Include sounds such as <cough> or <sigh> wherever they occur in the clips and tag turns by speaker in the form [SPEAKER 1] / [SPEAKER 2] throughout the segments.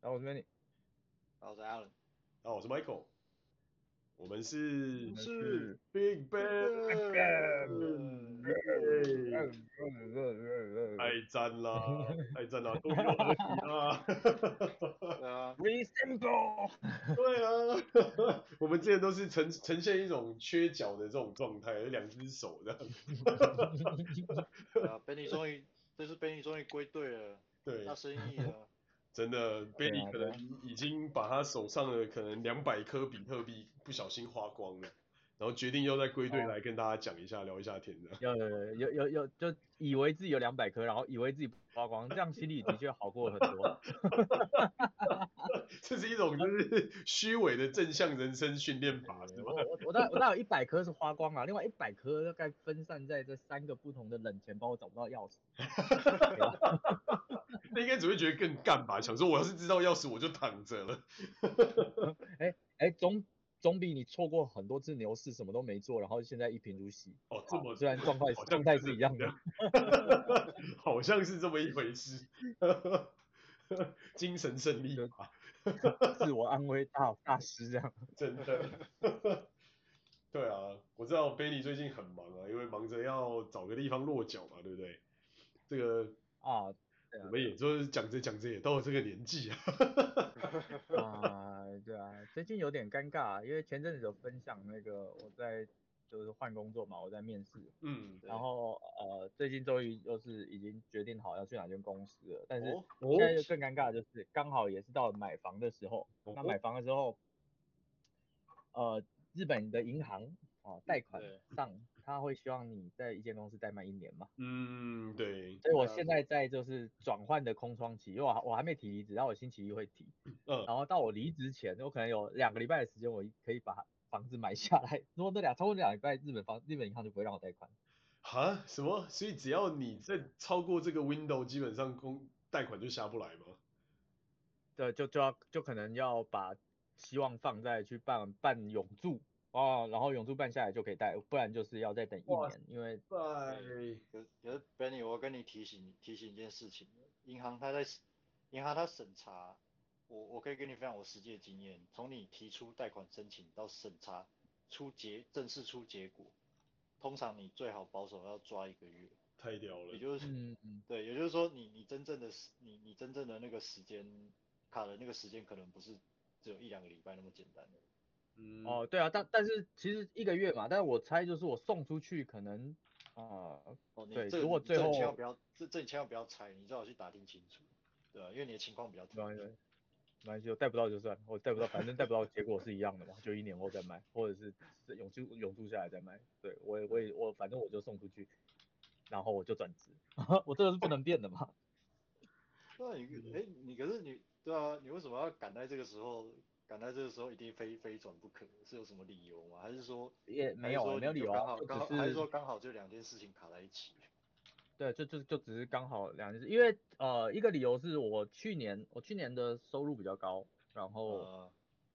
[SPEAKER 1] 然后我这边
[SPEAKER 2] 好，我是
[SPEAKER 1] <laughs>
[SPEAKER 2] Alan。
[SPEAKER 3] 啊，我是 Michael，我们是
[SPEAKER 1] 们是
[SPEAKER 3] 是 Big Bang，耶太赞啦，太赞啦，终于有合体啦！
[SPEAKER 2] 对啊，
[SPEAKER 1] resemble，
[SPEAKER 3] 对啊， <laughs> 我们之前都是呈呈现一种缺角的这种状态，两只手这样。
[SPEAKER 2] 对啊，Benny 终于，这次 Benny 终于归队了，
[SPEAKER 3] 对
[SPEAKER 2] 大，生意
[SPEAKER 1] <laughs>
[SPEAKER 2] 了。
[SPEAKER 3] 真的
[SPEAKER 1] 对啊
[SPEAKER 3] ，Benny 可
[SPEAKER 1] 对
[SPEAKER 3] 能
[SPEAKER 1] 啊
[SPEAKER 3] 已已经把他手上的可能两百颗比特币不小心花光了，然后决定要再归队
[SPEAKER 1] 哦
[SPEAKER 3] 来跟大家讲一下，聊一下天的。
[SPEAKER 1] 有有有有有，就以为自己有两百颗，然后以为自己花光，这样心里的确好过很
[SPEAKER 3] <laughs>
[SPEAKER 1] 多。
[SPEAKER 3] 这是一种就是 <laughs> 虚伪的正向人生训练法，是吗
[SPEAKER 1] 我？我我大我大概有一百颗是花光了，另外一百颗大概分散在这三个不同的冷钱包，我找不到钥匙。
[SPEAKER 3] <laughs> 那应该只会觉得更干吧？想说我要是知道钥匙，我就躺着了。
[SPEAKER 1] 哎，总总比你错过很多次牛市什么都没做，然后现在一贫如洗，
[SPEAKER 3] 哦，这么
[SPEAKER 1] 虽然状态
[SPEAKER 3] 好像
[SPEAKER 1] 状态是一样的。
[SPEAKER 3] <laughs> 好像是这么一回事，精神胜利吧，
[SPEAKER 1] 自我安慰大大师这样。
[SPEAKER 3] 真的。 <laughs> 对啊，我知道 Bailey 最近很忙啊，因为忙着要找个地方落脚嘛，对不对？这个
[SPEAKER 1] 啊
[SPEAKER 3] 我们也就是讲着讲着也到了这个年纪啊，
[SPEAKER 1] 啊，对啊，最近有点尴尬，啊因为前阵子有分享那个我在就是换工作嘛，我在面试，
[SPEAKER 3] 嗯，
[SPEAKER 2] 对
[SPEAKER 1] 然后呃最近终于就是已经决定好要去哪间公司了，但是
[SPEAKER 2] 哦，哦
[SPEAKER 3] 哦哦
[SPEAKER 1] 现，在就更尴尬的就是刚好也是到了买房的时候，那买房的时候，呃日本的银行啊贷款
[SPEAKER 2] 对
[SPEAKER 1] 上他会希望你在一间公司待满一年嘛。
[SPEAKER 3] 嗯，对，
[SPEAKER 1] 所以我
[SPEAKER 2] 对啊
[SPEAKER 1] 现在在就是转换的空窗期，因为我还我还没提离职，然后我星期一会提，
[SPEAKER 3] 嗯，
[SPEAKER 1] 然后到我离职前，我可能有两个礼拜的时间，我可以把房子买下来。如果那俩超过那两个礼拜，日本房日本银行就不会让我贷款。
[SPEAKER 3] 哈，什么？所以只要你在超过这个 window，基本上公贷款就下不来吗？
[SPEAKER 1] 对，就就要就可能要把希望放在去办办永住哦，然后永住办下来就可以贷，不然就是要再等一
[SPEAKER 3] 哇
[SPEAKER 1] 年，因为
[SPEAKER 3] 对，
[SPEAKER 2] 可是可是 Benny，我要跟你提醒提醒一件事情，银行它在银行它审查，我我可以跟你分享我实际的经验，从你提出贷款申请到审查出结正式出结果，通常你最好保守要抓一个月，
[SPEAKER 3] 太屌了
[SPEAKER 2] 也。就是
[SPEAKER 1] 嗯嗯
[SPEAKER 2] 对，也就是说你，你真正的时你你真正的那个时间卡的那个时间，可能不是只有一两个礼拜那么简单的。
[SPEAKER 3] 嗯，
[SPEAKER 1] 哦对啊，但但是其实一个月嘛，但是我猜就是我送出去可能啊、呃
[SPEAKER 2] 哦，你
[SPEAKER 1] 对
[SPEAKER 2] 这个
[SPEAKER 1] 如果
[SPEAKER 2] 你
[SPEAKER 1] 最
[SPEAKER 2] 这个
[SPEAKER 1] 后
[SPEAKER 2] 千万不要，这这你千万不要猜，你最好去打听清楚，对吧、因为你的情况比较
[SPEAKER 1] 没
[SPEAKER 2] 特
[SPEAKER 1] 关系，
[SPEAKER 2] 别。
[SPEAKER 1] 没关系，我带不到就算，我带不到，反正带不到，结果是一样的嘛，就一年后再卖，或者是是永住永住下来再卖。对我也我也我反正我就送出去，然后我就转
[SPEAKER 2] <laughs>
[SPEAKER 1] 职，我这个是不能变的嘛。
[SPEAKER 2] 那你哎，你可是你对啊，你为什么要赶在这个时候？赶在这个时候一定非非转不可，是有什么理由吗？还是说
[SPEAKER 1] <laughs> 也没有啊
[SPEAKER 2] 还是说
[SPEAKER 1] 没有
[SPEAKER 2] 你
[SPEAKER 1] 理
[SPEAKER 2] 就
[SPEAKER 1] 由
[SPEAKER 2] 刚
[SPEAKER 1] 啊，
[SPEAKER 2] 好
[SPEAKER 1] 就
[SPEAKER 2] 刚好
[SPEAKER 1] 只
[SPEAKER 2] 还
[SPEAKER 1] 是
[SPEAKER 2] 是说刚好这两件事情卡在一起？
[SPEAKER 1] 对，就就就只是刚好两件事，因为呃一个理由是我去年我去年的收入比较高，然后。
[SPEAKER 2] 呃，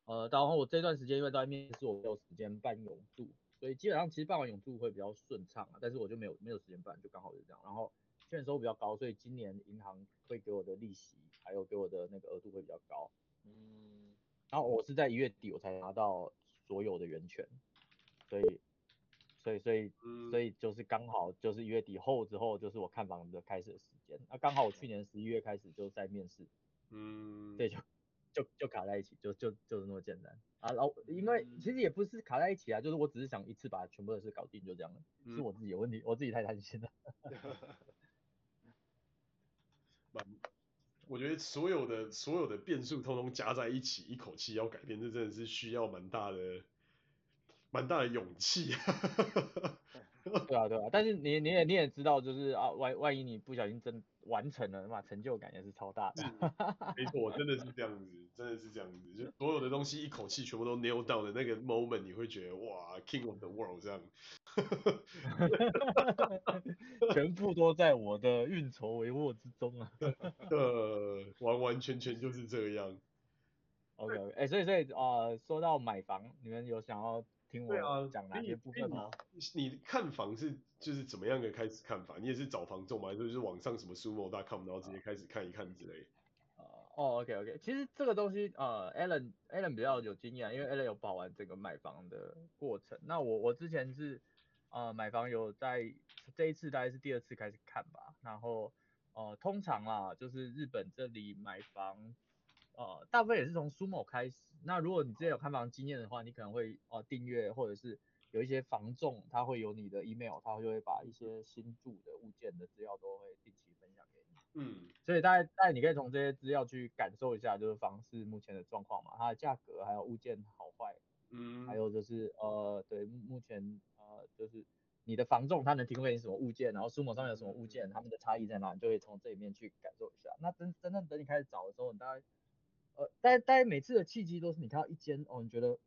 [SPEAKER 1] 呃，然后我这段时间因为都在面试，我没有时间办永驻，所以基本上其实办完永驻会比较顺畅啊，但是我就没有没有时间办，就刚好是这样。然后去年收入比较高，所以今年银行会给我的利息还有给我的那个额度会比较高。
[SPEAKER 2] 嗯， <laughs>
[SPEAKER 1] 然后我是在一月底我才拿到所有的源泉，所以所以所以所
[SPEAKER 3] 嗯，
[SPEAKER 1] 以就是刚好就是一月底后之后就是我看房子的开始的时间，那、刚好我去年十一月开始就在面试，
[SPEAKER 3] 嗯，
[SPEAKER 1] 对，就就就卡在一起，就就就是那么简单啊。然后因为
[SPEAKER 2] 嗯
[SPEAKER 1] 其实也不是卡在一起啊，就是我只是想一次把全部的事搞定，就这样了，
[SPEAKER 3] 嗯
[SPEAKER 1] 是我自己的问题，我自己太贪心
[SPEAKER 3] <laughs>
[SPEAKER 1] 了。
[SPEAKER 2] 嗯
[SPEAKER 3] 我觉得所有的所有的变数通通加在一起，一口气要改变，这真的是需要蛮大的蛮大的勇
[SPEAKER 1] <laughs>
[SPEAKER 3] 气。
[SPEAKER 1] 对啊，对啊，但是你你也你也知道，就是啊，万万一你不小心真完成了嘛，成就感也是超大的。
[SPEAKER 3] 没错，真的是这样子，真的是这样子，就所有的东西一口气全部都 nail down 的那个 moment，你会觉得哇，king of the world 这样。
[SPEAKER 1] <laughs> 全部都在我的运筹帷幄之中啊。
[SPEAKER 3] <laughs> 呃，完完全全就是这样。
[SPEAKER 1] OK，哎、所以所以呃，说到买房，你们有想要听
[SPEAKER 3] 对啊
[SPEAKER 1] 我讲哪
[SPEAKER 3] 所以
[SPEAKER 1] 些部分哦吗？
[SPEAKER 3] 你看房是就是怎么样的开始看法？你也是找房仲吗？还是就是网上什么 sumo.com，然后直接开始看一看之类？
[SPEAKER 1] 呃，哦，OK OK，其实这个东西，呃，Alan Alan 比较有经验，因为 Alan 有跑完整个买房的过程。那我我之前是，呃，买房有在这一次大概是第二次开始看吧，然后，呃，通常啦，就是日本这里买房，呃，大部分也是从 Sumo 开始。那如果你之前有看房经验的话，你可能会呃订阅或者是有一些房仲，他会有你的 email，他就会把一些新住的物件的资料都会定期分享给你。
[SPEAKER 3] 嗯，
[SPEAKER 1] 所以大概，大概你可以从这些资料去感受一下，就是房市目前的状况嘛，它的价格，还有物件好坏，
[SPEAKER 3] 嗯，
[SPEAKER 1] 还有就是呃，对，目前呃，就是你的房仲他能提供给你什么物件，然后苏某上面有什么物件，他们的差异在哪，你就可以从这里面去感受一下。那真真正等你开始找的时候，你大概呃，大概大概每次的契机都是你看到一间哦，你觉得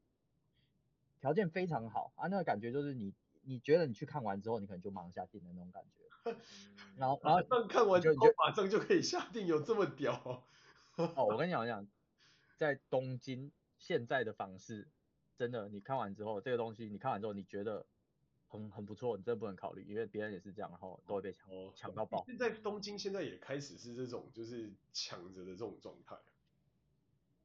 [SPEAKER 1] 条件非常好啊，那个感觉就是你你觉得你去看完之后，你可能就马上下定的那种感觉，
[SPEAKER 2] 嗯
[SPEAKER 1] 然后然后
[SPEAKER 3] 那看完
[SPEAKER 1] 你就
[SPEAKER 3] 之
[SPEAKER 1] 你
[SPEAKER 3] 后
[SPEAKER 1] 就
[SPEAKER 3] 马上就可以下定，有这么屌
[SPEAKER 1] <laughs>
[SPEAKER 3] 哦？
[SPEAKER 1] 哦，我跟你讲，我跟你讲，在东京现在的房市，真的，你看完之后，这个东西你看完之后，你觉得很很不错，你真的不能考虑，因为别人也是这样，然后都会被抢
[SPEAKER 3] 哦
[SPEAKER 1] 抢到爆。
[SPEAKER 3] 现在东京现在也开始是这种就是抢着的这种状态。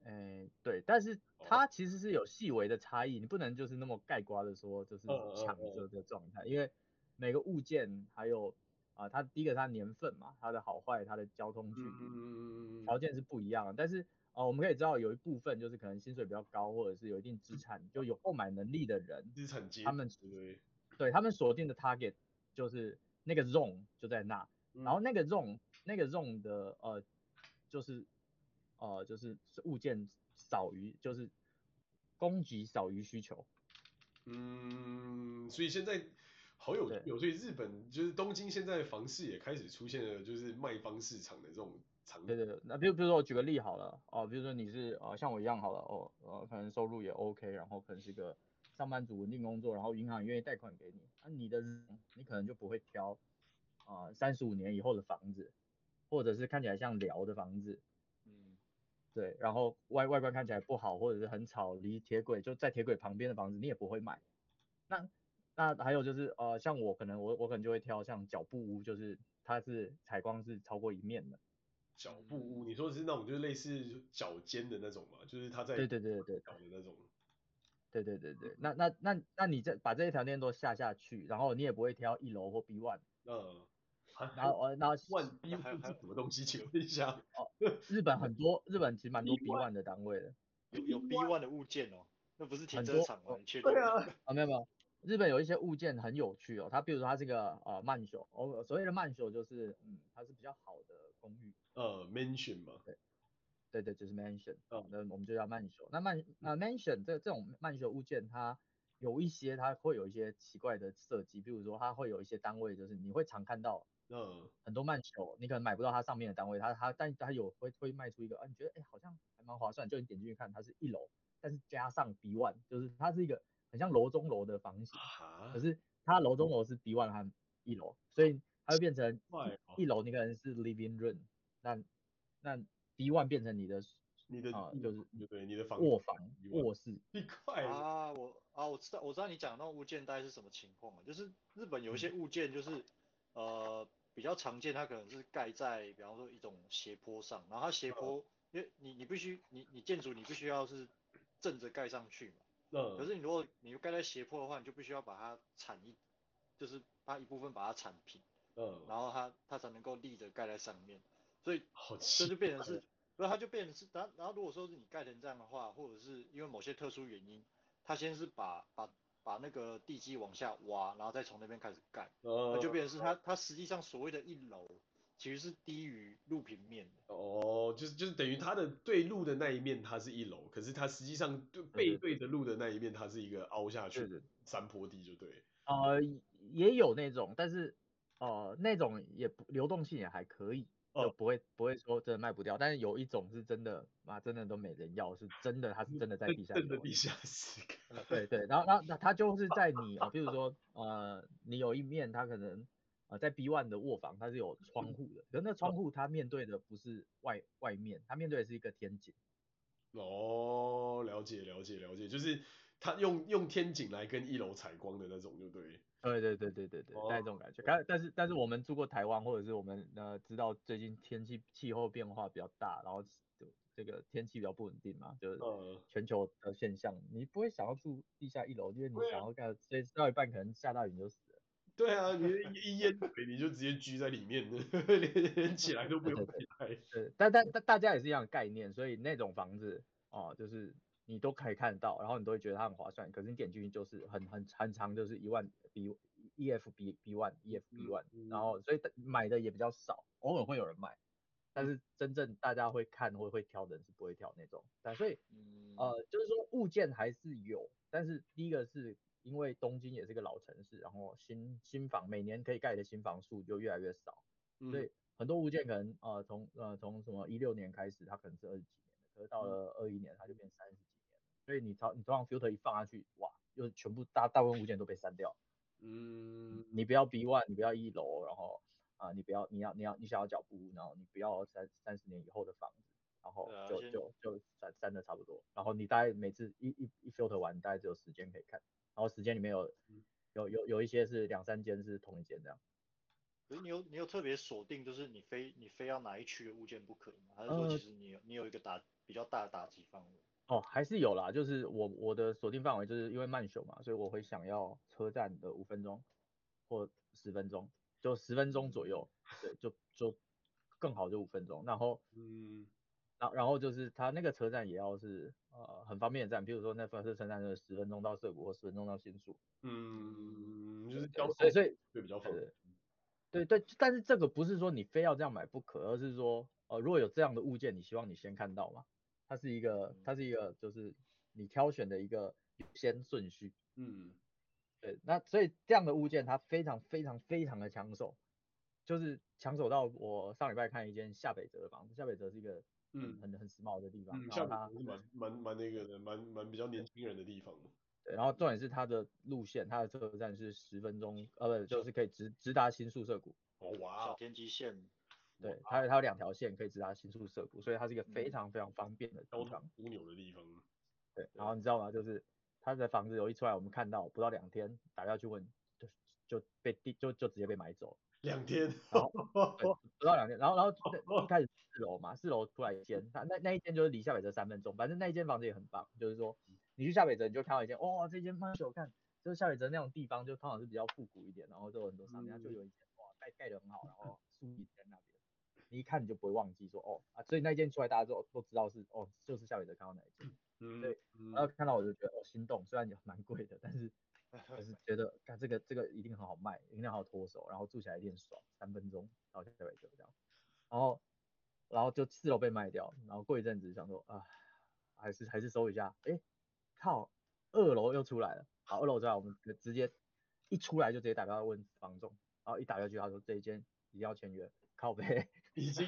[SPEAKER 1] 哎，对，但是
[SPEAKER 3] 哦
[SPEAKER 1] 它其实是有细微的差异，你不能就是那么概括的说就是
[SPEAKER 3] 嗯嗯
[SPEAKER 1] 抢
[SPEAKER 3] 嗯
[SPEAKER 1] 着的状态，因为每个物件还有啊、它第一个它年份嘛，它的好坏，它的交通距离，
[SPEAKER 3] 嗯，
[SPEAKER 1] 条件是不一样的，但是呃，我们可以知道有一部分就是可能薪水比较高，或者是有一定资产，就有购买能力的人，
[SPEAKER 3] 资产阶级
[SPEAKER 1] 他们
[SPEAKER 3] 对不对？
[SPEAKER 1] 对他们锁定的 target 就是那个 zone 就在那，然后那个 zone 那个 zone 的呃就是呃就是物件少于就是供给少于需求，
[SPEAKER 3] 嗯，所以现在好有
[SPEAKER 1] 对
[SPEAKER 3] 有，所以日本就是东京现在房市也开始出现了就是卖方市场的这种场
[SPEAKER 1] 对对对，那比如比如说我举个例好了，哦、比如说你是呃像我一样好了，哦呃可能收入也 OK，然后可能是个上班族稳定工作，然后银行也愿意贷款给你，那、你的你可能就不会挑啊三十五年以后的房子，或者是看起来像寮的房子，
[SPEAKER 2] 嗯，
[SPEAKER 1] 对，然后外外观看起来不好，或者是很吵，离铁轨就在铁轨旁边的房子，你也不会买。那那还有就是呃，像我可能我我可能就会挑像脚步屋，就是它是采光是超过一面的。
[SPEAKER 3] 脚
[SPEAKER 1] 嗯
[SPEAKER 3] 步屋，你说的是那种就是类似脚尖的那种嘛？就是他在
[SPEAKER 1] 对对对对
[SPEAKER 3] 搞的那种。
[SPEAKER 1] 对对对对，那那那那你这把这些条件都下下去，然后你也不会挑一楼或 B one，
[SPEAKER 3] 嗯，还
[SPEAKER 1] 然后呃然后
[SPEAKER 3] 万 B
[SPEAKER 2] 还
[SPEAKER 3] 是
[SPEAKER 2] 还
[SPEAKER 3] 什么东西？请问一下，
[SPEAKER 1] 日本很多日本其实蛮多
[SPEAKER 3] B1
[SPEAKER 1] B one 的单位的
[SPEAKER 2] 有有 B one 的物件哦，那不是停
[SPEAKER 1] 很
[SPEAKER 2] 车
[SPEAKER 1] 多
[SPEAKER 2] 场吗？你确定？
[SPEAKER 3] 对啊，
[SPEAKER 1] 啊，没有没有，日本有一些物件很有趣哦，它比如说它是个呃慢朽，哦所谓的慢朽就是嗯它是比较好的公寓，
[SPEAKER 3] 呃，mention 嘛，
[SPEAKER 1] 对对，就是 mansion，
[SPEAKER 3] 嗯
[SPEAKER 1] 那我们就叫慢朽。那慢呃 mansion 这这种慢朽物件，它有一些它会有一些奇怪的设计，比如说它会有一些单位，就是你会常看到
[SPEAKER 3] 嗯
[SPEAKER 1] 很多慢球，你可能买不到它上面的单位，它它但它有会会卖出一个，啊，你觉得哎、诶好像还蛮划算，就你点进去看，它是一楼，但是加上 B one，就是它是一个很像楼中楼的房型，
[SPEAKER 3] 啊
[SPEAKER 1] 可，是它楼中楼是 B one 和一楼，所以它会变成
[SPEAKER 3] 怪哦
[SPEAKER 1] 一一楼你可能是 living room，那那 B one 变成你的
[SPEAKER 3] 你的
[SPEAKER 1] 啊
[SPEAKER 3] 你
[SPEAKER 1] 就是
[SPEAKER 3] 对对你的房
[SPEAKER 1] 卧房
[SPEAKER 3] 一万
[SPEAKER 1] 卧室，
[SPEAKER 3] 一块
[SPEAKER 2] 啊，我啊，我知道，我知道你讲的那种物件大概是什么情况啊？就是日本有一
[SPEAKER 3] 嗯
[SPEAKER 2] 些物件，就是呃比较常见，它可能是盖在比方说一种斜坡上，然后它
[SPEAKER 3] 嗯
[SPEAKER 2] 斜坡，因为你你必须你你建筑你必须要是正着盖上去嘛。
[SPEAKER 3] 嗯，
[SPEAKER 2] 可是你如果你盖在斜坡的话，你就必须要把它铲一，就是它一部分把它铲平，
[SPEAKER 3] 嗯，
[SPEAKER 2] 然后它它才能够立着盖在上面。所以
[SPEAKER 3] 好
[SPEAKER 2] 这
[SPEAKER 3] 奇
[SPEAKER 2] 就变成是，所以它就变成是，然后然后如果说是你盖成这样的话，或者是因为某些特殊原因，它先是把把把那个地基往下挖，然后再从那边开始盖，那
[SPEAKER 3] 呃
[SPEAKER 2] 就变成是它它实际上所谓的一楼其实是低于路平面的，
[SPEAKER 3] 哦，就是就是等于它的对路的那一面它是一楼，可是它实际上对背
[SPEAKER 1] 对对
[SPEAKER 3] 对着路的那一面它是一个凹下去
[SPEAKER 1] 对对
[SPEAKER 3] 的山坡地，就对。
[SPEAKER 1] 呃也有那种，但是呃那种也不流动性也还可以。就
[SPEAKER 3] 哦
[SPEAKER 1] 不会不会说真的卖不掉，但是有一种是真的，妈真的都没人要，是真的，它是真的在地下
[SPEAKER 3] 真的
[SPEAKER 1] 流
[SPEAKER 3] 地下室，
[SPEAKER 1] 呃对对，然后然后那它就是
[SPEAKER 3] <laughs>
[SPEAKER 1] 在你啊，比如说呃，你有一面它可能呃在 B one 的卧房，它是有
[SPEAKER 3] 嗯
[SPEAKER 1] 窗户的，可是那
[SPEAKER 3] 哦
[SPEAKER 1] 窗户它面对的不是外外面，它面对的是一个天井。
[SPEAKER 3] 哦，了解了解了解，就是它用用天井来跟一楼采光的那种，就对。
[SPEAKER 1] 对对对对对对，
[SPEAKER 3] 哦
[SPEAKER 1] 大概这种感觉。但但是但
[SPEAKER 3] 嗯
[SPEAKER 1] 是我们住过台湾，或者是我们呃知道最近天气气候变化比较大，然后这个天气比较不稳定嘛，就是
[SPEAKER 3] 呃，
[SPEAKER 1] 全球的现象，你不会想要住地下一楼，因为你
[SPEAKER 3] 对啊
[SPEAKER 1] 想要干，所以到一半可能下大雨你就死了。
[SPEAKER 3] 对啊，你一一淹水你就直接居在里面，连连起来都不用
[SPEAKER 1] 对
[SPEAKER 3] 起来。
[SPEAKER 1] 对，但但但大家也是一样的概念，所以那种房子哦，就是你都可以看得到，然后你都会觉得它很划算，可是你点进去就是很很很长，就是一万 B E F B B one E F B one，
[SPEAKER 3] 嗯
[SPEAKER 1] 然后所以买的也比较少，偶尔会有人买，但是真正大家会看会会挑的人是不会挑那种，但所以
[SPEAKER 2] 嗯，
[SPEAKER 1] 呃，就是说物件还是有，但是第一个是因为东京也是个老城市，然后新新房每年可以盖的新房数就越来越少，
[SPEAKER 3] 嗯
[SPEAKER 1] 所以很多物件可能呃从呃从什么一六年开始，它可能是二十几年的，可是到了二一年它就变三十几年了，所以你朝你通常 filter 一放下去，哇，又全部大大部分物件都被删掉。
[SPEAKER 3] 嗯，
[SPEAKER 1] 你不要 B one，你不要一楼，然后啊、你不要你要你要你想要脚步，然后你不要三三十年以后的房子，然后
[SPEAKER 2] 对啊而
[SPEAKER 1] 就
[SPEAKER 2] 且
[SPEAKER 1] 就就删删的差不多，然后你大概每次一一一 filter 完，大概只有时间可以看，然后时间里面有
[SPEAKER 3] 嗯
[SPEAKER 1] 有有有一些是两三间是同一间这样，
[SPEAKER 2] 可是你有你有特别锁定，就是你非你非要哪一区的物件不可吗？还是说
[SPEAKER 1] 呃
[SPEAKER 2] 其实你有你有一个打比较大的打击范围？
[SPEAKER 1] 哦还是有啦，就是我我的锁定范围就是因为慢熊嘛，所以我会想要车站的五分钟或十分钟，就十分钟左右，对，就就更好就五分钟，然后。
[SPEAKER 3] 嗯
[SPEAKER 1] 然后然后就是它那个车站也要是呃很方便的站，比如说那发射车站就是十分钟到涩谷或十分钟到新宿。
[SPEAKER 3] 嗯，就是
[SPEAKER 1] 对
[SPEAKER 3] 交
[SPEAKER 1] 所以所以
[SPEAKER 3] 对比较方便。
[SPEAKER 1] 对对，但是这个不是说你非要这样买不可，而是说呃如果有这样的物件，你希望你先看到嘛？它是一个
[SPEAKER 3] 嗯
[SPEAKER 1] 它是一个就是你挑选的一个优先顺序。
[SPEAKER 3] 嗯
[SPEAKER 1] 对，那所以这样的物件它非常非常非常的抢手，就是抢手到我上礼拜看一间下北泽的房子，下北泽是一个很
[SPEAKER 3] 嗯
[SPEAKER 1] 很很时髦的地方，
[SPEAKER 3] 嗯，
[SPEAKER 1] 然后
[SPEAKER 3] 像
[SPEAKER 1] 它
[SPEAKER 3] 我是蛮蛮蛮那个的，蛮蛮比较年轻人的地方。
[SPEAKER 1] 对，然后重点是它的路线，它的车站是十分钟，呃，不，就是可以直直达新宿涩谷。
[SPEAKER 3] 哦哇
[SPEAKER 2] 小
[SPEAKER 3] 哦，
[SPEAKER 2] 天际线， <laughs>
[SPEAKER 1] 对，它有它有两条线可以直达新宿涩谷，所以它是一个非
[SPEAKER 2] 嗯
[SPEAKER 1] 常非常方便的
[SPEAKER 3] 交
[SPEAKER 1] 地方
[SPEAKER 3] 通。哦枢纽的地方。
[SPEAKER 1] 对，
[SPEAKER 2] 对
[SPEAKER 1] 然后你知道吗？就是它的房子有一出来，我们看到不到两天，打电话去问，就就被地就就直接被买走了。
[SPEAKER 3] 两天，
[SPEAKER 1] <laughs> 好不到两天，然后然
[SPEAKER 3] <laughs>
[SPEAKER 1] 后那一开始四楼嘛，四楼出来一间，那那那一间就是离下北泽三分钟，反正那一间房子也很棒，就是说你去下北泽你就看到一间，哇、这间蛮久看，就是下北泽那种地方就通常是比较复古一点，然后就有很多商家
[SPEAKER 3] 嗯
[SPEAKER 1] 就有一间哇盖盖的很好，然后树荫在那边，你一看你就不会忘记说哦啊，所以那一间出来大家都都知道是哦就是下北泽看到哪一间，
[SPEAKER 3] 嗯，
[SPEAKER 1] 对
[SPEAKER 3] 嗯，
[SPEAKER 1] 然后看到我就觉得哦心动，虽然也蛮贵的，但是
[SPEAKER 2] 嗯
[SPEAKER 1] 就是觉得看这个这个一定很好卖，一定很好脱手，然后住起来一定很爽，三分钟到下北泽这样，然后然后就四楼被卖掉，然后过一阵子想说啊，还是还是收一下，哎，靠，二楼又出来了，好，二楼出来我们直接一出来就直接打电话问房仲，然后一打过去他说这一间一定要签约，靠背，<laughs>
[SPEAKER 3] 已经，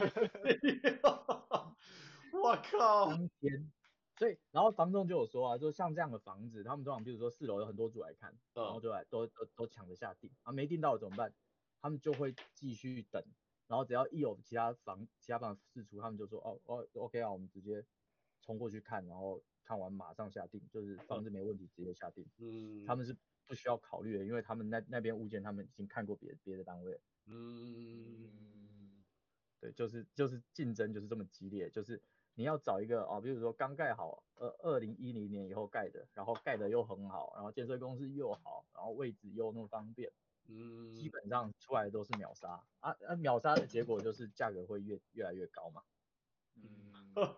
[SPEAKER 3] 我靠，
[SPEAKER 1] 当天。所以，然后房仲就有说啊，就像这样的房子，他们通常比如说四楼有很多组来看，然后
[SPEAKER 3] 嗯
[SPEAKER 1] 就来都都都抢着下定啊，没定到的怎么办？他们就会继续等，然后只要一有其他房其他房试出，他们就说哦哦 OK 啊，我们直接冲过去看，然后看完马上下定，就是房子没问题直接下定，
[SPEAKER 3] 嗯，
[SPEAKER 1] 他们是不需要考虑的，因为他们那那边物件他们已经看过别别的单位了，
[SPEAKER 3] 嗯，
[SPEAKER 2] 嗯，
[SPEAKER 1] 对，就是就是竞争就是这么激烈，就是你要找一个哦，比如说刚盖好，呃，二零一零年以后盖的，然后盖的又很好，然后建设公司又好，然后位置又那么方便。
[SPEAKER 3] 嗯，
[SPEAKER 1] 基本上出来都是秒杀啊啊！秒杀的结果就是价格会越越来越高嘛。
[SPEAKER 2] 嗯，
[SPEAKER 3] 嗯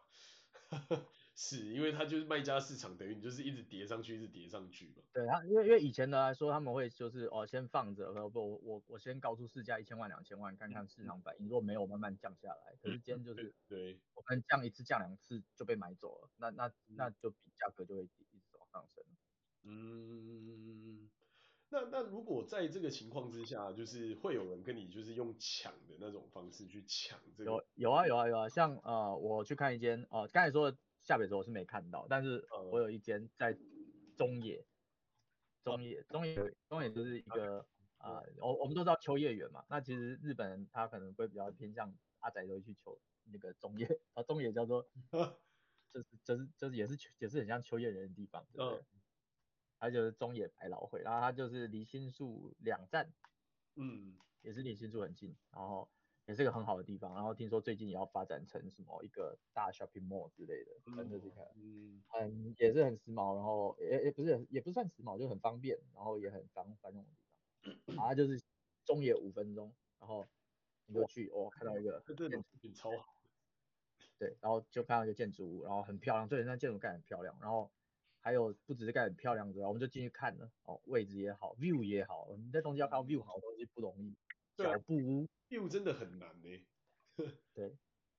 [SPEAKER 3] <laughs> 是因为它就是卖家市场，等于你就是一直叠上去，一直叠上去嘛。
[SPEAKER 1] 对他，因为因为以前的来说，他们会就是哦先放着，呃不我我我先高出市价一千万两千万，看看市场反应，如果没有慢慢降下来。可是今天就是
[SPEAKER 3] 对，
[SPEAKER 1] 我们降一次降两次就被买走了，那那那就比价格就会一直往上升。
[SPEAKER 3] 嗯，那那如果在这个情况之下，就是会有人跟你就是用抢的那种方式去抢这
[SPEAKER 1] 有
[SPEAKER 3] 个，
[SPEAKER 1] 有啊有啊有啊，像呃我去看一间哦，呃刚、才说的下北泽我是没看到，但是
[SPEAKER 3] 嗯哦
[SPEAKER 1] 我有一间在中野，中野中野中野就是一个啊、
[SPEAKER 3] 嗯
[SPEAKER 1] 呃我我们都知道秋叶原嘛，那其实日本人他可能会比较偏向阿宅都会去求那个中野， <laughs> 然后中野叫做
[SPEAKER 3] <laughs> 嗯
[SPEAKER 1] 就是就是就是也是也是很像秋叶原的地方，对不对？
[SPEAKER 3] 嗯
[SPEAKER 1] 它就是中野百老汇，然后它就是离新宿两站，
[SPEAKER 3] 嗯
[SPEAKER 1] 也是离新宿很近，然后也是个很好的地方。然后听说最近也要发展成什么一个大 shopping mall 之类的，反正就是一个
[SPEAKER 3] 嗯，
[SPEAKER 1] 很也是很时髦，然后也也不是也不算时髦，就很方便，然后也很繁繁荣的
[SPEAKER 3] <clears throat>
[SPEAKER 1] 地方。啊，就是中野五分钟，然后你就去，哦，看到一个
[SPEAKER 3] 那这种品超好，
[SPEAKER 1] 对，然后就看到一个建筑物，然后很漂亮，最近那建筑盖得很漂亮，然后还有不只是盖得很漂亮之外，我们就进去看了，哦，位置也好，view 也好，你在东京要看到 view 好的东西不容易，
[SPEAKER 3] 嗯对啊
[SPEAKER 1] 小布屋，
[SPEAKER 3] 业务真的很难呢、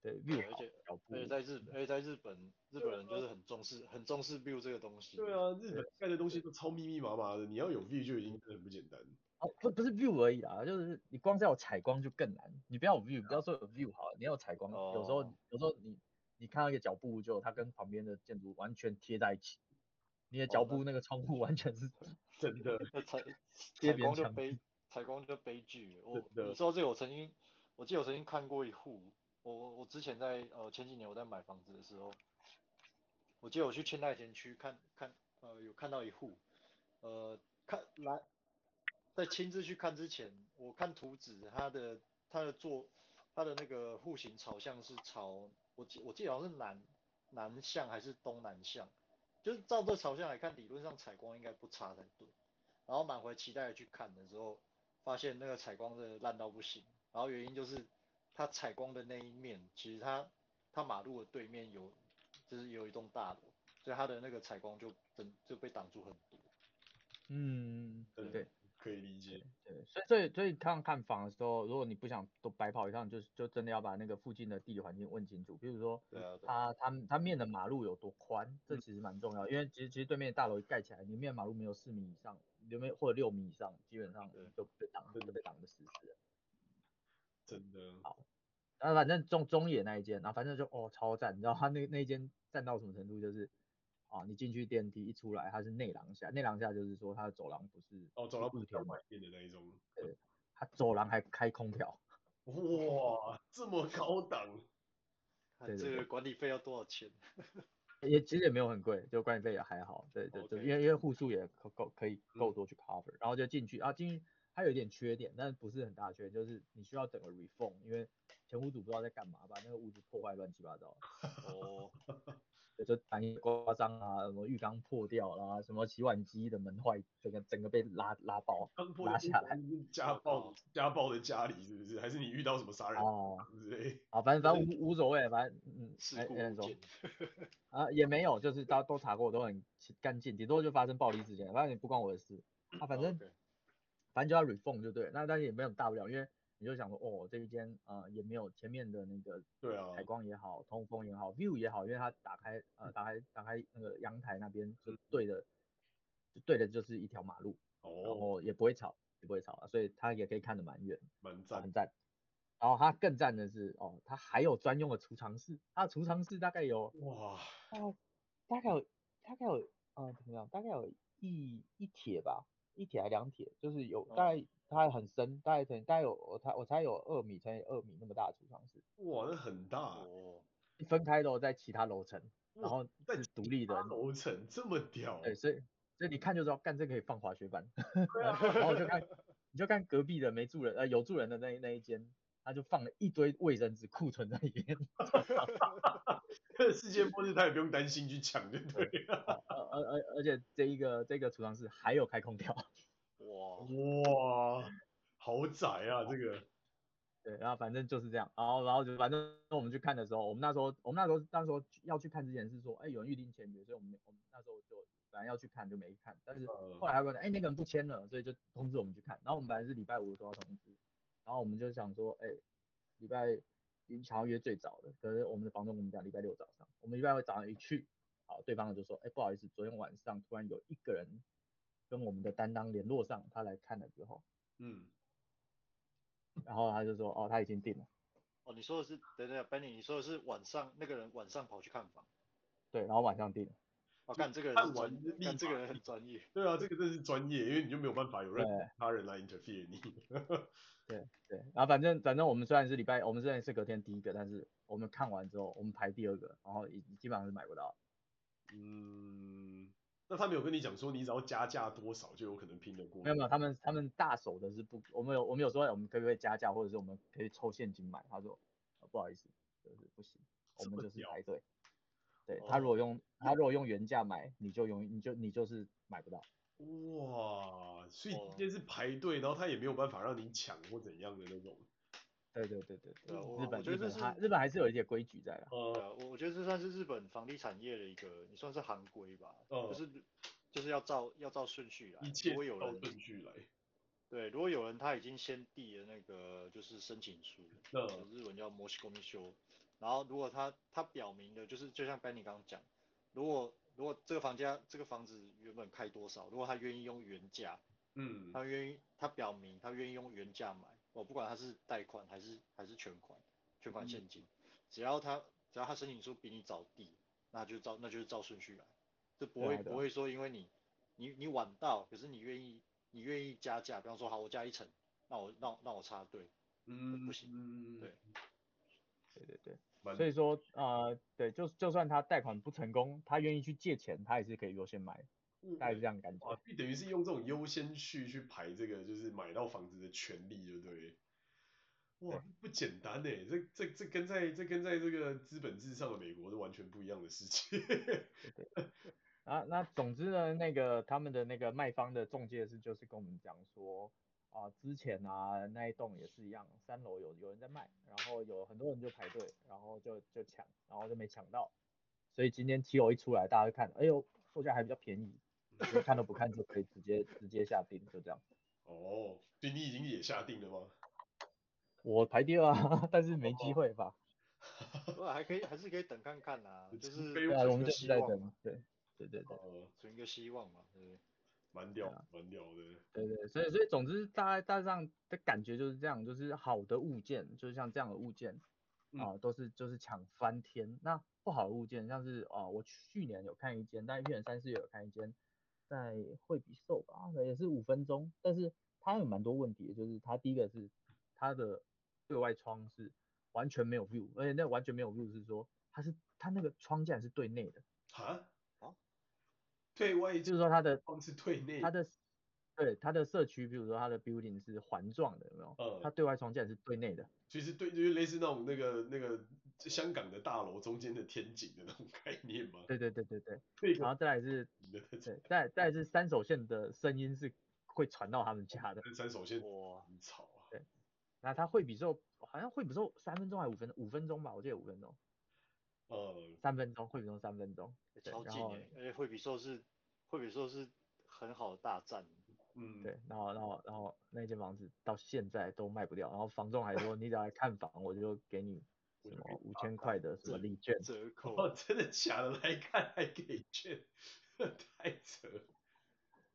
[SPEAKER 1] 对，view
[SPEAKER 2] 而
[SPEAKER 1] 好
[SPEAKER 2] 且，
[SPEAKER 1] 小布
[SPEAKER 2] 而且
[SPEAKER 1] 屋，
[SPEAKER 2] 在日，而且在日本，日本人就是很重视，很重视 view 这个东西。
[SPEAKER 3] 对啊，日本盖的东西都超密密麻麻的，你要有 view 就已经真的很不简单。
[SPEAKER 1] 哦，不不是 view 而已啦，就是你光是要有采光就更难，你不要有 view，不要说有 view 好了，你要有采光，有时候
[SPEAKER 2] 啊哦
[SPEAKER 1] 有时候你你看到一个脚步就它跟旁边的建筑完全贴在一起，你的脚
[SPEAKER 2] 哦那
[SPEAKER 1] 步那个窗户 <laughs> 完全是
[SPEAKER 3] 真的，
[SPEAKER 2] 那采
[SPEAKER 1] 贴
[SPEAKER 2] 采
[SPEAKER 1] 别人
[SPEAKER 2] 光就
[SPEAKER 1] 墙
[SPEAKER 2] 悲，采光就悲剧了。我
[SPEAKER 3] 真的
[SPEAKER 2] 你说到这个，我曾经，我记得我曾经看过一户，我我我之前在呃前几年我在买房子的时候，我记得我去千代田区看看，呃有看到一户，呃看来在亲自去看之前，我看图纸，它的它的坐它的那个户型朝向是朝我记我记得好像是南南向还是东南向，就是照这朝向来看，理论上采光应该不差才对。然后满怀期待的去看的时候，发现那个采光真的烂到不行。然后原因就是它采光的那一面，其实它它马路的对面有就是有一栋大楼，所以它的那个采光就真就被挡住很多。
[SPEAKER 1] 嗯，
[SPEAKER 3] 对
[SPEAKER 1] 对。
[SPEAKER 3] 可以理解。
[SPEAKER 1] 对，所以所以所以看看房的时候，如果你不想都白跑一趟，就是就真的要把那个附近的地理环境问清楚。比如说
[SPEAKER 2] 对啊，对啊，
[SPEAKER 1] 它它它面的马路有多宽，这其实蛮重要，因为其实其实对面的大楼一盖起来，你面的马路没有四米以上，有没有或者六米以上，基本上
[SPEAKER 2] 对
[SPEAKER 1] 就被挡
[SPEAKER 3] 真的
[SPEAKER 1] 就被挡的死死的。
[SPEAKER 3] 真的，
[SPEAKER 1] 然后反正中中野那一间，然后反正就哦超赞，你知道它那那一间赞到什么程度？就是啊，你进去电梯一出来，它是内廊下，内廊下就是说它的走廊不是
[SPEAKER 3] 哦，走廊不
[SPEAKER 1] 不
[SPEAKER 3] 是
[SPEAKER 1] 是
[SPEAKER 3] 条
[SPEAKER 1] 条
[SPEAKER 3] 白
[SPEAKER 1] 码，
[SPEAKER 3] 面的那一种，
[SPEAKER 1] 它走廊还开空调。
[SPEAKER 3] 哇，这么高档，
[SPEAKER 1] 对
[SPEAKER 2] 看
[SPEAKER 1] 对
[SPEAKER 2] 这个
[SPEAKER 1] 对
[SPEAKER 2] 管理费要多少钱？
[SPEAKER 1] 也其实也没有很贵，就管理费也还好，对对对，
[SPEAKER 3] OK
[SPEAKER 1] 因为因为户数也够够可以够
[SPEAKER 3] 嗯
[SPEAKER 1] 多去 cover，、然后就进去啊，进去它有一点缺点，但是不是很大的缺点，就是你需要整个 reform，因为前屋主不知道在干嘛，把那个屋子破坏乱七八糟，
[SPEAKER 2] 哦，
[SPEAKER 1] 对就反映刮伤啊，什么浴缸破掉啦、什么洗碗机的门坏，整个整个被拉拉
[SPEAKER 2] <laughs>
[SPEAKER 1] 爆
[SPEAKER 3] 刚破
[SPEAKER 1] 拉
[SPEAKER 3] 的
[SPEAKER 1] 下来
[SPEAKER 3] 家暴家暴的家里是不是？还是你遇到什么杀人
[SPEAKER 1] 哦，
[SPEAKER 3] 案之类？
[SPEAKER 1] 啊，反正反正无无所谓，反正嗯，
[SPEAKER 2] 事
[SPEAKER 1] 哎
[SPEAKER 2] 故
[SPEAKER 1] 哎
[SPEAKER 2] 物
[SPEAKER 1] 说
[SPEAKER 2] 件，
[SPEAKER 1] 啊，也没有，就是大家都查过，都很清干净，顶多就发生暴力事件，反正也不关我的事。啊，反正
[SPEAKER 2] 嗯 OK
[SPEAKER 1] 反正就要 reform 就对了，那但是也没有大不了，因为你就想说，哦，这一间呃也没有前面的那个
[SPEAKER 3] 对啊，
[SPEAKER 1] 采光也好，通风也好，view 也好，因为它打开
[SPEAKER 3] 嗯
[SPEAKER 1] 呃打开打开那个阳台那边就对的，就对的就是一条马路，然
[SPEAKER 3] 哦，
[SPEAKER 1] 后也不会吵，也不会吵啊，所以它也可以看得蛮远。
[SPEAKER 3] 蛮赞
[SPEAKER 1] 很赞。然后它更赞的是，哦，它还有专用的储藏室，它的储藏室大概有
[SPEAKER 3] 哇，
[SPEAKER 1] 哦大概有大概有嗯、呃怎么样？大概有一一铁吧，一铁还两铁，就是有大
[SPEAKER 3] 哦
[SPEAKER 1] 概它很深，大概可能大概有我猜我猜有二米乘以二米那么大的储藏室，
[SPEAKER 3] 哇，那很大，
[SPEAKER 2] 哦，
[SPEAKER 1] 分开的哦在其他楼层，
[SPEAKER 3] 哇
[SPEAKER 1] 然后
[SPEAKER 3] 在
[SPEAKER 1] 是独立的
[SPEAKER 3] 八，楼层这么屌，
[SPEAKER 1] 对，所以所以你看就知道，干这可以放滑雪板。
[SPEAKER 3] 对啊，
[SPEAKER 1] <laughs> 然后我就看，你就看隔壁的没住人，呃，有住人的那一那一间，他就放了一堆卫生纸库存在里面，
[SPEAKER 3] 世界末日他也不用担心去抢，对不对？
[SPEAKER 1] 呃 <laughs> 而而而且这一个这个储藏室还有开空调，
[SPEAKER 2] 哇，
[SPEAKER 3] 哇，豪宅啊，这个
[SPEAKER 1] 对，然后反正就是这样，然后然后就反正我们去看的时候，我们那时候我们那时候那时候要去看之前是说，哎，有人预定签约，所以我们没我们那时候就本来要去看就没看，但是
[SPEAKER 3] 呃
[SPEAKER 1] 后来还问，哎，那个人不签了，所以就通知我们去看，然后我们本来是礼拜五的时候要通知，然后我们就想说，哎，礼拜一想要约最早的，可是我们的房东跟我们讲礼拜六早上，我们礼拜六早上一去，好，对方就说，哎，不好意思，昨天晚上突然有一个人跟我们的担当联络上，他来看了之后，
[SPEAKER 3] 嗯，
[SPEAKER 1] 然后他就说，哦，他已经定了，
[SPEAKER 2] 哦，你说的是，等等，Benny，你说的是晚上那个人晚上跑去看房，
[SPEAKER 1] 对，然后晚上定了，
[SPEAKER 2] 哦，看这个人
[SPEAKER 3] 看
[SPEAKER 2] 是
[SPEAKER 3] 完
[SPEAKER 2] 专，
[SPEAKER 3] 立
[SPEAKER 2] 看这
[SPEAKER 3] 马
[SPEAKER 2] 个人很专业，
[SPEAKER 3] 对啊，这个真是专业，因为你就没有办法有任
[SPEAKER 1] 对
[SPEAKER 3] 何他人来 interfere 你， <laughs>
[SPEAKER 1] 对，然后反正反正我们虽然是礼拜，我们虽然是隔天第一个，但是我们看完之后，我们排第二个，然后已基本上是买不到，
[SPEAKER 3] 嗯，那他没有跟你讲说，你只要加价多少就有可能拼得过吗。
[SPEAKER 1] 没有没有，他们他们大手的是不，我们有我们有说我们可不可以加价，或者是我们可以抽现金买，他说、呃不好意思，就是不行，我
[SPEAKER 3] 这
[SPEAKER 1] 们
[SPEAKER 3] 么
[SPEAKER 1] 就是
[SPEAKER 3] 屌
[SPEAKER 1] 排队。对
[SPEAKER 3] 哦
[SPEAKER 1] 他如果用他如果用原价买，你就用你就你就是买不到，
[SPEAKER 3] 哇，所以
[SPEAKER 2] 哦
[SPEAKER 3] 这是排队，然后他也没有办法让你抢或怎样的那种。
[SPEAKER 1] 对对对对
[SPEAKER 2] 对啊我
[SPEAKER 1] 日本
[SPEAKER 2] 我觉得
[SPEAKER 1] 日本
[SPEAKER 2] 这
[SPEAKER 1] 它
[SPEAKER 2] 是
[SPEAKER 1] 日本还是有一些规矩在的，
[SPEAKER 2] 对
[SPEAKER 3] 呃，
[SPEAKER 2] 啊，我我觉得这算是日本房地产业的一个，你算是行规吧，
[SPEAKER 3] 嗯
[SPEAKER 2] 就是就是要照要照顺序来
[SPEAKER 3] 一。
[SPEAKER 2] 如
[SPEAKER 3] 切
[SPEAKER 2] 果有
[SPEAKER 3] 照
[SPEAKER 2] 人
[SPEAKER 3] 顺序来。
[SPEAKER 2] 对，如果有人他已经先递了那个就是申请书，
[SPEAKER 3] 嗯
[SPEAKER 2] 日文叫模式公修，然后如果他他表明的，就是就像 Benny 刚刚讲，如果如果这个房价这个房子原本开多少，如果他愿意用原价，
[SPEAKER 3] 嗯，
[SPEAKER 2] 他愿意他表明他愿意用原价买，我不管他是贷款还是还是全款，全款现金，
[SPEAKER 1] 嗯
[SPEAKER 2] 只要他只要他申请书比你早递，那就照那就是照顺序来，这不
[SPEAKER 1] 对啊
[SPEAKER 2] 会
[SPEAKER 1] 对啊
[SPEAKER 2] 不会说因为你你你晚到，可是你愿意你愿意加价，比方说好我加一层，那我那我那我插队，
[SPEAKER 3] 嗯，
[SPEAKER 2] 不行
[SPEAKER 3] 嗯
[SPEAKER 2] 对，
[SPEAKER 1] 对对对，
[SPEAKER 3] 蛮
[SPEAKER 1] 所以说呃对，就就算他贷款不成功，他愿意去借钱，他也是可以优先买，大概是这样的感觉。
[SPEAKER 3] 哇，你等于是用这种优先序去排这个，就是买到房子的权利，对不对？哇，不简单呢，这这这跟在这跟在这个资本至上的美国是完全不一样的世界。 <laughs>
[SPEAKER 1] 啊，那总之呢，那个他们的那个卖方的中介是就是跟我们讲说，啊、之前啊那一栋也是一样，三楼有有人在卖，然后有很多人就排队，然后就就抢，然后就没抢到，所以今天七楼一出来，大家就看，哎呦，售价还比较便宜，所以看都不看就可以直接直接下定，就这样。
[SPEAKER 3] 哦，所以你已经也下定了吗？
[SPEAKER 1] 我排第二啊， <laughs> 但是没机会吧？
[SPEAKER 2] 不过还可以还是可以等看看啦、
[SPEAKER 3] <laughs>
[SPEAKER 2] 就
[SPEAKER 3] 除
[SPEAKER 2] 是
[SPEAKER 3] 非
[SPEAKER 1] 对
[SPEAKER 3] 我
[SPEAKER 1] 啊，
[SPEAKER 2] 存
[SPEAKER 1] 我们
[SPEAKER 2] 个
[SPEAKER 1] 就
[SPEAKER 2] 希
[SPEAKER 1] 是在
[SPEAKER 2] 望
[SPEAKER 1] 等
[SPEAKER 2] 嘛，，
[SPEAKER 1] 对对对对。
[SPEAKER 3] 呃，
[SPEAKER 2] 存一个希望嘛，对不对？
[SPEAKER 3] 蛮屌
[SPEAKER 1] 对啊，
[SPEAKER 3] 蛮屌的。
[SPEAKER 1] 对对，所以所以总之大大致上的感觉就是这样，就是好的物件，就是像这样的物件
[SPEAKER 3] 嗯
[SPEAKER 1] 啊、都是就是抢翻天。那不好的物件，像是啊、我去年有看一间，但去年三四月有看一间，在惠比寿吧，也是五分钟，但是它有蛮多问题的，就是它第一个是它的对外窗是完全没有 view，而且那完全没有 view 是说它是它那个窗竟然是对内的，
[SPEAKER 3] 哈
[SPEAKER 2] 啊？
[SPEAKER 3] 对外
[SPEAKER 1] 就是说它的
[SPEAKER 3] 光是对内，
[SPEAKER 1] 它的对它的社区，比如说它的 building 是环状的，有没有？
[SPEAKER 3] 嗯
[SPEAKER 1] 它对外窗竟然是对内的，
[SPEAKER 3] 其实对，就是类似那种那个那个香港的大楼中间的天井的那种概念嘛。
[SPEAKER 1] 对对对对对。
[SPEAKER 3] 对
[SPEAKER 1] 然后再来是，
[SPEAKER 3] 的那种
[SPEAKER 1] 对，再来再来是三手线的声音是会传到他们家的。
[SPEAKER 3] 三手线
[SPEAKER 2] 哇，
[SPEAKER 3] 很吵啊。
[SPEAKER 1] 那它惠比寿好像惠比寿三分钟还是五分五分钟吧，我记得五分钟，
[SPEAKER 3] 呃，
[SPEAKER 1] 三分钟惠比寿三分钟。
[SPEAKER 2] 欸
[SPEAKER 1] 对
[SPEAKER 2] 超
[SPEAKER 1] 然
[SPEAKER 2] 近
[SPEAKER 1] 后
[SPEAKER 2] 哎、欸，而且惠比寿是惠比寿是很好的大战，
[SPEAKER 3] 嗯，
[SPEAKER 1] 对，然后然后然后那间房子到现在都卖不掉，然后房仲还说你只要来看房，我就给你
[SPEAKER 3] 我
[SPEAKER 1] 什
[SPEAKER 3] 就
[SPEAKER 1] 么
[SPEAKER 3] 给你
[SPEAKER 1] 五
[SPEAKER 3] 打
[SPEAKER 1] 千
[SPEAKER 3] 打
[SPEAKER 1] 块的什么
[SPEAKER 2] 折
[SPEAKER 1] 礼券，
[SPEAKER 2] 折
[SPEAKER 3] <laughs>
[SPEAKER 2] 扣。
[SPEAKER 3] 哦，真的假的？来看还给券， <laughs> 太扯了。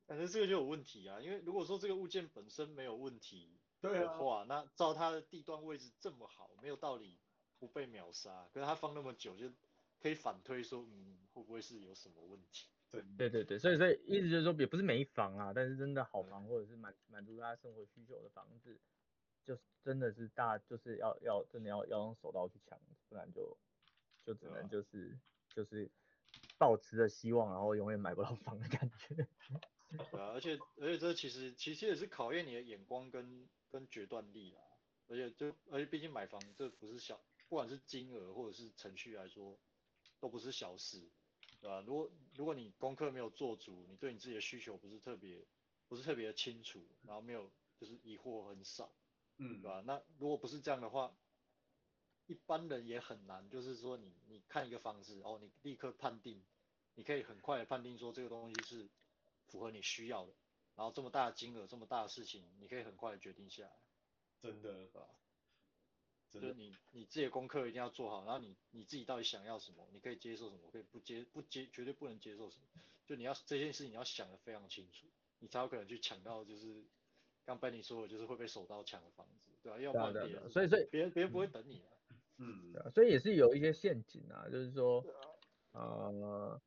[SPEAKER 2] 感觉这个就有问题啊，因为如果说这个物件本身没有问题
[SPEAKER 3] 对
[SPEAKER 2] 的
[SPEAKER 3] 啊，
[SPEAKER 2] 话，那照它的地段位置这么好，没有道理不被秒杀。可是它放那么久，就可以反推说，嗯，会不会是有什么问题？
[SPEAKER 1] 对对对，所以所以意思就是说，也不是没房啊，但是真的好房或者是满满足大家生活需求的房子，就是真的是大家就是要要真的要要用手刀去抢，不然就就只
[SPEAKER 3] 对啊
[SPEAKER 1] 能就是就是抱持着希望，然后永远买不到房的感觉。
[SPEAKER 2] 对啊，而且而且这其实其实也是考验你的眼光跟跟决断力啦。而且就而且毕竟买房这不是小，不管是金额或者是程序来说，都不是小事，对吧、啊如果如果你功课没有做足，你对你自己的需求不是特别不是特别的清楚，然后没有就是疑惑很少，
[SPEAKER 3] 嗯
[SPEAKER 2] 对，啊吧、那如果不是这样的话，一般人也很难，就是说你你看一个房子，哦，你立刻判定，你可以很快的判定说这个东西是符合你需要的，然后这么大的金额，这么大的事情，你可以很快的决定下来，
[SPEAKER 3] 真的
[SPEAKER 2] 对，吧？
[SPEAKER 3] 真
[SPEAKER 2] 就是
[SPEAKER 3] 的，
[SPEAKER 2] 你你自己的功课一定要做好，然后你你自己到底想要什么，你可以接受什么，可以不接不接，绝对不能接受什么，就你要这件事情你要想的非常清楚，你才有可能去抢到就是。刚被你说的就是会被手刀抢的房子，对吧、要不
[SPEAKER 1] 对啊
[SPEAKER 2] 然
[SPEAKER 1] 对啊
[SPEAKER 2] 别
[SPEAKER 1] 对啊
[SPEAKER 2] 人，
[SPEAKER 1] 所以所以
[SPEAKER 2] 别人别人不会等你的、
[SPEAKER 3] 嗯
[SPEAKER 1] 对，啊所以也是有一些陷阱啊，就是说，呃，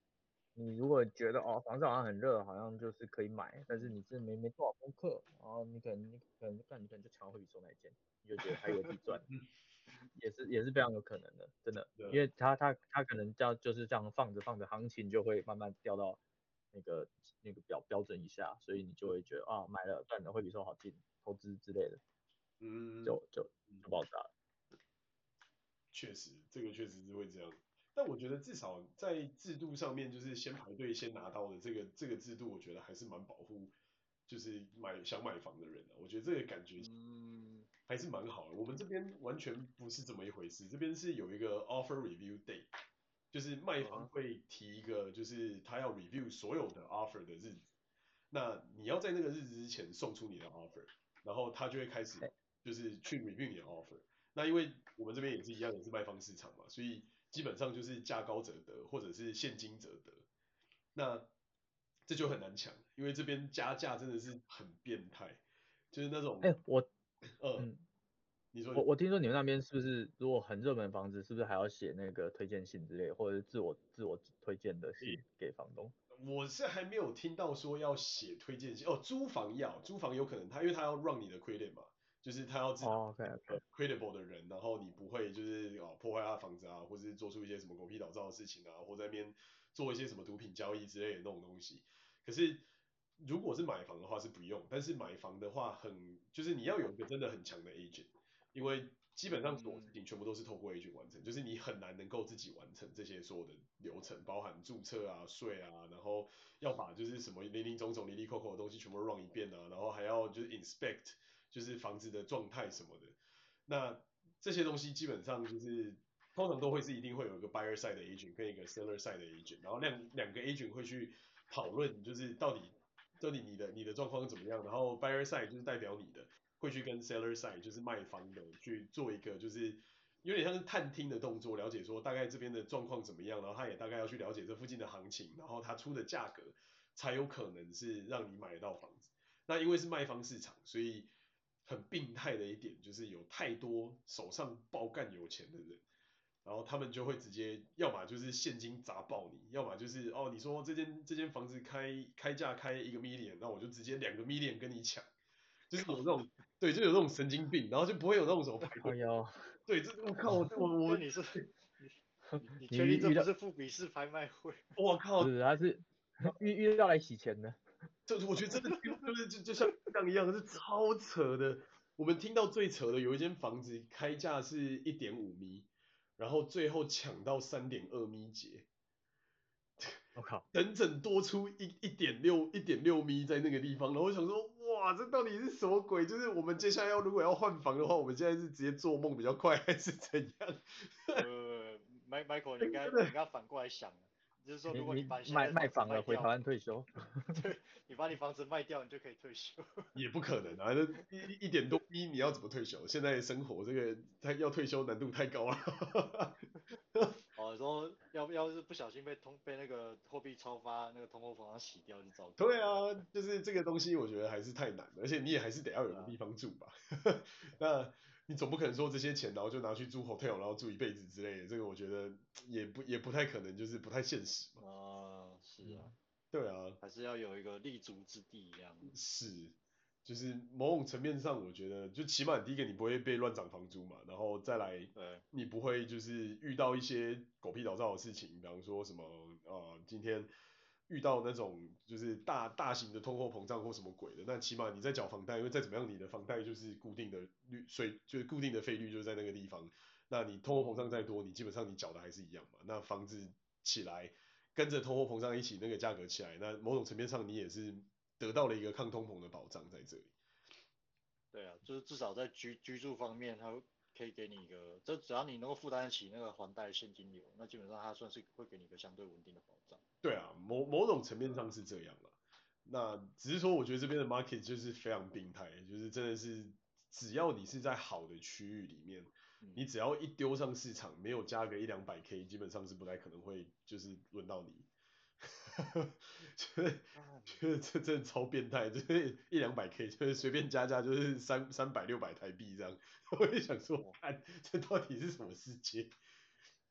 [SPEAKER 1] 你如果觉得哦房子好像很热，好像就是可以买，但是你这没没做好功课，然后你可能你可能干你可能就抢到惠比寿那一间，你就觉得还有地赚，也是也是非常有可能的，真的，
[SPEAKER 3] 真的
[SPEAKER 1] 因为他他他可能叫就是这样放着放着，行情就会慢慢掉到那个那个标标准以下，所以你就会觉得啊买了赚了会比说好进投资之类的，
[SPEAKER 3] 嗯，
[SPEAKER 1] 就就就爆炸了。
[SPEAKER 3] 确实，这个确实是会这样。但我觉得至少在制度上面，就是先排队先拿到的这个这个制度，我觉得还是蛮保护，就是买想买房的人啊的、我觉得这个感觉
[SPEAKER 2] 嗯，
[SPEAKER 3] 还是蛮好的。我们这边完全不是这么一回事，这边是有一个 offer review day，就是卖
[SPEAKER 1] 哦
[SPEAKER 3] 方会提一个，就是他要 review 所有的 offer 的日子。那你要在那个日子之前送出你的 offer，然后他就会开始
[SPEAKER 1] 对
[SPEAKER 3] 就是去 review 你的 offer。那因为我们这边也是一样，也是卖方市场嘛，所以基本上就是价高者得，或者是现金者得。那这就很难抢，因为这边加价真的是很变态，就是那种，
[SPEAKER 1] 哎、我
[SPEAKER 3] 呃，
[SPEAKER 1] 嗯，
[SPEAKER 3] 你
[SPEAKER 2] 呃
[SPEAKER 3] 说你
[SPEAKER 1] 我我听说你们那边是不是如果很热门房子，是不是还要写那个推荐信之类，或者是自我自我推荐的信给房东？
[SPEAKER 3] 我是还没有听到说要写推荐信哦，租房要，租房有可能他因为他要让你的 credit 嘛，就是他要知道
[SPEAKER 1] 哦，OK OK，
[SPEAKER 3] credible 的人，然后你不会就是哦破坏他的房子啊，或是做出一些什么狗屁倒灶的事情啊，或在那边做一些什么毒品交易之类的那种东西。可是如果是买房的话是不用，但是买房的话很就是你要有一个真的很强的 agent，因为基本上所有事情全部都是透过 agent 完成，就是你很难能够自己完成这些所有的流程，包含注册啊、税啊，然后要把就是什么零零总总、零零扣扣的东西全部 run 一遍啊，然后还要就是 inspect 就是房子的状态什么的。那这些东西基本上就是通常都会是一定会有一个 buyer side 的 agent 跟一个 seller side 的 agent，然后两两个 agent 会去讨论就是到底到底你的你的状况是怎么样，然后 buyer side 就是代表你的会去跟 seller side 就是卖方的去做一个就是。有点像是探听的动作，了解说大概这边的状况怎么样，然后他也大概要去了解这附近的行情，然后他出的价格才有可能是让你买得到房子。那因为是卖方市场，所以很病态的一点就是有太多手上爆干有钱的人，然后他们就会直接要么就是现金砸爆你，要么就是哦你说这间这间房子开开价开一个 million，那我就直接两个 million 跟你抢，就是有这种对，就有这种神经病，然后就不会有那种什么排
[SPEAKER 1] 哎
[SPEAKER 3] 队，
[SPEAKER 1] 呦，
[SPEAKER 3] 对，这我靠我我
[SPEAKER 2] 我
[SPEAKER 3] 我
[SPEAKER 2] 你
[SPEAKER 3] <laughs>
[SPEAKER 2] 是你你
[SPEAKER 1] 你
[SPEAKER 2] 确定
[SPEAKER 1] 遇
[SPEAKER 2] 这
[SPEAKER 1] 到
[SPEAKER 2] 不是富比士拍卖
[SPEAKER 1] <laughs>
[SPEAKER 2] 会？
[SPEAKER 3] 我靠
[SPEAKER 1] 不，是，他是遇遇到来洗钱的，
[SPEAKER 3] 这我觉得真的就是就就像像一样，是超扯的。我们听到最扯的，有一间房子开价是一点五米，然后最后抢到三点二米结，
[SPEAKER 1] 我靠，
[SPEAKER 3] 整整多出一一点六一点六米在那个地方。然后我想说，哇，这到底是什么鬼？就是我们接下来要如果要换房的话，我们现在是直接做梦比较快，还是怎样？
[SPEAKER 2] 呃，Mi-，Michael，你应该
[SPEAKER 3] 真的
[SPEAKER 2] 你应该反过来想，就是说，
[SPEAKER 1] 你
[SPEAKER 2] 如果你
[SPEAKER 1] 你
[SPEAKER 2] 把你现在
[SPEAKER 1] 卖
[SPEAKER 2] 的
[SPEAKER 1] 卖
[SPEAKER 2] 房
[SPEAKER 1] 房
[SPEAKER 2] 子
[SPEAKER 1] 了，
[SPEAKER 2] 卖
[SPEAKER 1] 回台
[SPEAKER 2] 掉，
[SPEAKER 1] 湾退休，
[SPEAKER 2] 你把你房子卖掉，你就可以退休。
[SPEAKER 3] 也不可能啊，那一一一点多米你要怎么退休？现在生活这个他要退休难度太高了。
[SPEAKER 2] 哦，然后 <laughs> 要不要是不小心被通被那个货币超发，那个通货膨胀洗掉就糟糕。
[SPEAKER 3] <laughs> 对，啊，就是这个东西，我觉得还是太难了，而且你也还是得要有个地方住吧。 <laughs> 那你总不可能说这些钱，然后就拿去租 hotel，然后住一辈子之类的，这个我觉得也不也不太可能，就是不太现实嘛。
[SPEAKER 1] 哦
[SPEAKER 2] 啊，是啊，
[SPEAKER 3] 对啊，
[SPEAKER 2] 还是要有一个立足之地一样。
[SPEAKER 3] 是，就是某种层面上，我觉得就起码第一个你不会被乱涨房租嘛，然后再来
[SPEAKER 2] 对，
[SPEAKER 3] 你不会就是遇到一些狗屁倒灶的事情，比方说什么呃，今天遇到那种就是大大型的通货膨胀或什么鬼的，那起码你在缴房贷，因为再怎么样你的房贷就是固定的率税，就是固定的费率就在那个地方，那你通货膨胀再多，你基本上你缴的还是一样嘛，那房子起来跟着通货膨胀一起那个价格起来，那某种层面上你也是得到了一个抗通膨的保障在这里。
[SPEAKER 2] 对啊，就是至少在居居住方面，它会可以给你一个，这只要你能够负担得起那个还贷现金流，那基本上它算是会给你一个相对稳定的保障。
[SPEAKER 3] 对啊，某某种层面上
[SPEAKER 2] 嗯
[SPEAKER 3] 是这样了。那只是说，我觉得这边的 market 就是非常病态，就是真的是，只要你是在好的区域里面，
[SPEAKER 2] 嗯
[SPEAKER 3] 你只要一丢上市场，没有加个一两百 K，基本上是不太可能会就是轮到你。 <laughs> 就是
[SPEAKER 2] 啊
[SPEAKER 3] 就是这真的超变态，就是一两百 K，就是随便加加就是三三百六百台币这样。 <laughs> 我就想说，看这到底是什么世界？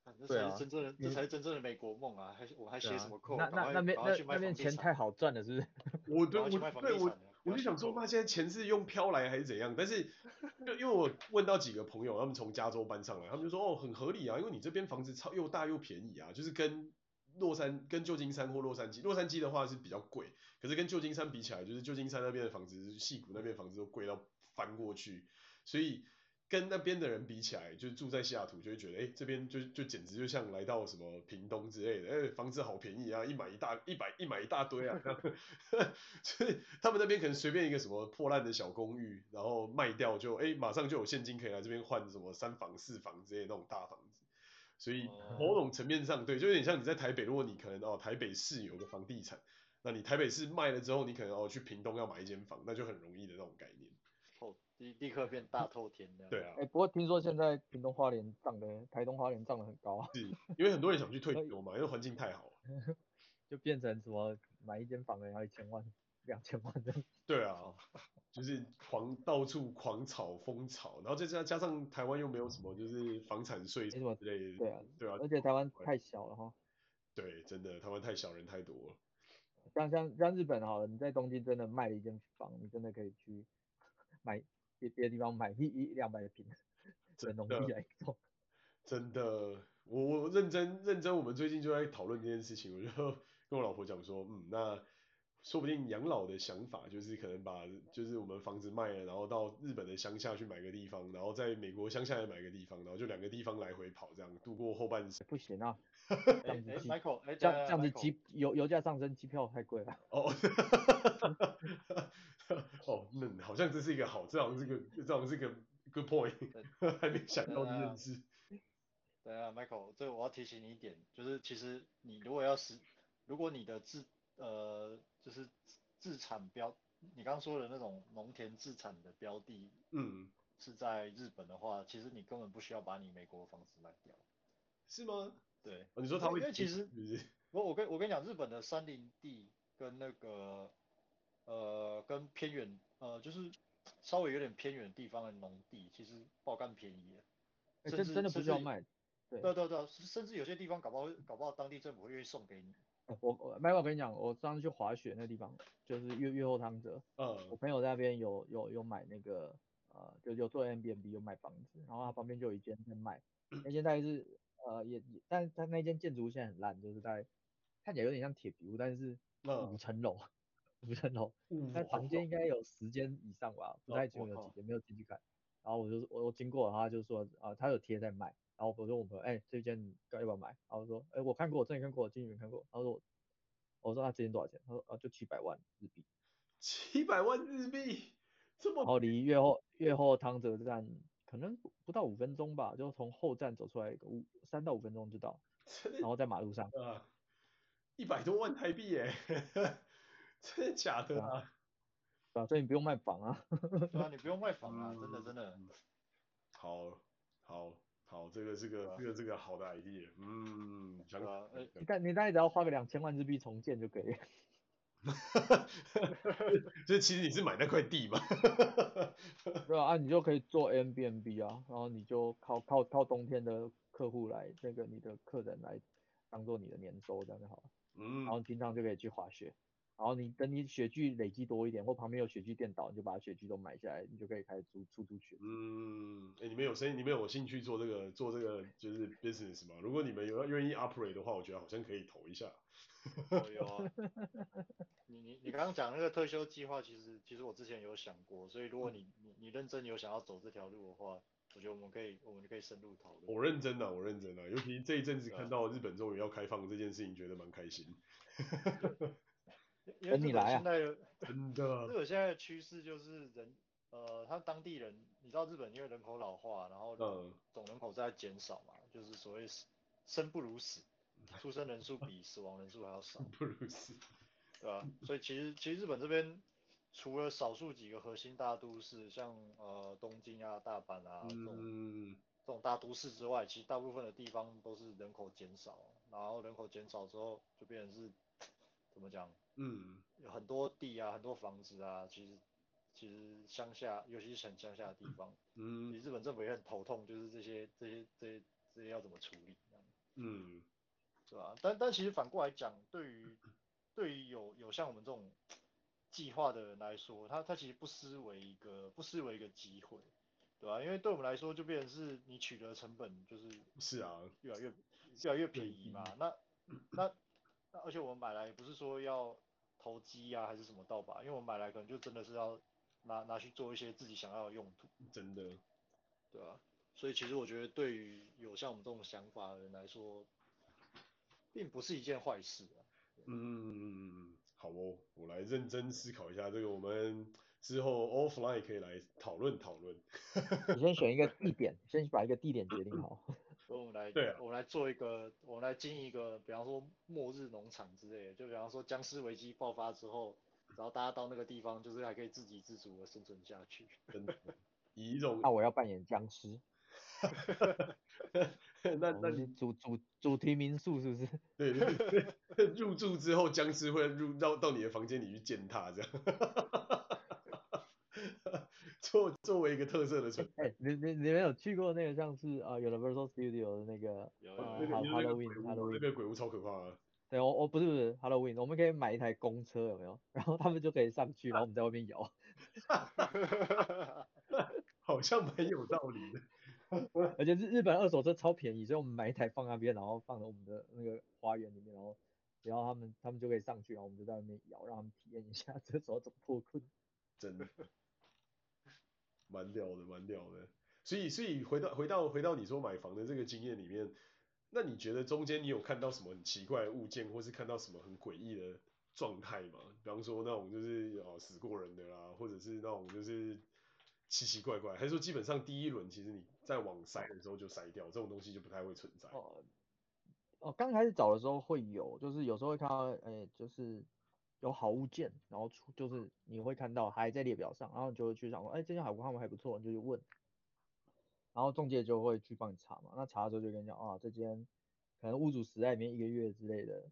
[SPEAKER 2] 看这
[SPEAKER 1] 对
[SPEAKER 2] 才
[SPEAKER 1] 啊
[SPEAKER 2] 是真正的，
[SPEAKER 1] 你
[SPEAKER 2] 这才是真正的美国梦啊！还我还
[SPEAKER 1] 对
[SPEAKER 2] 写
[SPEAKER 1] 啊
[SPEAKER 2] 什么扣？
[SPEAKER 1] 那
[SPEAKER 2] 赶
[SPEAKER 1] 那
[SPEAKER 2] 快
[SPEAKER 1] 那边
[SPEAKER 2] 赶快
[SPEAKER 1] 那
[SPEAKER 2] 去卖
[SPEAKER 1] 那边
[SPEAKER 2] 房地
[SPEAKER 1] 钱
[SPEAKER 2] 产
[SPEAKER 1] 太好赚了，是不是？
[SPEAKER 3] 我
[SPEAKER 2] 赶快
[SPEAKER 3] 对我
[SPEAKER 2] 去卖房
[SPEAKER 3] 对
[SPEAKER 2] 地
[SPEAKER 3] 我
[SPEAKER 2] 产了，
[SPEAKER 3] 我就想说，
[SPEAKER 2] 嘛，
[SPEAKER 3] 妈，现在钱是用飘来还是怎样？但是，就因为我问到几个朋友，他们从加州搬上来，他们就说，哦，很合理啊，因为你这边房子超又大又便宜啊，就是跟洛杉跟旧金山或洛杉矶，洛杉矶的话是比较贵，可是跟旧金山比起来，就是旧金山那边的房子、戏谷那边的房子都贵到翻过去，所以跟那边的人比起来，就是住在西雅图就会觉得，哎、这边就就简直就像来到什么屏东之类的，哎、房子好便宜啊，一买一大一百一买一大堆啊，这样 <laughs> 所以他们那边可能随便一个什么破烂的小公寓，然后卖掉就哎、马上就有现金可以来这边换什么三房四房之类的那种大房子，所以
[SPEAKER 2] 哦
[SPEAKER 3] 某种层面上对，就有点像你在台北，如果你可能哦台北市有个房地产，那你台北市卖了之后，你可能哦去屏东要买一间房，那就很容易的那种概念。
[SPEAKER 2] 透立立刻变大透天的。
[SPEAKER 3] 对啊
[SPEAKER 1] <laughs> 哎、，不过听说现在屏东花莲涨的，台东花莲涨得很高啊，
[SPEAKER 3] 因为很多人想去退休嘛，因为环境太好了。
[SPEAKER 1] 就变成什么买一间房的要一千万、两千万这样。
[SPEAKER 3] 对啊， <laughs> 就是狂到处狂炒疯炒，然后再加加上台湾又没有什么就是房产税
[SPEAKER 1] 没
[SPEAKER 3] 之
[SPEAKER 1] 什么
[SPEAKER 3] 类的，
[SPEAKER 1] 对啊，
[SPEAKER 3] 对啊，
[SPEAKER 1] 而且台湾太小了哈，
[SPEAKER 3] 对，真的台湾太小人太多了。
[SPEAKER 1] 像像像日本好了，你在东京真的卖了一间房，你真的可以去买别别的地方买一一两百平的
[SPEAKER 3] 真
[SPEAKER 1] 农
[SPEAKER 3] 的
[SPEAKER 1] 地来种。
[SPEAKER 3] 真的，我我认真认真，我们最近就在讨论这件事情，我就 <laughs> 跟我老婆讲说，嗯，那说不定养老的想法就是可能把就是我们房子卖了，然后到日本的乡下去买个地方，然后在美国乡下也买个地方，然后就两个地方来回跑，这样度过后半生。
[SPEAKER 1] 不行啊，
[SPEAKER 2] 哎
[SPEAKER 1] 这样
[SPEAKER 2] 哎
[SPEAKER 1] 子机
[SPEAKER 2] ，Michael，哎，
[SPEAKER 1] 这
[SPEAKER 2] 等
[SPEAKER 1] 样这
[SPEAKER 2] 一下
[SPEAKER 1] 样子
[SPEAKER 2] Michael，
[SPEAKER 1] 机油油价上升，机票太贵了。
[SPEAKER 3] 哦， <laughs> 哦，嗯，好像这是一个好，这好像是个这好像是个 good point，还 <laughs> 没想到这
[SPEAKER 2] 啊
[SPEAKER 3] 件事。
[SPEAKER 2] 对啊，Michael，这我要提醒你一点，就是其实你如果要实，如果你的自呃就是自自产标，你刚说的那种农田自产的标的
[SPEAKER 3] 嗯，
[SPEAKER 2] 是在日本的话，其实你根本不需要把你美国的房子卖掉。
[SPEAKER 3] 是吗？
[SPEAKER 2] 对，
[SPEAKER 3] 哦，你说他会
[SPEAKER 2] 因为其实
[SPEAKER 3] 是不是？
[SPEAKER 2] 我我跟我跟你讲，日本的山林地跟那个呃跟偏远呃就是稍微有点偏远的地方的农地，其实爆干便宜耶，
[SPEAKER 1] 哎、
[SPEAKER 2] 甚
[SPEAKER 1] 真
[SPEAKER 2] 至
[SPEAKER 1] 真的不
[SPEAKER 2] 甚
[SPEAKER 1] 需要
[SPEAKER 2] 至
[SPEAKER 1] 卖。对
[SPEAKER 2] 对对对，甚至有些地方搞不好会搞不好当地政府会愿意送给你。
[SPEAKER 1] 呃我我麦克，我跟你讲，我上次去滑雪那地方，就是越越后汤泽，我
[SPEAKER 3] 嗯，
[SPEAKER 1] 朋友在那边有有有买那个呃，就有做 n b n b 有买房子，然后他旁边就有一间在卖，那间大概是呃也也，但是他那间建筑物现在很烂，就是大概看起来有点像铁皮屋，但是
[SPEAKER 3] 嗯
[SPEAKER 1] 五层楼，五层楼，
[SPEAKER 2] 嗯
[SPEAKER 3] 五
[SPEAKER 1] 但房间应该有十间以上吧，不
[SPEAKER 3] 哦
[SPEAKER 1] 太清
[SPEAKER 2] 我
[SPEAKER 1] 楚有
[SPEAKER 2] 靠
[SPEAKER 1] 几间，没有进去看。然后我就我我经过，然后他就说啊、他有贴在卖，然后我说我朋友，哎、这间你要不要买？然后我说，哎、我看过，我之前看过，我进去没看过。他说，我说那这间多少钱？他说啊，就七百万日币。
[SPEAKER 3] <laughs> 七百万日币，这
[SPEAKER 1] 然
[SPEAKER 3] 么
[SPEAKER 1] 后离越后越后汤泽站可能不不到五分钟吧，就从后站走出来个五三到五分钟就到，
[SPEAKER 3] 真
[SPEAKER 1] 然
[SPEAKER 3] 的
[SPEAKER 1] 后在马路上。
[SPEAKER 3] 啊，一百多万台币耶，真的假的啊？
[SPEAKER 1] 对啊，所以你不用卖房啊， <laughs>
[SPEAKER 2] 对啊，你不用卖房啊，真的
[SPEAKER 3] 嗯
[SPEAKER 2] 真的。
[SPEAKER 3] 好，好，好，这个这
[SPEAKER 2] 对啊
[SPEAKER 3] 个这个这个好的 idea，嗯，想
[SPEAKER 2] 对啊，哎、
[SPEAKER 1] 你大你大概只要花个两千万日币重建就可以了。 <laughs>
[SPEAKER 3] 就是其实你是买那块地嘛，
[SPEAKER 1] 对啊，啊你就可以做 Airbnb 啊，然后你就靠靠靠冬天的客户来，那个你的客人来当做你的年收，这样就好了。
[SPEAKER 3] 嗯
[SPEAKER 1] 然，后平常就可以去滑雪，然后你等你雪具累积多一点，或旁边有雪具店岛，你就把雪具都买下来，你就可以开始租出租去。
[SPEAKER 3] 嗯，哎，你们有生意，你们有兴趣做这个做这个就是 business 吗？如果你们有愿意 operate 的话，我觉得好像可以投一下。
[SPEAKER 2] 哦有啊。 <laughs> 你你你刚刚讲那个退休计划，其实其实我之前有想过，所以如果你
[SPEAKER 1] 嗯
[SPEAKER 2] 你你认真有想要走这条路的话，我觉得我们可以我们可以深入讨论。
[SPEAKER 3] 我认真的、我认真的、尤其这一阵子
[SPEAKER 2] 对啊
[SPEAKER 3] 看到日本终于要开放这件事情，觉得蛮开心。
[SPEAKER 2] 因为
[SPEAKER 1] 等你
[SPEAKER 2] 日本
[SPEAKER 1] 来啊
[SPEAKER 2] 现在有
[SPEAKER 3] 真
[SPEAKER 2] 日
[SPEAKER 3] 的，
[SPEAKER 2] 本现在的趋势就是人，呃，他当地人，你知道日本因为人口老化，然后
[SPEAKER 3] <laughs> 嗯，
[SPEAKER 2] 总人口在减少嘛，就是所谓死生不如死，出生人数比死亡人数还要少，
[SPEAKER 3] 不如 <laughs> 是，
[SPEAKER 2] 对吧、所以其实其实日本这边除了少数几个核心大都市，像呃东京啊、大阪啊这种
[SPEAKER 3] 嗯，
[SPEAKER 2] 这种大都市之外，其实大部分的地方都是人口减少，然后人口减少之后就变成是怎么讲？
[SPEAKER 3] 嗯，
[SPEAKER 2] 有很多地啊，很多房子啊，其实其实乡下，尤其是很乡下的地方，其
[SPEAKER 3] 嗯，
[SPEAKER 2] 实日本政府也很头痛，就是这些这些这些这些要怎么处理，这样
[SPEAKER 3] 嗯，
[SPEAKER 2] 是吧？但但其实反过来讲，对于对于有有像我们这种计划的人来说，他他其实不失为一个不失为一个机会，对吧？因为对我们来说，就变成是你取得成本就是
[SPEAKER 3] 是啊，
[SPEAKER 2] 越来越越来越便宜嘛。那那而且我们买来也不是说要投机啊还是什么盗版，因为我们买来可能就真的是要拿拿去做一些自己想要的用途，
[SPEAKER 3] 真的，
[SPEAKER 2] 对吧、所以其实我觉得对于有像我们这种想法的人来说，并不是一件坏事啊。
[SPEAKER 3] 嗯，好哦，我来认真思考一下这个，我们之后 offline 可以来讨论讨论。
[SPEAKER 1] 你先选一个地点，先把一个地点决定好。
[SPEAKER 2] 所以我们来，
[SPEAKER 3] 对啊
[SPEAKER 2] 我们来做一个，我们来经营一个，比方说末日农场之类的，就比方说僵尸危机爆发之后，然后大家到那个地方，就是还可以自给自足的生存下去。 <laughs>
[SPEAKER 3] 真的，以一种
[SPEAKER 1] 那啊我要扮演僵尸，
[SPEAKER 3] 那
[SPEAKER 1] 我
[SPEAKER 3] <laughs> 那
[SPEAKER 1] 们
[SPEAKER 3] 你
[SPEAKER 1] 是主主主题民宿是不
[SPEAKER 3] <laughs>
[SPEAKER 1] 是？
[SPEAKER 3] 对对对，入住之后僵尸会入到到你的房间里去践踏，这样，作作为一个特色的存
[SPEAKER 1] 哎、你你你们有去过那个像是啊、呃 Universal Studio 的那个
[SPEAKER 2] 有
[SPEAKER 1] 呃
[SPEAKER 3] 那个
[SPEAKER 1] 好
[SPEAKER 3] 你那个鬼
[SPEAKER 1] Halloween
[SPEAKER 3] 屋，那
[SPEAKER 1] Halloween
[SPEAKER 3] 个鬼屋超可怕的。
[SPEAKER 1] 对，我我不是不是 Halloween，我们可以买一台公车，有没 <laughs> 有？然后他们就可以上去，然后我们在外面摇。 <laughs>
[SPEAKER 3] 好像蛮有道理的。
[SPEAKER 1] 而且日日本二手车超便宜，所以我们买一台放那边，然后放到我们的那个花园里面，然后然后他们他们就可以上去，然后我们就在外面摇，让他们体验一下 <laughs> 这时候怎么脱困。
[SPEAKER 3] 真的，蛮屌的，蛮屌的。所以，所以回到回到回到你说买房的这个经验里面，那你觉得中间你有看到什么很奇怪的物件，或是看到什么很诡异的状态吗？比方说那种就是哦死过人的啦，或者是那种就是奇奇怪怪，还是说基本上第一轮其实你在往筛的时候就筛掉，这种东西就不太会存在。 <laughs>
[SPEAKER 1] 哦哦，刚开始找的时候会有，就是有时候会看到，哎、就是有好物件，然后出就是你会看到还在列表上，然后你就会去想说，哎、这件好看还不错，你就去问，然后中介就会去帮你查嘛。那查的时候就跟你讲啊，这间可能屋主死在里面一个月之类的，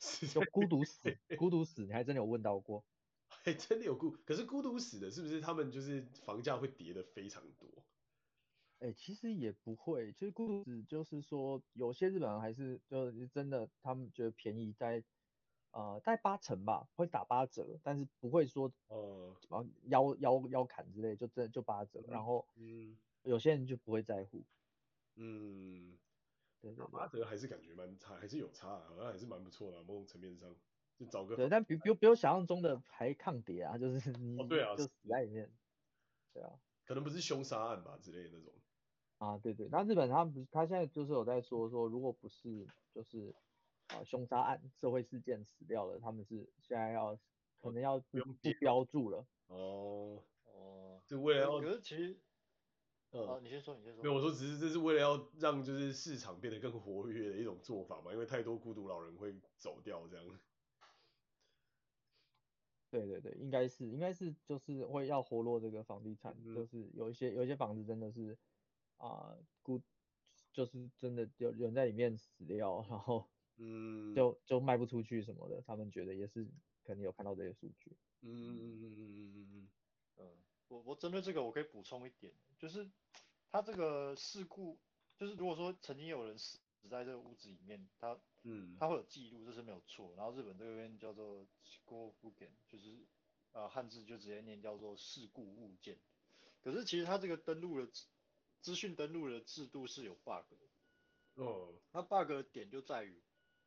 [SPEAKER 3] 实
[SPEAKER 1] 就
[SPEAKER 3] 在
[SPEAKER 1] 孤独死，孤独死，你还真的有问到过。
[SPEAKER 3] 还哎真的有孤，可是孤独死的，是不是他们就是房价会跌的非常多？
[SPEAKER 1] 哎、其实也不会，其实孤独死就是说，有些日本人还是就是真的，他们觉得便宜在，呃，在八成吧，会打八折，但是不会说
[SPEAKER 3] 呃，
[SPEAKER 1] 什么腰腰腰砍之类，就真的就八折。然后
[SPEAKER 3] 嗯
[SPEAKER 1] 有些人就不会在乎，
[SPEAKER 3] 嗯，
[SPEAKER 1] 对对
[SPEAKER 3] 打
[SPEAKER 1] 对
[SPEAKER 3] 八折还是感觉蛮差，还是有差啊，好像还是蛮不错的啊，某种层面上，就找个
[SPEAKER 1] 对，但比比比我想象中的还抗跌啊，就是 <laughs> 你
[SPEAKER 3] 对啊
[SPEAKER 1] 就死在里面，对啊。
[SPEAKER 3] 可能不是凶杀案吧之类的那种，
[SPEAKER 1] 啊，对对，那日本他们不是，他现在就是有在说说，如果不是就是啊、凶杀案、社会事件死掉了，他们是现在要可能要不
[SPEAKER 3] 用
[SPEAKER 1] 不标注了。
[SPEAKER 3] 哦，
[SPEAKER 2] 哦，
[SPEAKER 3] 就为了要，
[SPEAKER 2] 可是其实，哦，
[SPEAKER 3] 嗯，
[SPEAKER 2] 你先说，你先说。
[SPEAKER 3] 没有，我说只是这是为了要让就是市场变得更活跃的一种做法嘛，因为太多孤独老人会走掉这样，
[SPEAKER 1] 对对对，应该是应该是就是会要活络这个房地产，
[SPEAKER 3] 嗯
[SPEAKER 1] 就是有一些有一些房子真的是啊、估就是真的有有人在里面死掉，然后
[SPEAKER 3] 嗯，
[SPEAKER 1] 就就卖不出去什么的，他们觉得也是可能有看到这些数据。
[SPEAKER 3] 嗯嗯嗯嗯嗯嗯嗯，
[SPEAKER 2] 嗯，我我针对这个我可以补充一点，就是他这个事故，就是如果说曾经有人死死在这个屋子里面，他
[SPEAKER 3] 嗯
[SPEAKER 2] 他会有记录，这是没有错。然后日本这边叫做锅不给，就是呃汉字就直接念叫做事故物件。可是其实它这个登录的制资讯登录的制度是有 bug 的，
[SPEAKER 3] 哦，
[SPEAKER 2] 那 bug 的点就在于，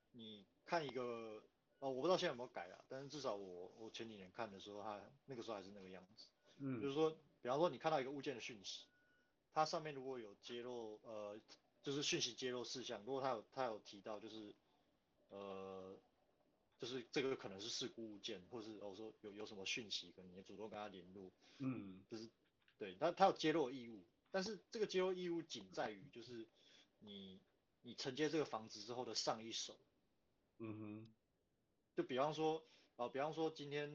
[SPEAKER 2] 你看一个，哦，我不知道现在有没有改啊，但是至少我我前几年看的时候，它那个时候还是那个样子。
[SPEAKER 3] 嗯
[SPEAKER 2] 就是说，比方说你看到一个物件的讯息，它上面如果有揭露，呃，就是讯息揭露事项，如果它有它有提到就是，呃，就是这个可能是事故物件，或是我、哦、说有有什么讯息，可能你主动跟他联络，
[SPEAKER 3] 嗯
[SPEAKER 2] 对，它它有揭露义务，但是这个揭露义务仅在于就是你你承接这个房子之后的上一手，
[SPEAKER 3] 嗯哼，
[SPEAKER 2] 就比方说，啊，比方说今天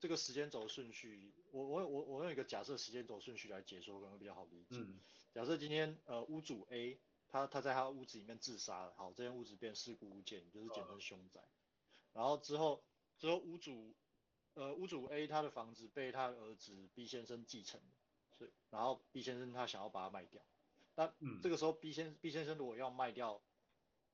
[SPEAKER 2] 这个时间轴顺序，我我我我用一个假设时间轴顺序来解说，可能会比较好理解。
[SPEAKER 3] 嗯
[SPEAKER 2] 假设今天呃屋主 A 他他在他屋子里面自杀了，好，这间屋子变事故物件，就是简称凶宅。
[SPEAKER 3] 嗯
[SPEAKER 2] 然后之后之后屋主呃屋主 A 他的房子被他的儿子 B 先生继承了，所以然后 B 先生他想要把它卖掉，但
[SPEAKER 3] 嗯
[SPEAKER 2] 这个时候 B 先 B 先生如果要卖掉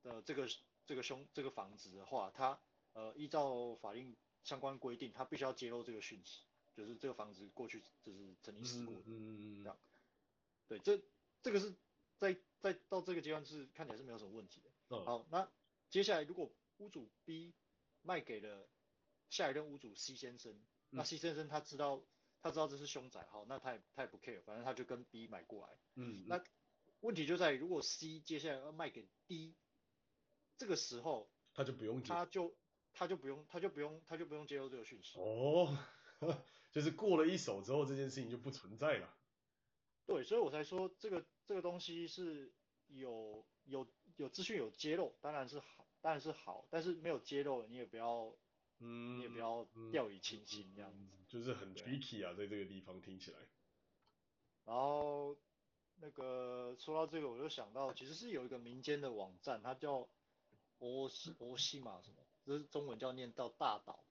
[SPEAKER 2] 呃这个这个凶这个房子的话，他呃依照法令相关规定，他必须要揭露这个讯息，就是这个房子过去就是曾经死过的。
[SPEAKER 3] 嗯嗯嗯嗯，
[SPEAKER 2] 对，这这个是在在到这个阶段是看起来是没有什么问题的。
[SPEAKER 3] 嗯
[SPEAKER 2] 好，那接下来如果屋主 B 卖给了下一任屋主 C 先生，那
[SPEAKER 1] 嗯
[SPEAKER 2] C 先生他知道他知道这是凶宅，好，那他也他也不 care，反正他就跟 B 买过来。
[SPEAKER 3] 嗯，
[SPEAKER 2] 那问题就在于，如果 C 接下来要卖给 D，这个时候
[SPEAKER 3] 他就不用解
[SPEAKER 2] 他就他就不用他就不用他就不用接受这个讯息。
[SPEAKER 3] 哦，就是过了一手之后，这件事情就不存在了。
[SPEAKER 2] 对，所以我才说这个这个东西是有有有资讯有揭露，当然是好，当然是好，但是没有揭露，你也不要
[SPEAKER 3] 嗯，
[SPEAKER 2] 你也不要
[SPEAKER 3] 嗯
[SPEAKER 2] 掉以轻心这样
[SPEAKER 3] 嗯
[SPEAKER 2] 子。
[SPEAKER 3] 就是很
[SPEAKER 2] 对
[SPEAKER 3] tricky 啊，在这个地方听起来，
[SPEAKER 2] 然后那个说到这个，我就想到其实是有一个民间的网站，它叫欧西欧西嘛什么，就是中文叫念到大岛。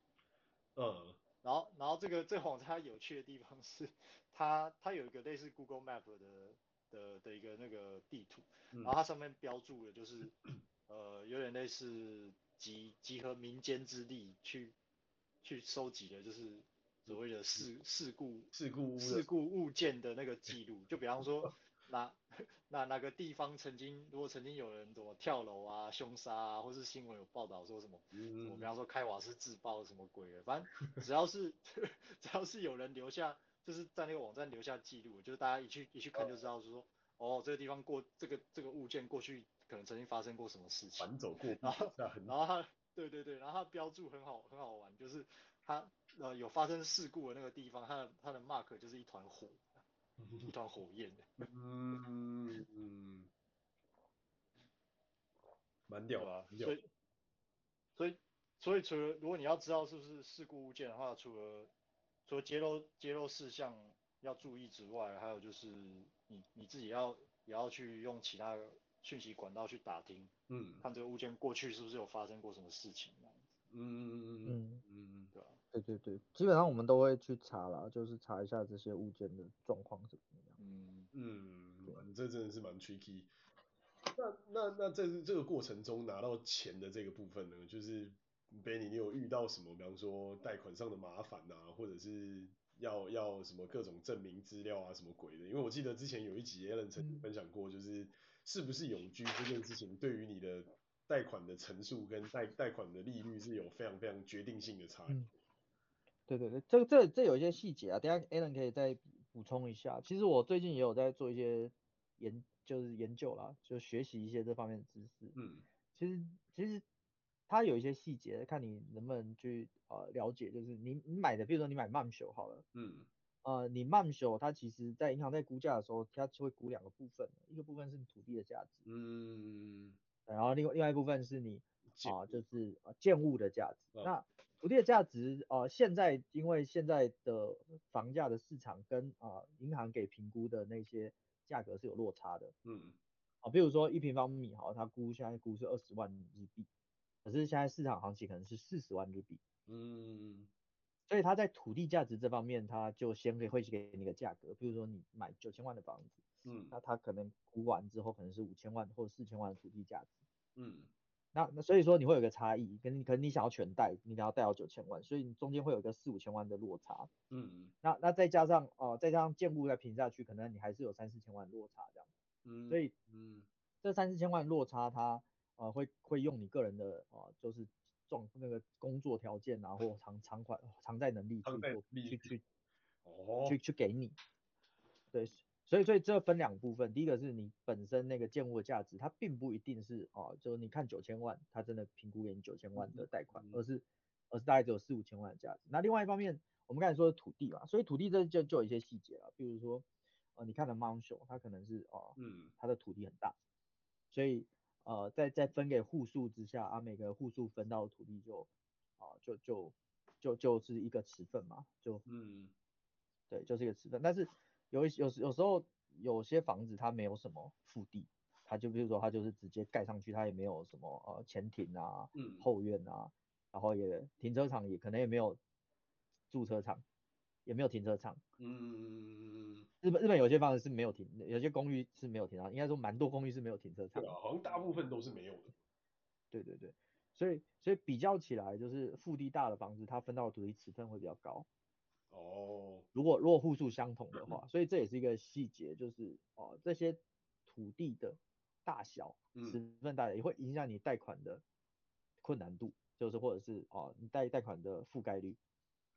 [SPEAKER 3] 嗯，
[SPEAKER 2] 然后，然后这个这个网站它有趣的地方是， <laughs> 它它有一个类似 Google Map 的的的一个那个地图，
[SPEAKER 3] 嗯
[SPEAKER 2] 然后它上面标注的就是，呃，有点类似集集合民间之力去去收集的，就是所谓的事事故
[SPEAKER 3] 事故屋
[SPEAKER 2] 事
[SPEAKER 3] 的，
[SPEAKER 2] 故物件的那个记录，就比方说哪哪哪个地方曾经如果曾经有人怎么跳楼啊、凶杀啊，或是新闻有报道说什么。我
[SPEAKER 3] 嗯
[SPEAKER 2] 比，方说开瓦斯自爆什么鬼的，反正 <laughs> 只要是只要是有人留下，就是在那个网站留下记录，就是大家一去一去看就知道说，哦，这个地方过这个这个物件过去可能曾经发生过什么事情，
[SPEAKER 3] 反走过
[SPEAKER 2] 然后
[SPEAKER 3] 那很
[SPEAKER 2] 然后它对对对，然后它标注很好很好玩，就是它呃有发生事故的那个地方，它的它的 mark 就是一团火，一团火焰。
[SPEAKER 3] 嗯嗯，蛮屌
[SPEAKER 2] 对
[SPEAKER 3] 啊
[SPEAKER 2] 吧，
[SPEAKER 3] 蛮屌
[SPEAKER 2] 所以，所以，所以除了如果你要知道是不是事故物件的话，除了除了揭露揭露事项要注意之外，还有就是你你自己要也要去用其他讯息管道去打听，
[SPEAKER 3] 嗯
[SPEAKER 2] 看这个物件过去是不是有发生过什么事情这样子，
[SPEAKER 3] 嗯嗯嗯
[SPEAKER 1] 嗯，
[SPEAKER 3] 嗯
[SPEAKER 2] 对吧？
[SPEAKER 1] 对对对，基本上我们都会去查啦，就是查一下这些物件的状况是怎么样。
[SPEAKER 2] 嗯，
[SPEAKER 3] 嗯，
[SPEAKER 1] 对
[SPEAKER 3] 嗯，这真的是蛮 tricky。那那那这这个过程中拿到钱的这个部分呢，就是 Benny，你有遇到什么，比方说贷款上的麻烦呐、或者是要要什么各种证明资料啊，什么鬼的？因为我记得之前有一集 Alan 曾经
[SPEAKER 1] 嗯
[SPEAKER 3] 分享过，就是是不是永居这件事情，对于你的贷款的成数跟贷贷款的利率是有非常非常决定性的差异。
[SPEAKER 1] 嗯对对对，这个这这有一些细节啊，等一下 Alan 可以再补充一下。其实我最近也有在做一些研，就是研究啦，就学习一些这方面的知识。
[SPEAKER 3] 嗯
[SPEAKER 1] 其实其实它有一些细节，看你能不能去呃了解，就是你你买的，比如说你买 m 秀好了，
[SPEAKER 3] 嗯
[SPEAKER 1] 呃，你 m 秀它其实在银行在估价的时候，它就会估两个部分，一个部分是你土地的价值，
[SPEAKER 3] 嗯，
[SPEAKER 1] 然后另外另外一部分是你
[SPEAKER 3] 建
[SPEAKER 1] 啊、就是呃建物的价值。
[SPEAKER 3] 嗯
[SPEAKER 1] 那土地的价值呃，现在因为现在的房价的市场跟啊、呃银行给评估的那些价格是有落差的。
[SPEAKER 3] 嗯
[SPEAKER 1] 啊，比如说一平方米好，它估现在估是二十万日币，可是现在市场行情可能是四十万日币，
[SPEAKER 3] 嗯
[SPEAKER 1] 所以它在土地价值这方面，它就先给会给你一个价格，比如说你买九千万的房子，
[SPEAKER 3] 嗯
[SPEAKER 1] 那它可能估完之后可能是五千万或四千万的土地价值，
[SPEAKER 3] 嗯
[SPEAKER 1] 那那所以说你会有一个差异，跟你可能你想要全贷，你想要贷到九千万，所以你中间会有一个四五千万的落差，
[SPEAKER 3] 嗯
[SPEAKER 1] 那那再加上哦、呃再加上建物再平下去，可能你还是有三四千万的落差这样，
[SPEAKER 3] 嗯，
[SPEAKER 1] 所以
[SPEAKER 3] 嗯。
[SPEAKER 1] 这三四千万落差它，呃会会用你个人的呃就是状那个工作条件啊，或偿偿款偿债能力去
[SPEAKER 3] 偿债
[SPEAKER 1] 做
[SPEAKER 3] 能力
[SPEAKER 1] 去去
[SPEAKER 3] 哦，
[SPEAKER 1] 去去给你。对，所以所以这分两部分，第一个是你本身那个建物的价值，它并不一定是哦、就是你看九千万，它真的评估给你九千万的贷款
[SPEAKER 3] 嗯，
[SPEAKER 1] 而是而是大概只有四五千万的价值。那另外一方面，我们刚才说的土地嘛，所以土地这就就有一些细节了，比如说呃你看的 Mount Show，它可能是哦。
[SPEAKER 3] 嗯
[SPEAKER 1] 它的土地很大，所以呃，在在分给户数之下啊，每个户数分到的土地就啊、就就就就是一个持份嘛，就
[SPEAKER 3] 嗯
[SPEAKER 1] 对，就是一个持份。但是有一有时有时候有些房子它没有什么腹地，它就比如说它就是直接盖上去，它也没有什么呃前庭啊、
[SPEAKER 3] 嗯
[SPEAKER 1] 后院啊，然后也停车场也可能也没有驻车场，也没有停车场，
[SPEAKER 3] 嗯，
[SPEAKER 1] 日本日本有些房子是没有停，有些公寓是没有停车场，应该说蛮多公寓是没有停车场
[SPEAKER 3] 对。啊，好像大部分都是没有的。
[SPEAKER 1] 对对对，所以所以比较起来，就是腹地大的房子，它分到的土地尺寸会比较高。
[SPEAKER 3] 哦，
[SPEAKER 1] 如果如果户数相同的
[SPEAKER 3] 嗯
[SPEAKER 1] 话，所以这也是一个细节，就是哦、呃这些土地的大小、
[SPEAKER 3] 嗯
[SPEAKER 1] 尺寸大小也会影响你贷款的困难度，就是或者是哦你贷贷款的覆盖率。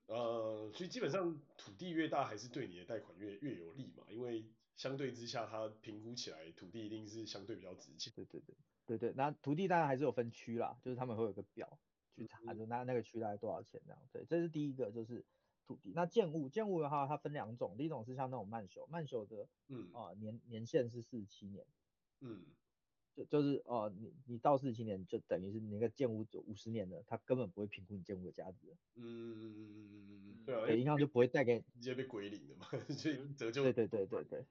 [SPEAKER 3] 呃，所以基本上土地越大，还是对你的贷款越越有利嘛，因为相对之下，它评估起来土地一定是相对比较值钱。
[SPEAKER 1] 对对对对对，那土地当然还是有分区啦，就是他们会有个表去查，
[SPEAKER 3] 嗯
[SPEAKER 1] 就那那个区大概多少钱这样。对，这是第一个就是土地。那建物建物的话，它分两种，第一种是像那种慢朽，慢朽的
[SPEAKER 3] 嗯
[SPEAKER 1] 啊、呃年年限是四十七年。
[SPEAKER 3] 嗯
[SPEAKER 1] 就就是哦、呃你你到四十七年就等于是你那个建屋五十年的，他根本不会评估你建屋的价值的，
[SPEAKER 3] 嗯嗯嗯嗯嗯嗯嗯，对啊，因
[SPEAKER 1] 对，
[SPEAKER 3] 为
[SPEAKER 1] 银行就不会带给，
[SPEAKER 3] 直接被归零了嘛，所以折旧
[SPEAKER 1] 对对对对对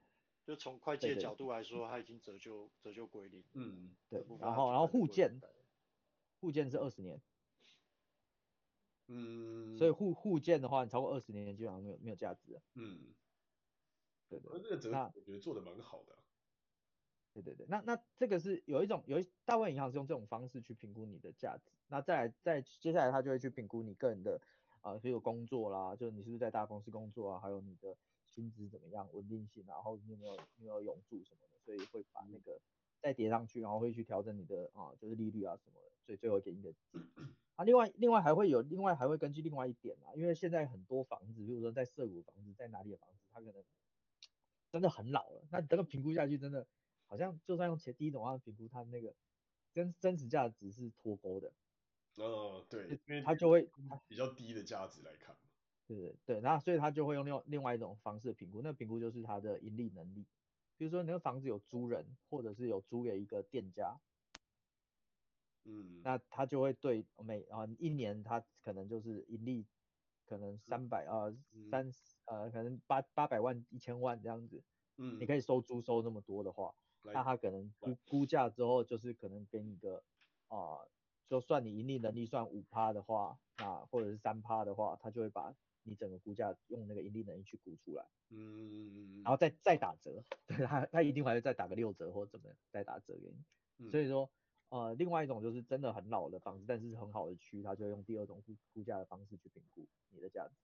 [SPEAKER 2] 就从会计
[SPEAKER 1] 对
[SPEAKER 2] 的
[SPEAKER 1] 对
[SPEAKER 2] 角度来说，它已经折旧折旧归零。
[SPEAKER 3] 嗯
[SPEAKER 1] 对
[SPEAKER 2] 这部，分
[SPEAKER 1] 然
[SPEAKER 2] 它
[SPEAKER 1] 后
[SPEAKER 2] 觉
[SPEAKER 1] 然后
[SPEAKER 2] 得
[SPEAKER 1] 互
[SPEAKER 2] 不简
[SPEAKER 1] 建
[SPEAKER 2] 单
[SPEAKER 1] 互建是二十年，
[SPEAKER 3] 嗯，
[SPEAKER 1] 所以互互建的话，你超过二十年基本上没有没有价值的，
[SPEAKER 3] 嗯，
[SPEAKER 1] 对对
[SPEAKER 3] 而这个折
[SPEAKER 1] 那
[SPEAKER 3] 我觉得做的蛮好的啊，
[SPEAKER 1] 对对对，那那这个是有一种有一大部分银行是用这种方式去评估你的价值，那再来再接下来他就会去评估你个人的啊、呃，比如工作啦，就是你是不是在大公司工作啊，还有你的薪资怎么样，稳定性啊，然后你有没有你有没有永住什么的，所以会把那个再叠上去，然后会去调整你的啊、就是利率啊什么的，所以最后给你的啊，另外另外还会有另外还会根据另外一点啊，因为现在很多房子，比如说在涩谷的房子，在哪里的房子，它可能真的很老了，那你这个评估下去真的。好像就算用前第一种方式评估，它那个真真实价值是脱钩的，
[SPEAKER 3] 哦，对，因为
[SPEAKER 1] 它就会，
[SPEAKER 3] 比较低的价值来看，
[SPEAKER 1] 对对对，然后所以它就会用另外另外一种方式评估，那评估就是它的盈利能力，比如说你那个房子有租人，或者是有租给一个店家，
[SPEAKER 3] 嗯，
[SPEAKER 1] 那他就会对每啊、一年他可能就是盈利可能三百啊
[SPEAKER 3] 嗯
[SPEAKER 1] 三呃可能八八百万一千万这样子，
[SPEAKER 3] 嗯，
[SPEAKER 1] 你可以收租收那么多的话，
[SPEAKER 3] 来
[SPEAKER 1] 那他可能估估价之后，就是可能给你个啊、就算你盈利能力算五趴的话，那或者是三趴的话，他就会把你整个估价用那个盈利能力去估出来，
[SPEAKER 3] 嗯，
[SPEAKER 1] 然后再再打折， <laughs> 对他他一定还会再打个六折或怎么样再打折给你。
[SPEAKER 3] 后
[SPEAKER 1] 所以说，呃，另外一种就是真的很老的房子，但是是很好的区，他就会用第二种估估价的方式去评估你的价值。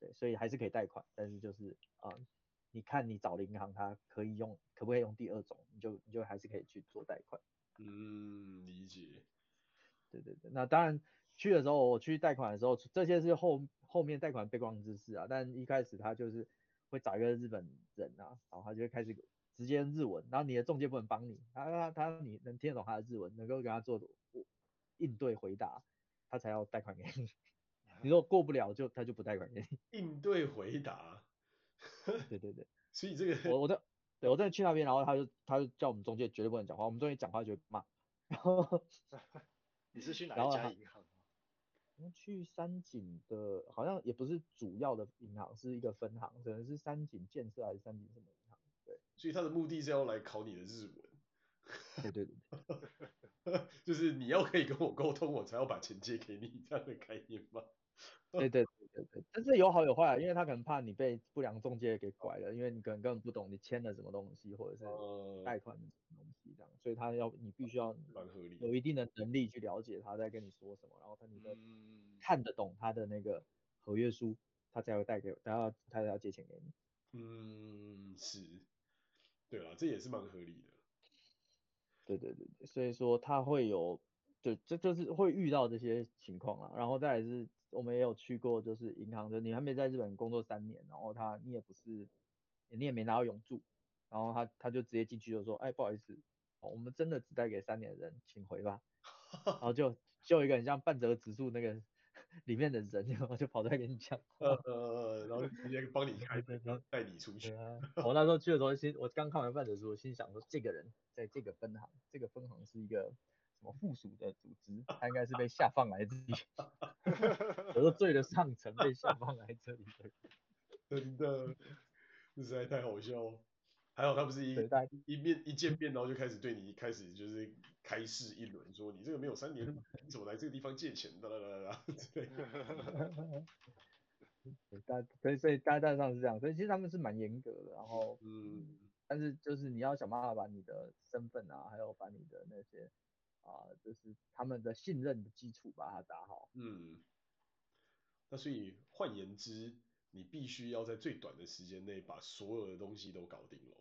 [SPEAKER 1] 对，所以还是可以贷款，但是就是啊、呃你看你找的银行，它可以用可不可以用第二种，你就你就还是可以去做贷款。
[SPEAKER 3] 嗯，理解，
[SPEAKER 1] 对对对，那当然去的时候，我去贷款的时候，这些是后后面贷款背光知识啊，但一开始他就是会找一个日本人啊，然后他就会开始直接日文，然后你的中介不能帮你，他他他你能听得懂他的日文，能够跟他做应对回答，他才要贷款给你。你如果过不了就他就不贷款给你。 <laughs>
[SPEAKER 3] 应对回答，
[SPEAKER 1] 对对对，
[SPEAKER 3] 所以这个
[SPEAKER 1] 我我的对我真的去那边，然后他就他就叫我们中介绝对不能讲话，我们中介讲话就会骂，然后。
[SPEAKER 2] 你是去哪
[SPEAKER 1] 然
[SPEAKER 2] 一
[SPEAKER 1] 后
[SPEAKER 2] 家
[SPEAKER 1] 它
[SPEAKER 2] 银行 <laughs> 啊？
[SPEAKER 1] 我们去三井的，好像也不是主要的银行，是一个分行，可能是三井建设还是三井什么银行？
[SPEAKER 3] 所以他的目的是要来考你的日
[SPEAKER 1] 对 <laughs> 对对
[SPEAKER 3] 文，就是你要可以跟我沟通，我才要把钱借给你这样的概念吗？
[SPEAKER 1] 对对对对对，但是有好有坏啊，因为他可能怕你被不良中介给拐了，因为你可能根本不懂你签了什么东西，或者是
[SPEAKER 3] 呃，
[SPEAKER 1] 贷款的什么东西这样，所以他要你必须要
[SPEAKER 3] 蛮合理的，
[SPEAKER 1] 有一定的能力去了解他在跟你说什么，然后他你的
[SPEAKER 2] 嗯，
[SPEAKER 1] 看得懂他的那个合约书，他才会贷给，他要他才要借钱给你。
[SPEAKER 3] 嗯，是，对啦，这也是蛮合理的，
[SPEAKER 1] 对对对对，所以说他会有，对，这就是会遇到这些情况啦。然后再来是，我们也有去过，就是银行的，你还没在日本工作三年，然后他你也不是，你也没拿到永住，然后他他就直接进去就说，哎，不好意思，哦我们真的只贷给三年的人，请回吧。然后就就有一个很像半泽直树那个 <laughs> 里面的人，然后就跑出来跟你讲 <laughs> 话。
[SPEAKER 3] 呃，然后直接帮你开门，然后带你出去
[SPEAKER 1] 对，啊，我那时候去的时候，心我刚看完半本书，我心想说，这个人在这个分行，这个分行是一个什么附属的组织，他应该是被下放来这里，得罪了上层，被下放来这里的人。
[SPEAKER 3] 真的，这实在太好笑哦。还有他不是一
[SPEAKER 1] 对，大家
[SPEAKER 3] 一面一见面，然后就开始对你开始就是开示一轮，说你这个没有三年，你怎么来这个地方借钱？哒哒哒哒哒之类的。
[SPEAKER 1] 对大所以所以大家上是这样，所以其实他们是蛮严格的，然后
[SPEAKER 3] 嗯
[SPEAKER 1] 但是就是你要想办法把你的身份啊，还有把你的那些啊、就是他们的信任的基础把它打好。
[SPEAKER 3] 嗯，那所以换言之，你必须要在最短的时间内把所有的东西都搞定喽。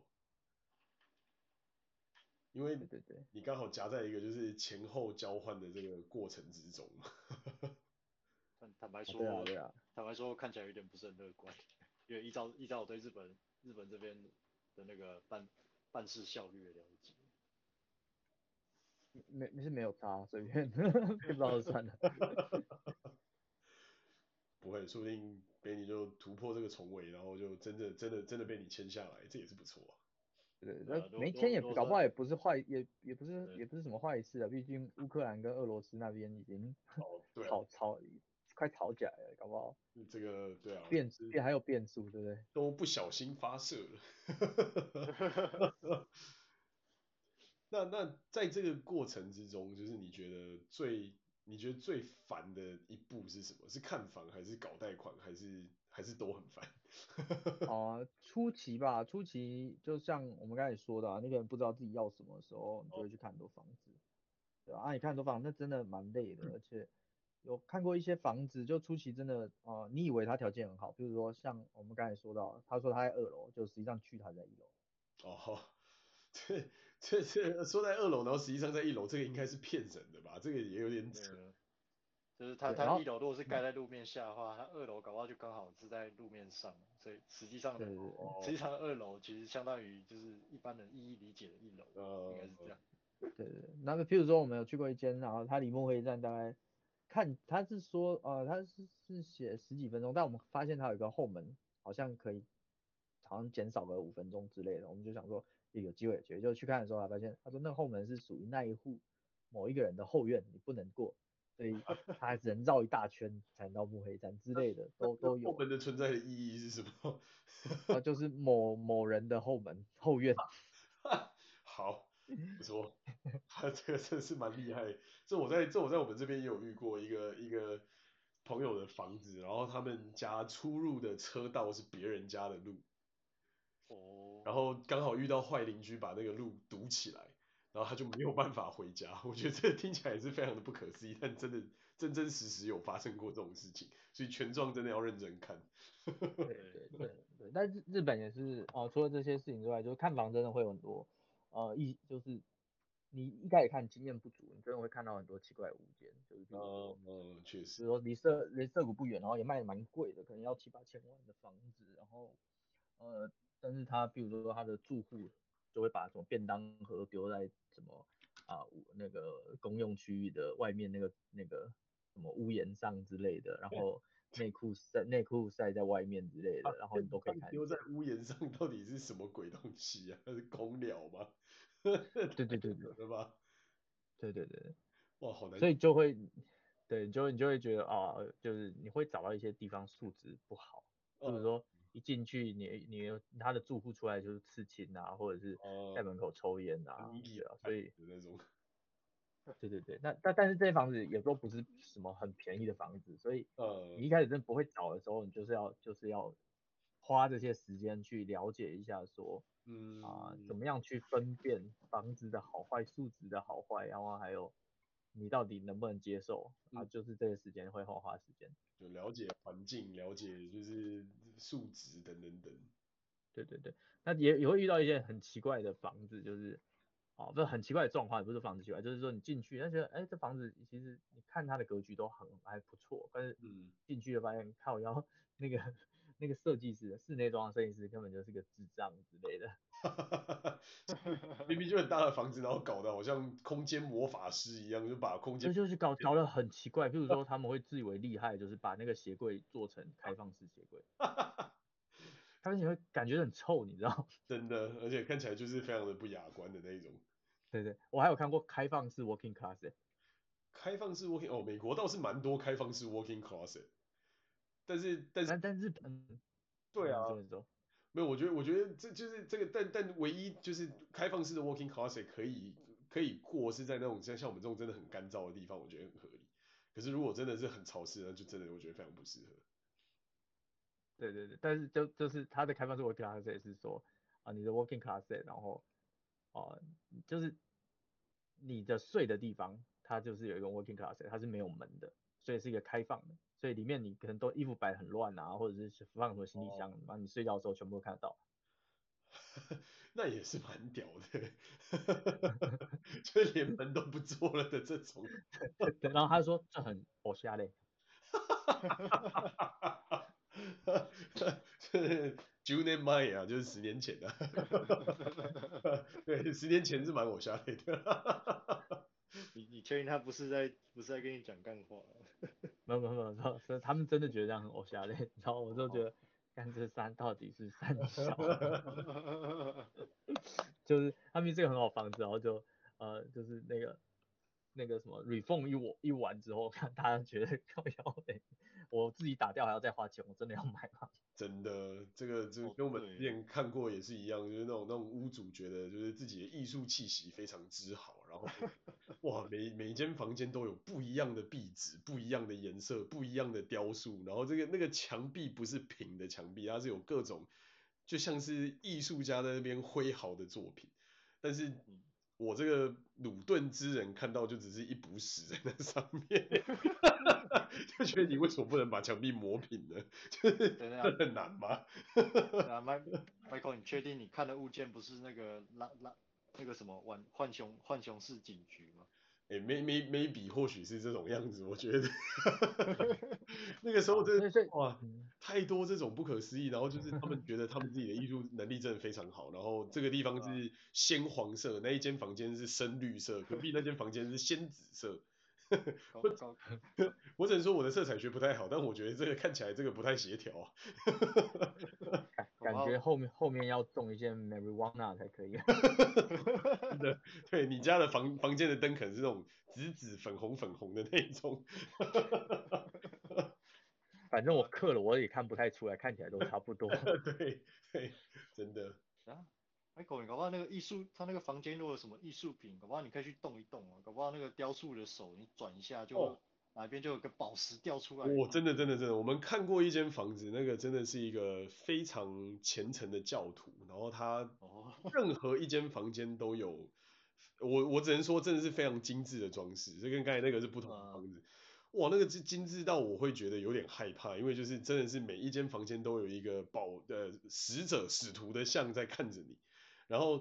[SPEAKER 3] 因为
[SPEAKER 1] 对对对，
[SPEAKER 3] 你刚好夹在一个就是前后交换的这个过程之中。
[SPEAKER 2] 但坦白说，
[SPEAKER 1] 对啊对啊，
[SPEAKER 2] 坦白说看起来有点不是很乐观，因为依照依照我对日本日本这边的那个办办事效率的了解，
[SPEAKER 1] 没没是没有差，随便 <laughs> 不知道就算了。
[SPEAKER 3] 不会，说不定被你就突破这个重围，然后就真的真的真的被你签下来，这也是不错啊。
[SPEAKER 1] 对，
[SPEAKER 2] 对
[SPEAKER 1] 那
[SPEAKER 2] 啊如果
[SPEAKER 1] 没
[SPEAKER 2] 如
[SPEAKER 1] 签
[SPEAKER 2] 果
[SPEAKER 1] 也
[SPEAKER 2] 如
[SPEAKER 1] 不
[SPEAKER 2] 果
[SPEAKER 1] 搞不
[SPEAKER 2] 说
[SPEAKER 1] 好也不是坏，也也不是
[SPEAKER 2] 对
[SPEAKER 1] 也不是什么坏事啊。毕竟乌克兰跟俄罗斯那边已经
[SPEAKER 3] 哦，对啊，
[SPEAKER 1] 吵吵快吵起来了，搞不好
[SPEAKER 3] 这个对啊，
[SPEAKER 1] 变
[SPEAKER 3] 就是
[SPEAKER 1] 变还有变数，对不对？
[SPEAKER 3] <laughs> 都不小心发射
[SPEAKER 2] <laughs>
[SPEAKER 3] 了。那那在这个过程之中，就是你觉得最你觉得最烦的一步是什么？是看房还是搞贷款，还是还是都很烦？
[SPEAKER 1] 啊，初期吧，初期就像我们刚才说的、啊，那个人不知道自己要什么的时候，你就会去看很多房子，对吧？啊，你看很多房子，那真的蛮累的，而且有看过一些房子，就初期真的，呃，你以为他条件很好，比如说像我们刚才说到，他说他在二楼，就实际上去他在一楼，
[SPEAKER 3] 哦，好，这这这说在二楼，然后实际上在一楼，这个应该是骗人的吧？这个也有点扯。
[SPEAKER 2] 呃，就是他
[SPEAKER 1] 对然
[SPEAKER 2] 他
[SPEAKER 1] 后嗯
[SPEAKER 2] 一楼如果是盖在路面下的话，他二楼搞不好就刚好是在路面上，所以实际上
[SPEAKER 1] 对对对。
[SPEAKER 2] 实际上二楼其实相当于就是一般人一一理解的一楼，
[SPEAKER 3] 呃
[SPEAKER 2] 应该是这样。
[SPEAKER 1] 对对，对那个譬如说我们有去过一间，然后它离莫黑站大概看他是说呃他是是写十几分钟，但我们发现它有一个后门，好像可以好像减少个五分钟之类的，我们就想说也有机会有机会，就去看的时候才发现，他说那个后门是属于那一户某一个人的后院，你不能过，所以他还只能绕一大圈才能到莫黑站之类的，都都
[SPEAKER 3] <laughs>
[SPEAKER 1] 有
[SPEAKER 3] 我，们的存在的意义是什么？
[SPEAKER 1] 呃就是某某人的后门后院。
[SPEAKER 3] <laughs> 好，不错， <laughs> 他这个真是蛮厉害。这我在这我在我们这边也有遇过一个一个朋友的房子，然后他们家出入的车道是别人家的路，
[SPEAKER 2] 哦，
[SPEAKER 3] 然后刚好遇到坏邻居把那个路堵起来，然后他就没有办法回家。我觉得这听起来也是非常的不可思议，但真的真真实实有发生过这种事情，所以权状真的要认真看。
[SPEAKER 1] 对对对对，但日日本也是哦、除了这些事情之外，就是看房真的会有很多呃一就是你一开始看经验不足，你真的会看到很多奇怪的物件，就是比如说
[SPEAKER 3] 嗯嗯，确
[SPEAKER 1] 比
[SPEAKER 3] 实，
[SPEAKER 1] 如说离涩离涩谷不远，然后也卖的蛮贵的，可能要七八千万的房子，然后呃，但是他比如说他的住户就会把什么便当盒丢在什么啊、屋那个公用区域的外面那个那个什么屋檐上之类的，然后内裤晒内裤晒在外面之类的，然后你都可以看
[SPEAKER 3] 丢在屋檐上到底是什么鬼东西啊？是公鸟吗？
[SPEAKER 1] 对对对对
[SPEAKER 3] 对吧？
[SPEAKER 1] 对对对，
[SPEAKER 3] 哇，好难
[SPEAKER 1] 所以就会，对，你就会你就会觉得啊，就是你会找到一些地方素质不好，就
[SPEAKER 3] 嗯
[SPEAKER 1] 是说一进去你你他的住户出来就是刺青啊，或者是
[SPEAKER 3] 哦
[SPEAKER 1] 在门口抽烟啊，
[SPEAKER 3] 很野
[SPEAKER 1] 对啊，所
[SPEAKER 3] 蛮 <laughs>
[SPEAKER 1] 以
[SPEAKER 3] 的那种，
[SPEAKER 1] 对对对，那但但是这些房子也都不是什么很便宜的房子，所以
[SPEAKER 3] 呃
[SPEAKER 1] 你一开始真的不会找的时候，你就是要就是要花这些时间去了解一下说。
[SPEAKER 3] 嗯
[SPEAKER 1] 啊、怎么样去分辨房子的好坏、数值的好坏，然后还有你到底能不能接受啊？
[SPEAKER 3] 嗯
[SPEAKER 1] 就是这些时间会花花时间。
[SPEAKER 3] 就了解环境，了解就是数值等等等。
[SPEAKER 1] 对对对，那也也会遇到一些很奇怪的房子，就是哦，不是很奇怪的状况，也不是房子奇怪，就是说你进去，他觉得哎，这房子其实你看它的格局都很还不错，但是
[SPEAKER 3] 嗯，
[SPEAKER 1] 进去就发现靠腰那个 <laughs> 那个设计师、室内装潢设计师根本就是个智障之类的。
[SPEAKER 3] 明明就很大的房子，然后搞得好像空间魔法师一样，就把空
[SPEAKER 1] 这
[SPEAKER 3] 间
[SPEAKER 1] 就是搞搞得很奇怪，譬如说他们会自以为厉害，就是把那个鞋柜做成开放式鞋柜，他们你会感觉很臭，你知道？
[SPEAKER 3] 真的，而且看起来就是非常的不雅观的那一种。
[SPEAKER 1] <laughs> 对对，我还有看过开放式 working class，、欸、
[SPEAKER 3] 开放式 working 哦，美国倒是蛮多开放式 working closet，但是但是
[SPEAKER 1] 但但日本，嗯
[SPEAKER 3] 对啊，
[SPEAKER 1] 你说你说
[SPEAKER 3] 没有，我觉得，我觉得这就是这个，但但唯一就是开放式的 working closet 可以可以过，是在那种像像我们这种真的很干燥的地方，我觉得很合理。可是如果真的是很潮湿，那就真的我觉得非常不适合。
[SPEAKER 1] 对对对，但是就就是他的开放式 working class 也是说啊，你的 working class，欸然后啊，就是你的睡的地方，它就是有一个 working class，欸它是没有门的，所以是一个开放的，所以里面你可能都衣服摆得很乱啊，或者是放很多行李箱，然后你睡觉的时候全部都看得到。 <laughs>
[SPEAKER 3] 那也是蛮屌的， <laughs> 就连门都不做了的这种。
[SPEAKER 1] 对然后他说这很偶像嘞，
[SPEAKER 3] 这九年前啊， <laughs> 就是十年前的、啊，对，十年前是蛮我瞎累的。
[SPEAKER 2] 你你确定他不是在不是在跟你讲干话？ <laughs>
[SPEAKER 1] 没有没有没有，然后他们真的觉得这样很偶像嘞，然后我就觉得，干这山到底是山小，啊就是他们这个很好防止，然后就呃就是那个那个什么 reform 一我一完之后， <laughs> 看大家觉得靠腰嘞，我自己打掉还要再花钱，我真的要买吗？
[SPEAKER 3] 真的，这个就
[SPEAKER 2] 哦
[SPEAKER 3] 跟我们
[SPEAKER 2] 对
[SPEAKER 3] 之前看过也是一样，就是那种那种屋主觉得就是自己的艺术气息非常之好，然后哇，每每间房间都有不一样的壁纸、不一样的颜色、不一样的雕塑，然后这个那个墙壁不是平的墙壁，它是有各种就像是艺术家在那边挥毫的作品，但是
[SPEAKER 2] 嗯
[SPEAKER 3] 我这个鲁顿之人看到就只是一补屎在那上面， <laughs> 就觉得你为什么不能把墙壁磨平呢？就是
[SPEAKER 2] 等一下
[SPEAKER 3] 这 <laughs> 很难吗？
[SPEAKER 2] 啊，Mi Michael，你确定你看的物件不是那个拉拉那个什么浣浣熊浣熊市警局吗？
[SPEAKER 3] 哎、may may maybe 或许是这种样子，我觉得 <laughs> 那个时候真的
[SPEAKER 1] 所以
[SPEAKER 3] 哇，
[SPEAKER 1] <laughs> 嗯
[SPEAKER 3] 太多这种不可思议，然后就是他们觉得他们自己的艺术能力真的非常好，然后这个地方是鲜黄色，那一间房间是深绿色，隔壁那间房间是鲜紫色。
[SPEAKER 2] 高高
[SPEAKER 3] 我只能说我的色彩学不太好，但我觉得这个看起来这个不太协调啊。
[SPEAKER 1] 感感觉后面后面要种一些 marijuana 才可以。
[SPEAKER 3] 对你家的房房间的灯可能是那种紫紫粉红粉红的那一种， <laughs>
[SPEAKER 1] 反正我刻了，我也看不太出来，看起来都差不多。
[SPEAKER 3] 对对，真的。
[SPEAKER 2] 啊，Michael，你搞不好那个艺术，他那个房间如果有什么艺术品，搞不好你可以去动一动啊，搞不好那个雕塑的手你转一下就、
[SPEAKER 3] 哦
[SPEAKER 2] 哪边就有个宝石掉出来。
[SPEAKER 3] 我真的真的真的，我们看过一间房子，那个真的是一个非常虔诚的教徒，然后他
[SPEAKER 2] 哦，
[SPEAKER 3] 任何一间房间都有，我我只能说真的是非常精致的装饰，这跟刚才那个是不同的
[SPEAKER 2] 嗯
[SPEAKER 3] 房子。哇，那个是精致到我会觉得有点害怕，因为就是真的是每一间房间都有一个保呃使者使徒的像在看着你，然后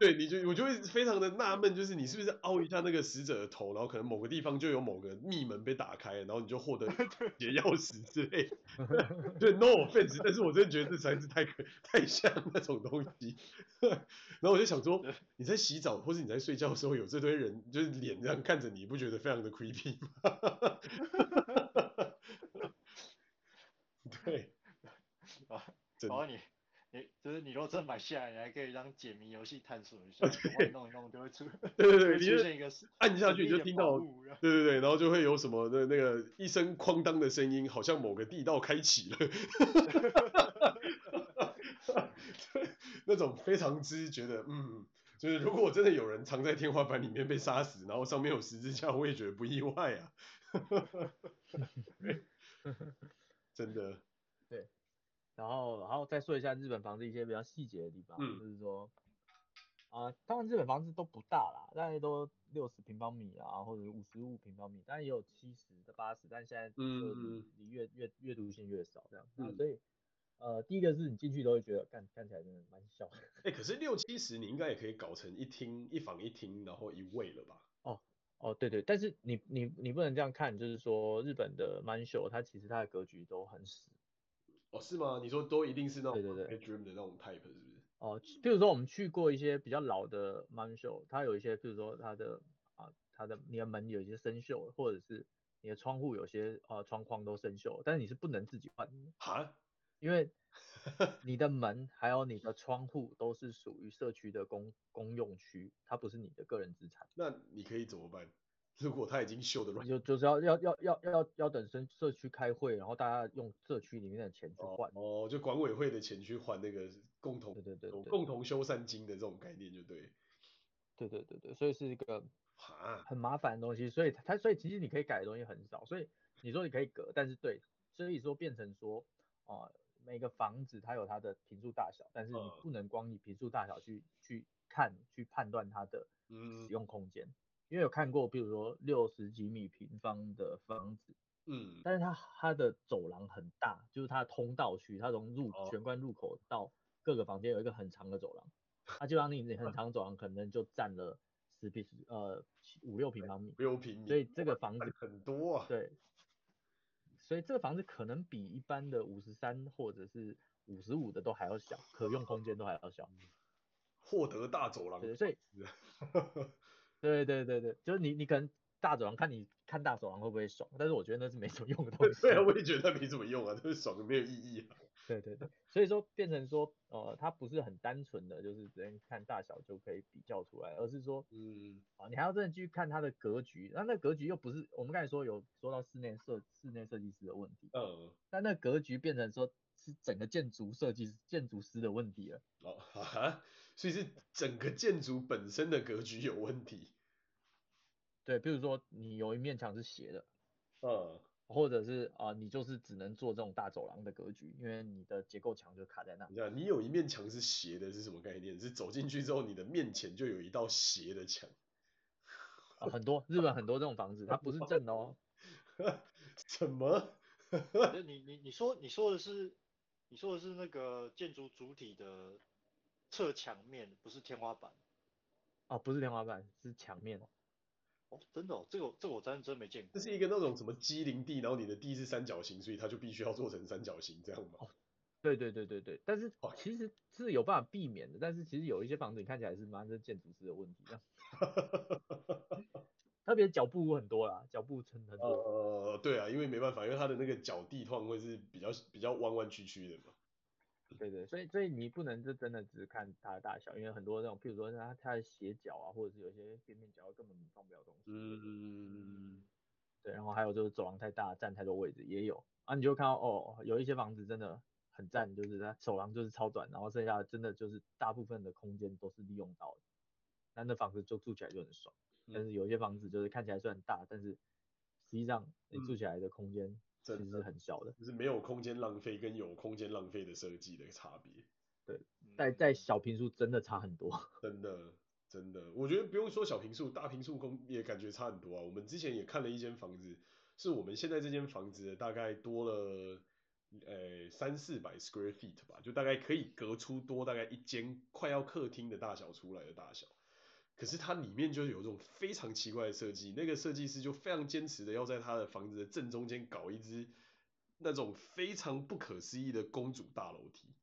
[SPEAKER 3] 对你就我就会非常的纳闷，就是你是不是凹一下那个死者的头，然后可能某个地方就有某个密门被打开，然后你就获得解钥匙之类的。对，no offense，但是我真的觉得这实在是太可太像那种东西。 <laughs> 然后我就想说，你在洗澡或是你在睡觉的时候，有这堆人就是脸这样看着你，你不觉得非常的 creepy 吗？ <laughs> 对，真
[SPEAKER 2] 然
[SPEAKER 3] 的
[SPEAKER 2] 后你你就是你如果真买下来，你还可以当解谜游戏探索
[SPEAKER 3] <laughs>
[SPEAKER 2] 一下，搞不好你弄一弄就会出，
[SPEAKER 3] 对对
[SPEAKER 2] 就
[SPEAKER 3] 对，
[SPEAKER 2] 会
[SPEAKER 3] 你
[SPEAKER 2] 出
[SPEAKER 3] 就
[SPEAKER 2] 现一个
[SPEAKER 3] 按下去你就听到
[SPEAKER 2] 然
[SPEAKER 3] 对对对，然后就会有什么的那个一声哐当的声音，好像某个地道开启了， <laughs> 对那种非常之觉得，嗯，就是如果真的有人藏在天花板里面被杀死，然后上面有十字架，我也觉得不意外啊， <laughs> 真的，
[SPEAKER 1] 然后，然后再说一下日本房子一些比较细节的地方，
[SPEAKER 3] 嗯
[SPEAKER 1] 就是说，啊、当然日本房子都不大啦，大概都六十平方米啊，或者五十五平方米，当然也有七十到八十，但现在就
[SPEAKER 3] 嗯
[SPEAKER 1] 离离越越阅读性越少这样，啊
[SPEAKER 3] 嗯
[SPEAKER 1] 所以，呃，第一个是你进去都会觉得，看看起来真的蛮小的，
[SPEAKER 3] 哎，可是六七十你应该也可以搞成一厅一房一厅，然后一卫了吧？
[SPEAKER 1] 哦，对对，但是你你你不能这样看，就是说日本的 m a n s h o 它其实它的格局都很死，
[SPEAKER 3] 哦，是吗？你说都一定是那种
[SPEAKER 1] 对对对
[SPEAKER 3] bedroom 的那种 type 是不是？
[SPEAKER 1] 哦，去譬如说我们去过一些比较老的 man show，它有一些，譬如说它的啊，它的你的门有一些生锈，或者是你的窗户有些呃窗框都生锈，但是你是不能自己换的，
[SPEAKER 3] 哈，
[SPEAKER 1] 因
[SPEAKER 3] <laughs>
[SPEAKER 1] 为你的门还有你的窗户都是属于社区的公公用区，它不是你的个人资产，
[SPEAKER 3] 那你可以怎么办？如果他已经锈的乱
[SPEAKER 1] 就就是要要要要要要等社社区开会，然后大家用社区里面的钱去换。
[SPEAKER 3] 哦，就管委会的钱去换那个共同
[SPEAKER 1] 对对对对
[SPEAKER 3] 共同修缮金的这种概念，就对。
[SPEAKER 1] 对对对对，所以是一个
[SPEAKER 3] 哈，
[SPEAKER 1] 很麻烦的东西，所以它所以其实你可以改的东西很少，所以你说你可以隔，但是对，所以说变成说，啊、每个房子它有它的平数大小，但是你
[SPEAKER 3] 嗯
[SPEAKER 1] 不能光以平数大小去去看去判断它的
[SPEAKER 3] 嗯
[SPEAKER 1] 使用空间，因为有看过，比如说六十几米平方的房子，
[SPEAKER 3] 嗯，
[SPEAKER 1] 但是它它的走廊很大，就是它的通道区，它从入
[SPEAKER 3] 哦
[SPEAKER 1] 玄关入口到各个房间有一个很长的走廊，那、基本上
[SPEAKER 3] 嗯
[SPEAKER 1] 你很长走廊可能就占了十平呃五六平方米，
[SPEAKER 3] 六平米，
[SPEAKER 1] 所以这个房子
[SPEAKER 3] 很多啊。
[SPEAKER 1] 对，所以这个房子可能比一般的五十三或者是五十五的都还要小，可用空间都还要小。
[SPEAKER 3] 获得大走廊，
[SPEAKER 1] 对，所以
[SPEAKER 3] <laughs>
[SPEAKER 1] 对对对对，就是你你可能大走廊看你看大走廊会不会爽，但是我觉得那是没什么用的东西。
[SPEAKER 3] 对啊，我也觉得它没什么用啊，就是爽的没有意义啊。
[SPEAKER 1] 对对对，所以说变成说，呃，它不是很单纯的就是只能看大小就可以比较出来，而是说
[SPEAKER 3] 嗯，
[SPEAKER 1] 啊，你还要真的去看它的格局，那那格局又不是我们刚才说有说到室内设室内设计师的问题，
[SPEAKER 3] 呃，
[SPEAKER 1] 但那格局变成说是整个建筑设计师建筑师的问题了。
[SPEAKER 3] 哦，哈哈，所以是整个建筑本身的格局有问题。
[SPEAKER 1] 对，比如说你有一面墙是斜的，
[SPEAKER 3] 嗯，
[SPEAKER 1] 或者是啊、你就是只能做这种大走廊的格局，因为你的结构墙就卡在那
[SPEAKER 3] 你。看，你有一面墙是斜的，是什么概念？是走进去之后，你的面前就有一道斜的墙，
[SPEAKER 1] 啊，很多日本很多这种房子，它不是正的哦，
[SPEAKER 3] 什么？
[SPEAKER 2] 那你你你说你说的是你说的是那个建筑主体的侧墙面，不是天花板。
[SPEAKER 1] 啊，不是天花板，是墙面。
[SPEAKER 2] 哦，真的哦，这个这个我真真没见
[SPEAKER 3] 这
[SPEAKER 2] 过。
[SPEAKER 3] 是一个那种什么机灵地，然后你的地是三角形，所以它就必须要做成三角形，这样吗？
[SPEAKER 1] 对对对对对，但是
[SPEAKER 3] 哦
[SPEAKER 1] 其实是有办法避免的，但是其实有一些房子你看起来是妈这建筑师的问题，这样特别脚步很多啦，脚步很很多，
[SPEAKER 3] 呃，对啊，因为没办法，因为它的那个脚地通常会是比较比较弯弯曲曲的嘛。
[SPEAKER 1] 对对，所以所以你不能就真的只看它的大小，因为很多那种，譬如说它它的斜角啊，或者是有些边边角根本放不了东西，
[SPEAKER 3] 嗯，
[SPEAKER 1] 对，然后还有就是走廊太大，占太多位置也有啊，你就看到哦，有一些房子真的很占，就是它走廊就是超短，然后剩下的真的就是大部分的空间都是利用到的，那那房子就住起来就很爽。但
[SPEAKER 3] 嗯
[SPEAKER 1] 是有一些房子就是看起来虽然大，但是实际上你住起来的空间其
[SPEAKER 3] 真
[SPEAKER 1] 实是很小嗯的，
[SPEAKER 3] 就是没有空间浪费跟有空间浪费的设计的差别，
[SPEAKER 2] 嗯
[SPEAKER 1] 在在小平数真的差很 <laughs> 多。
[SPEAKER 3] 真的真的，我觉得不用说小平数，大平数空也感觉差很多啊。我们之前也看了一间房子，是我们现在这间房子的大概多了呃三四百 square feet 吧，就大概可以隔出多大概一间快要客厅的大小出来的大小。可是它里面就是有一种非常奇怪的设计，那个设计师就非常坚持的要在他的房子的正中间搞一只那种非常不可思议的公主大楼梯，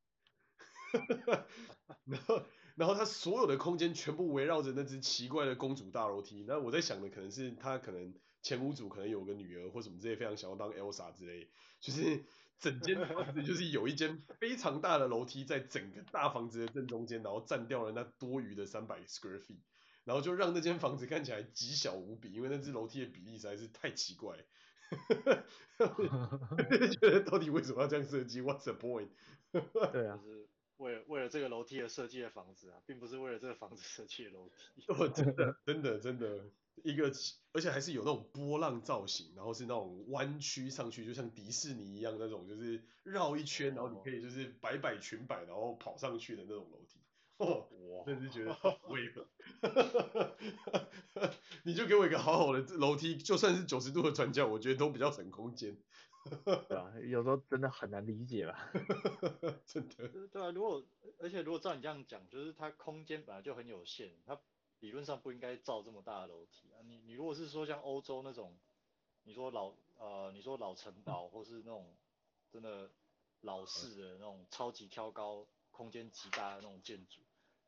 [SPEAKER 3] <laughs> 然后然后他所有的空间全部围绕着那只奇怪的公主大楼梯。那我在想的可能是他可能前屋主可能有个女儿或什么之类，非常想要当 Elsa 之类，就是整间房子就是有一间非常大的楼梯在整个大房子的正中间，然后占掉了那多余的三百 square feet。然后就让那间房子看起来极小无比，因为那只楼梯的比例实在是太奇怪。 <laughs> 就觉得到底为什么要这样设计？What's the point？
[SPEAKER 1] 对
[SPEAKER 2] 就
[SPEAKER 1] 啊，
[SPEAKER 2] 是为了为了这个楼梯而设计的房子啊，并不是为了这个房子设计的楼
[SPEAKER 3] <laughs>
[SPEAKER 2] 梯。
[SPEAKER 3] 我哦真的真的真的一个，而且还是有那种波浪造型，然后是那种弯曲上去，就像迪士尼一样那种，就是绕一圈，然后你可以就是百摆裙摆，然后跑上去的那种楼梯。哦，
[SPEAKER 2] 哇
[SPEAKER 3] 真是觉得好威了。 <laughs> 你就给我一个好好的楼梯，就算是九十度的转角，我觉得都比较省空间。
[SPEAKER 1] 对啊，有时候真的很难理解吧？ <laughs>
[SPEAKER 3] 真的，
[SPEAKER 2] 对对啊，如果而且如果照你这样讲，就是它空间本来就很有限，它理论上不应该造这么大的楼梯啊。你你如果是说像欧洲那种，你说老呃你说老城堡或是那种真的老式的那种超级挑高、空间极大的那种建筑，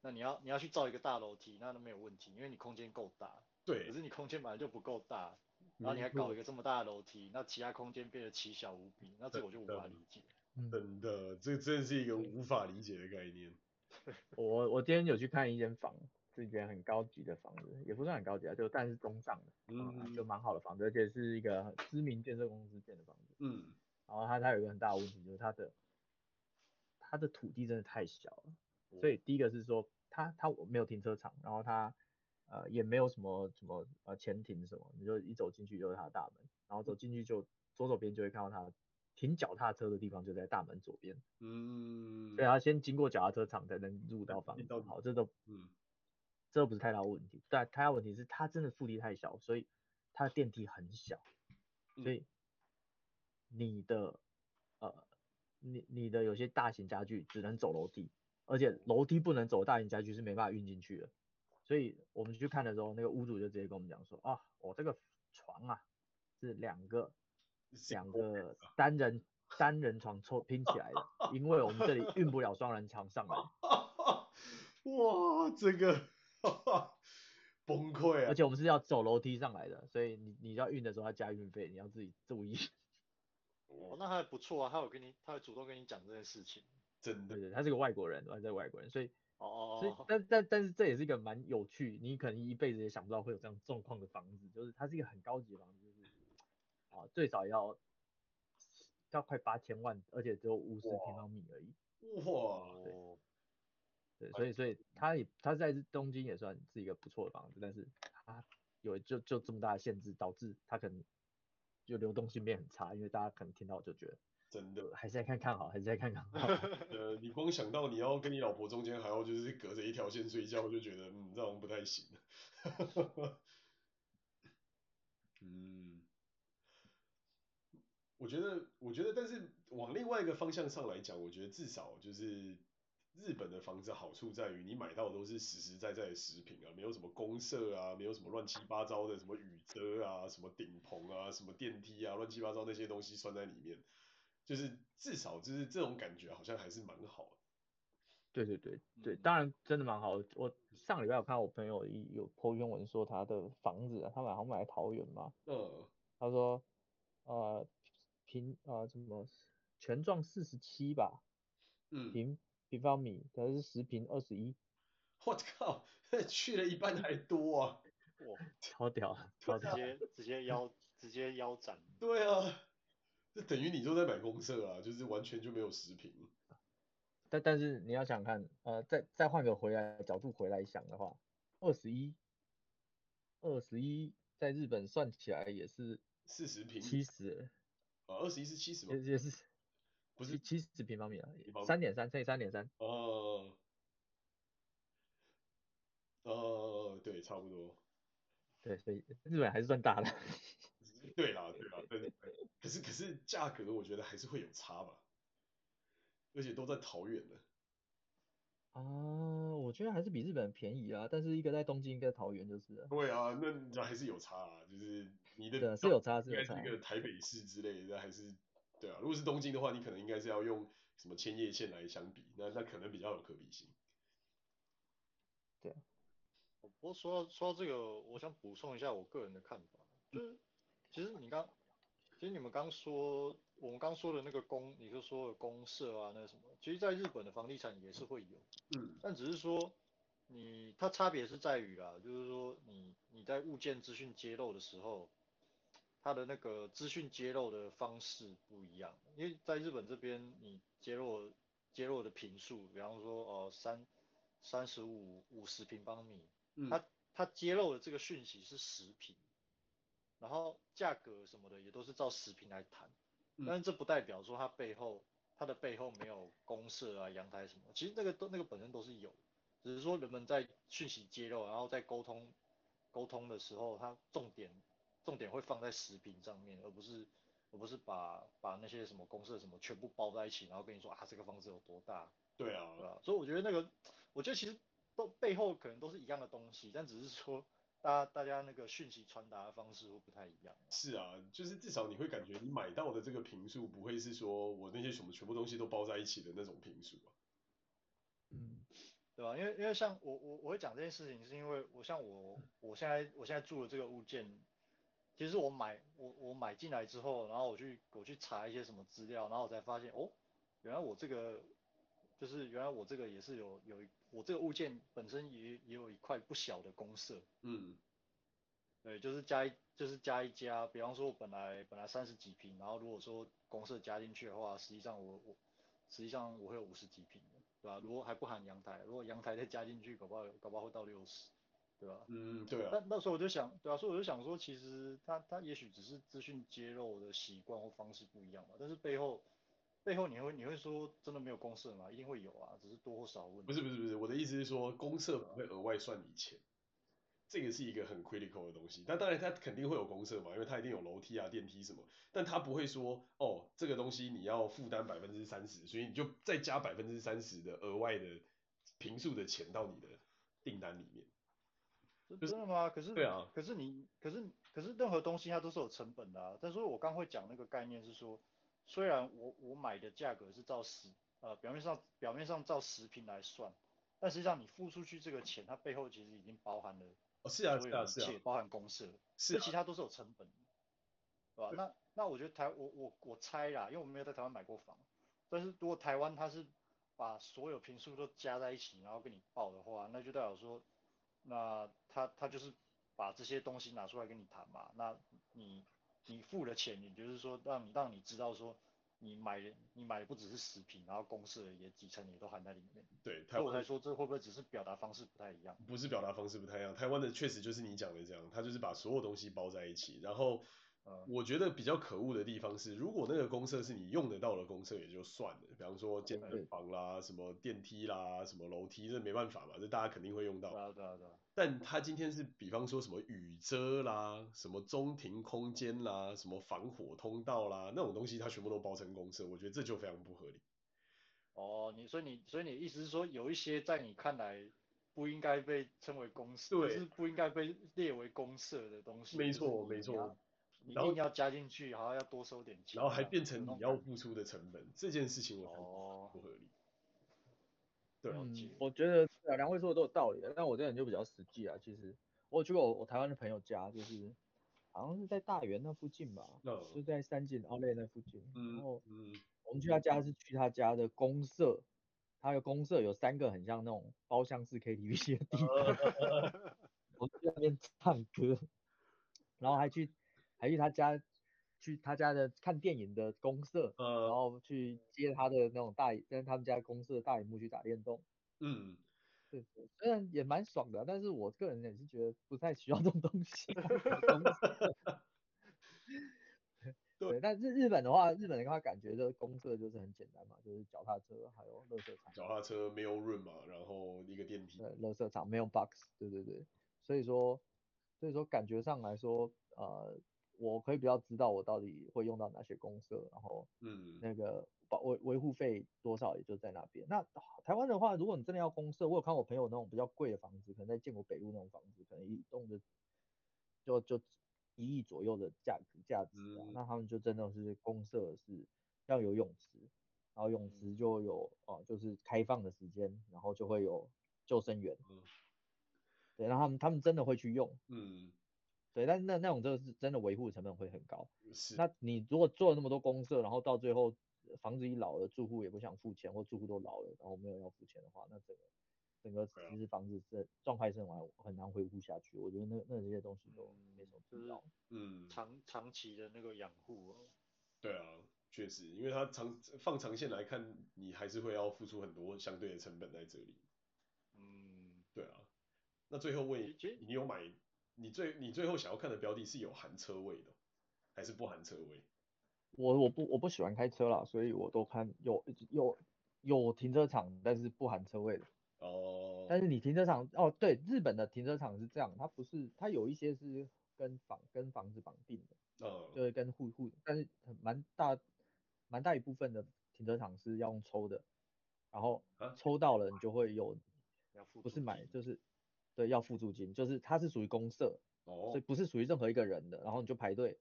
[SPEAKER 2] 那你要你要去造一个大楼梯，那都没有问题，因为你空间够大。
[SPEAKER 3] 对
[SPEAKER 2] 可，是你空间本来就不够大，然后你还搞一个这么大的楼梯，那其他空间变得奇小无比，那这个我就无法理解。
[SPEAKER 1] 嗯，
[SPEAKER 3] 真的，这真的是一个无法理解的概念。
[SPEAKER 1] 我我今天有去看一间房，是一间很高级的房子，也不算很高级啊，就但是中上的，嗯，就蛮好的房子，而且是一个很知名建设公司建的房子。
[SPEAKER 3] 嗯，
[SPEAKER 1] 然后它它有一个很大的问题，就是它的它的土地真的太小了。所以第一个是说，它它没有停车场，然后它呃也没有什么什么呃前庭什么，你就一走进去就是它的大门，然后走进去就左手边就会看到它停脚踏车的地方就在大门左边，
[SPEAKER 3] 嗯，
[SPEAKER 1] 所以它先经过脚踏车场才能入到房
[SPEAKER 3] 一
[SPEAKER 1] 子
[SPEAKER 3] 到。
[SPEAKER 1] 好，这都
[SPEAKER 3] 嗯，
[SPEAKER 1] 这都不是太大的问题，但太大问题是它真的腹地太小，所以它的电梯很小，所
[SPEAKER 3] 嗯
[SPEAKER 1] 以你的呃你你的有些大型家具只能走楼梯，而而且楼梯不能走，大型家具是没办法运进去的。所以我们去看的时候，那个屋主就直接跟我们讲说，啊，我这个床啊是两个两个单人单人床凑拼起来的，因为我们这里运不了双人床上来，
[SPEAKER 3] <laughs> 哇，这个 <laughs> 崩溃
[SPEAKER 1] 而
[SPEAKER 3] 啊！
[SPEAKER 1] 且我们是要走楼梯上来的，所以你你要运的时候要加运费，你要自己注意。 <laughs>
[SPEAKER 2] 哦，那还不错啊，他有跟你，他有主动跟你讲这件事情。
[SPEAKER 3] 真的
[SPEAKER 1] 对对，他是个外国人，他是个外国人，所以
[SPEAKER 2] 哦
[SPEAKER 1] 所以
[SPEAKER 2] 哦哦，
[SPEAKER 1] 但但但是这也是一个蛮有趣，你可能一辈子也想不到会有这样状况的房子，就是它是一个很高级的房子，就是啊最少要要快八千万，而且只有五十平方米而已。
[SPEAKER 3] 哇，
[SPEAKER 2] 哦，
[SPEAKER 1] 对，所以所以它也它在东京也算是一个不错的房子，但是它有就就这么大的限制，导致它可能就流动性变很差，因为大家可能听到就觉得
[SPEAKER 3] 真的，
[SPEAKER 1] 呃还是再看看好，还是再看看好。
[SPEAKER 3] 呃，你光想到你要跟你老婆中间还要就是隔着一条线睡觉，就觉得嗯，这样不太行。 <laughs> 嗯，我觉得，我觉得，但是往另外一个方向上来讲，我觉得至少就是日本的房子好处在于，你买到的都是实实在在的食品啊，没有什么公社啊，没有什么乱七八糟的什么雨遮啊、什么顶棚啊、什么电梯啊，乱七八糟那些东西算在里面，就是至少就是这种感觉好像还是蛮好的。
[SPEAKER 1] 对对对对，
[SPEAKER 2] 嗯
[SPEAKER 1] 当然真的蛮好。我上礼拜有看到我朋友一有 po 英文说他的房子啊，他买好像买在桃园嘛，
[SPEAKER 3] 嗯，
[SPEAKER 1] 他说呃平呃什么全幢四十七吧，
[SPEAKER 3] 嗯，
[SPEAKER 1] 平平方米，可是十平二十一，
[SPEAKER 3] 我靠， <laughs> 去了一半还多啊！
[SPEAKER 2] 哇，
[SPEAKER 1] 超屌啊，超
[SPEAKER 2] 直
[SPEAKER 1] 屌！
[SPEAKER 2] 接直接腰直接腰斩，
[SPEAKER 3] 对啊，这等于你都在买公社啊，就是完全就没有食品。
[SPEAKER 1] 但但是你要想看，呃，再再换个回来角度回来想的话，二十一，二十一在日本算起来也是
[SPEAKER 3] 四十平
[SPEAKER 1] 七十，
[SPEAKER 3] 啊，二十一是七十吗
[SPEAKER 1] 也？也是
[SPEAKER 3] 不
[SPEAKER 1] 七
[SPEAKER 3] 是，
[SPEAKER 1] 七十平方米啊
[SPEAKER 3] 平方，米
[SPEAKER 1] 三点三乘以三点三。
[SPEAKER 3] 呃，呃，对，差不多。
[SPEAKER 1] 对，所以日本还是算大的。 <laughs>
[SPEAKER 3] 对啦，对啦，对对对。可是可是价格我觉得还是会有差吧，而且都在桃园呢。
[SPEAKER 1] 啊，我觉得还是比日本便宜啊，但是一个在东京，一个在桃园，就是了
[SPEAKER 3] <laughs> 对啊，那那还是有差啊，就是你的
[SPEAKER 1] 对啊
[SPEAKER 3] 比
[SPEAKER 1] 是
[SPEAKER 3] 较
[SPEAKER 1] 有差是
[SPEAKER 3] 应
[SPEAKER 1] 有
[SPEAKER 3] 该是
[SPEAKER 1] 差
[SPEAKER 3] 一个台北市之类的，还是对啊。如果是东京的话，你可能应该是要用什么千叶县来相比，那那可能比较有可比性。
[SPEAKER 2] 不过说到说到这个，我想补充一下我个人的看法，就是其实你刚，其实你们刚说我们刚说的那个公，你就说的公社啊，那个什么，其实在日本的房地产也是会有，
[SPEAKER 3] 嗯
[SPEAKER 2] 但只是说你它差别是在于啦，就是说你你在物件资讯揭露的时候，它的那个资讯揭露的方式不一样，因为在日本这边你揭露揭露的频数，比方说哦三三十五五十平方米。
[SPEAKER 3] 嗯
[SPEAKER 2] 它它揭露的这个讯息是食品，然后价格什么的也都是照食品来谈，
[SPEAKER 3] 嗯
[SPEAKER 2] 但是这不代表说它背后它的背后没有公社啊、阳台什么，其实那个都那个本身都是有，只是说人们在讯息揭露，然后在沟通沟通的时候，它重点重点会放在食品上面，而不是。而不是把把那些什么公社什么全部包在一起，然后跟你说啊这个房子有多大，
[SPEAKER 3] 对啊，
[SPEAKER 2] 对吧？所以我觉得那个，我觉得其实都背后可能都是一样的东西，但只是说大家大家那个讯息传达的方式会不太一样。
[SPEAKER 3] 是啊，就是至少你会感觉你买到的这个平数不会是说我那些什么全部东西都包在一起的那种平数啊。
[SPEAKER 1] 嗯，
[SPEAKER 2] 对吧？因为因为像我我我会讲这件事情，是因为我像我我现在我现在住的这个物件，其实我买我我买进来之后，然后我去我去查一些什么资料，然后我才发现哦，原来我这个就是原来我这个也是有有一我这个物件本身也也有一块不小的公社，
[SPEAKER 3] 嗯
[SPEAKER 2] 对，就是加一，就是加一加。比方说，我本来本来三十几平，然后如果说公社加进去的话，实际上我我实际上我会有五十几平的，对吧？如果还不含阳台，如果阳台再加进去，搞不好搞不好会到六十，对吧？
[SPEAKER 3] 嗯，对啊，
[SPEAKER 2] 那那时候我就想，对啊，所以我就想说，其实他他也许只是资讯揭露的习惯或方式不一样嘛，但是背后背后你会你会说真的没有公社吗？一定会有啊，只是多或少的问
[SPEAKER 3] 不
[SPEAKER 2] 题。
[SPEAKER 3] 是不是不是，我的意思是说公社不会额外算你钱，这个是一个很 critical 的东西。但当然它肯定会有公社嘛，因为它一定有楼梯啊、电梯什么，但它不会说哦，这个东西你要负担百分之三十，所以你就再加百分之三十的额外的平数的钱到你的订单里面。
[SPEAKER 2] 真真的吗？可是
[SPEAKER 3] 对啊，
[SPEAKER 2] 可是你，可是可是任何东西它都是有成本的啊。但是我刚会讲那个概念是说，虽然我我买的价格是照实呃表面上表面上照实品来算，但实际上你付出去这个钱，它背后其实已经包含了
[SPEAKER 3] 哦，是啊，
[SPEAKER 2] 所
[SPEAKER 3] 是
[SPEAKER 2] 有
[SPEAKER 3] 啊，
[SPEAKER 2] 一
[SPEAKER 3] 是啊
[SPEAKER 2] 切，，包含公社，
[SPEAKER 3] 是
[SPEAKER 2] 这其
[SPEAKER 3] 啊，
[SPEAKER 2] 他都是有成本的，对吧？那那我觉得台我我我猜啦，因为我没有在台湾买过房，但是如果台湾它是把所有平数都加在一起，然后跟你报的话，那就代表说，那他他就是把这些东西拿出来跟你谈嘛。那你你付了钱，也就是说让你让你知道说你买的你买的不只是食品，然后公社也几成也都含在里面。
[SPEAKER 3] 对，
[SPEAKER 2] 所
[SPEAKER 3] 台
[SPEAKER 2] 以我
[SPEAKER 3] 湾
[SPEAKER 2] 才说这会不会只是表达方式不太一样？
[SPEAKER 3] 不是表达方式不太一样，台湾的确实就是你讲的这样，它就是把所有东西包在一起。然后
[SPEAKER 2] 呃，
[SPEAKER 3] 我觉得比较可恶的地方是，如果那个公社是你用得到的公社也就算了，比方说健身
[SPEAKER 1] 对
[SPEAKER 3] 房啦、什么电梯啦、什么楼梯，这没办法嘛，这大家肯定会用
[SPEAKER 2] 对
[SPEAKER 3] 到。
[SPEAKER 2] 啊对啊对啊，
[SPEAKER 3] 但它今天是比方说什么雨遮啦、什么中庭空间啦、什么防火通道啦那种东西，它全部都包成公社，我觉得这就非常不合理。
[SPEAKER 2] 哦，你所以你所以你意思是说，有一些在你看来不应该被称为公社，就
[SPEAKER 3] 对
[SPEAKER 2] 是不应该被列为公社的东西，
[SPEAKER 3] 没
[SPEAKER 2] 就是
[SPEAKER 3] 错
[SPEAKER 2] 你
[SPEAKER 3] 没错
[SPEAKER 2] 要，你
[SPEAKER 3] 然
[SPEAKER 2] 硬
[SPEAKER 3] 后
[SPEAKER 2] 要加进去，好像要多收点啊钱这
[SPEAKER 3] 然
[SPEAKER 2] 样，
[SPEAKER 3] 后还变
[SPEAKER 2] 有
[SPEAKER 3] 成
[SPEAKER 2] 那
[SPEAKER 3] 你
[SPEAKER 2] 种
[SPEAKER 3] 要
[SPEAKER 2] 感觉
[SPEAKER 3] 付出的成本，这件事情我看
[SPEAKER 2] 哦
[SPEAKER 3] 不合理。对啊，
[SPEAKER 2] 了
[SPEAKER 1] 嗯
[SPEAKER 2] 解，
[SPEAKER 1] 我觉得是啊，两位说的都有道理的，但我这个人就比较实际啊。其实我有去过我我台湾的朋友家，就是好像是在大园那附近吧，
[SPEAKER 3] 那
[SPEAKER 1] 就在三井奥莱那附近。然
[SPEAKER 3] 嗯
[SPEAKER 1] 后
[SPEAKER 3] 嗯，
[SPEAKER 1] 我们去他家是去他家的公社，他的公社有三个很像那种包厢式 KTV 的地方，我去那边唱歌，然后还去还去他家去他家的看电影的公社，然
[SPEAKER 3] 呃
[SPEAKER 1] 后去接他的那种大在他们家公社的大荧幕去打电动。
[SPEAKER 3] 嗯，
[SPEAKER 1] 对，虽然也蛮爽的啊，但是我个人也是觉得不太需要这种东西啊。公社 <laughs> 对，但是日本的话，日本的话感觉这个公社就是很简单嘛，就是脚踏车还有乐色场，
[SPEAKER 3] 脚踏车没有润嘛，然后一个电梯，
[SPEAKER 1] 对，乐色场没有 box，对对对，所以说，所以说感觉上来说，呃，我可以比较知道我到底会用到哪些公社，然后
[SPEAKER 3] 嗯
[SPEAKER 1] 那个保维维护费多少也就在那边。那啊台湾的话，如果你真的要公社，我有看我朋友那种比较贵的房子，可能在建国北路那种房子，可能一栋的就就一亿左右的价格价值啊。
[SPEAKER 3] 嗯
[SPEAKER 1] 那他们就真的是公社是要有泳池，然后泳
[SPEAKER 3] 嗯
[SPEAKER 1] 池就有哦、就是开放的时间，然后就会有救生员。
[SPEAKER 3] 嗯
[SPEAKER 1] 对，然后他们他们真的会去用，
[SPEAKER 3] 嗯
[SPEAKER 1] 对，但那那种真的是真的维护成本会很高。
[SPEAKER 3] 是，
[SPEAKER 1] 那你如果做了那么多公社，然后到最后呃房子一老了，住户也不想付钱，或住户都老了，然后没有要付钱的话，那整个整个
[SPEAKER 3] 对啊
[SPEAKER 1] 其实房子是状态是很难很难恢复下去。我觉得那那这些东西都没什么
[SPEAKER 2] 嗯
[SPEAKER 1] 必
[SPEAKER 2] 就是
[SPEAKER 1] 要。
[SPEAKER 3] 嗯
[SPEAKER 2] 长长期的那个养护哦，
[SPEAKER 3] 对啊，确实，因为它长放长线来看，你还是会要付出很多相对的成本在这里。
[SPEAKER 2] 嗯，
[SPEAKER 3] 对啊，那最后问一
[SPEAKER 2] 其实
[SPEAKER 3] 你有买你最你最后想要看的标的是有含车位的，还是不含车位？
[SPEAKER 1] 我我不我不喜欢开车啦，所以我都看有有有停车场，但是不含车位的。
[SPEAKER 3] 哦，
[SPEAKER 1] 但是你停车场哦，对，日本的停车场是这样，它不是它有一些是跟房跟房子绑定的。
[SPEAKER 3] 嗯
[SPEAKER 1] 就是跟户户，但是很蛮大蛮大一部分的停车场是要用抽的，然后
[SPEAKER 3] 啊
[SPEAKER 1] 抽到了你就会有，
[SPEAKER 2] 要付
[SPEAKER 1] 不
[SPEAKER 2] 出
[SPEAKER 1] 是买
[SPEAKER 2] 金
[SPEAKER 1] 就是对要付租金，就是它是属于公社，所以
[SPEAKER 3] 哦
[SPEAKER 1] 不是属于任何一个人的，然后你就排队，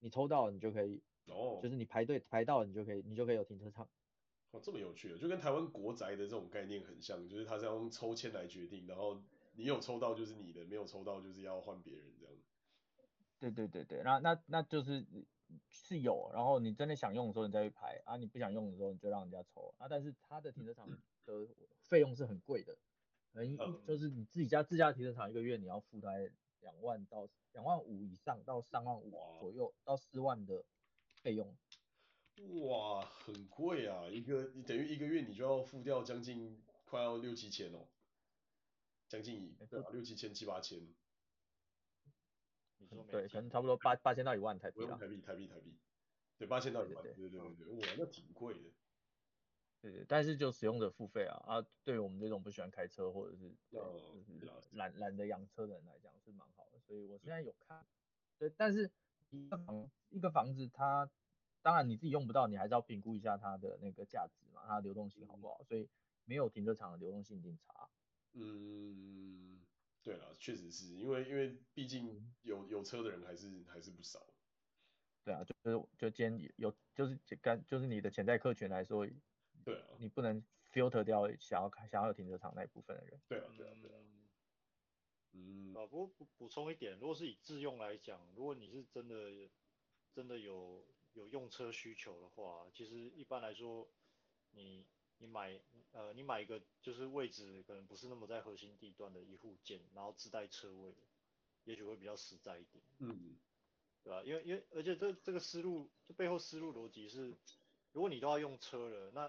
[SPEAKER 1] 你抽到了你就可以，
[SPEAKER 3] 哦
[SPEAKER 1] 就，是你排队排到了你就可以你就可以有停车场，
[SPEAKER 3] 哦，这么有趣，就跟台湾国宅的这种概念很像，就是它是要用抽签来决定，然后你有抽到就是你的，没有抽到就是要换别人这样。
[SPEAKER 1] 对对对对，那那那就是是有，然后你真的想用的时候你再去排啊，你不想用的时候你就让人家抽啊。但是它的停车场的费用是很贵的，可能一
[SPEAKER 3] 嗯
[SPEAKER 1] 就是你自己家自家停车场一个月你要付大概两万到两万五以上到三万五
[SPEAKER 3] 哇
[SPEAKER 1] 左右到四万的费用。
[SPEAKER 3] 哇，很贵啊！一个你等于一个月你就要付掉将近快要六七千哦，将近一
[SPEAKER 1] 没
[SPEAKER 3] 对啊，六七千七八千，
[SPEAKER 2] 你说没
[SPEAKER 1] 对，
[SPEAKER 2] 听
[SPEAKER 1] 可能差不多八八千到一万台
[SPEAKER 3] 不
[SPEAKER 1] 币
[SPEAKER 3] 用
[SPEAKER 1] 啦。
[SPEAKER 3] 台币台币台币，对，八千到一
[SPEAKER 1] 啊对对
[SPEAKER 3] 万，对对对对，哇，那挺贵的。
[SPEAKER 1] 对对，但是就使用者付费啊啊，对于我们这种不喜欢开车或者是对
[SPEAKER 3] 哦
[SPEAKER 1] 就是
[SPEAKER 3] 对啊
[SPEAKER 1] 懒懒得养车的人来讲是蛮好的，所以我现在有看，对，但是一个房一个房子它，当然你自己用不到，你还是要评估一下它的那个价值嘛，它的流动性好不好，所以没有停车场的流动性警察。
[SPEAKER 3] 嗯，对了，确实是因为因为毕
[SPEAKER 1] 嗯
[SPEAKER 3] 竟有有车的人还是还是不少。
[SPEAKER 1] 对啊，就是就今天有就是干就是你的潜在客群来说，
[SPEAKER 3] 对啊，
[SPEAKER 1] 你不能 filter 掉想要想要有停车场那一部分的人。
[SPEAKER 3] 对啊，对啊，对啊。嗯，
[SPEAKER 2] 啊，不过补补充一点，如果是以自用来讲，如果你是真的真的有有用车需求的话，其实一般来说，你你买呃你买一个就是位置可能不是那么在核心地段的一户建，然后自带车位，也许会比较实在一点，
[SPEAKER 3] 嗯，
[SPEAKER 2] 对吧、因为因为而且这这个思路，这背后思路逻辑是，如果你都要用车了，那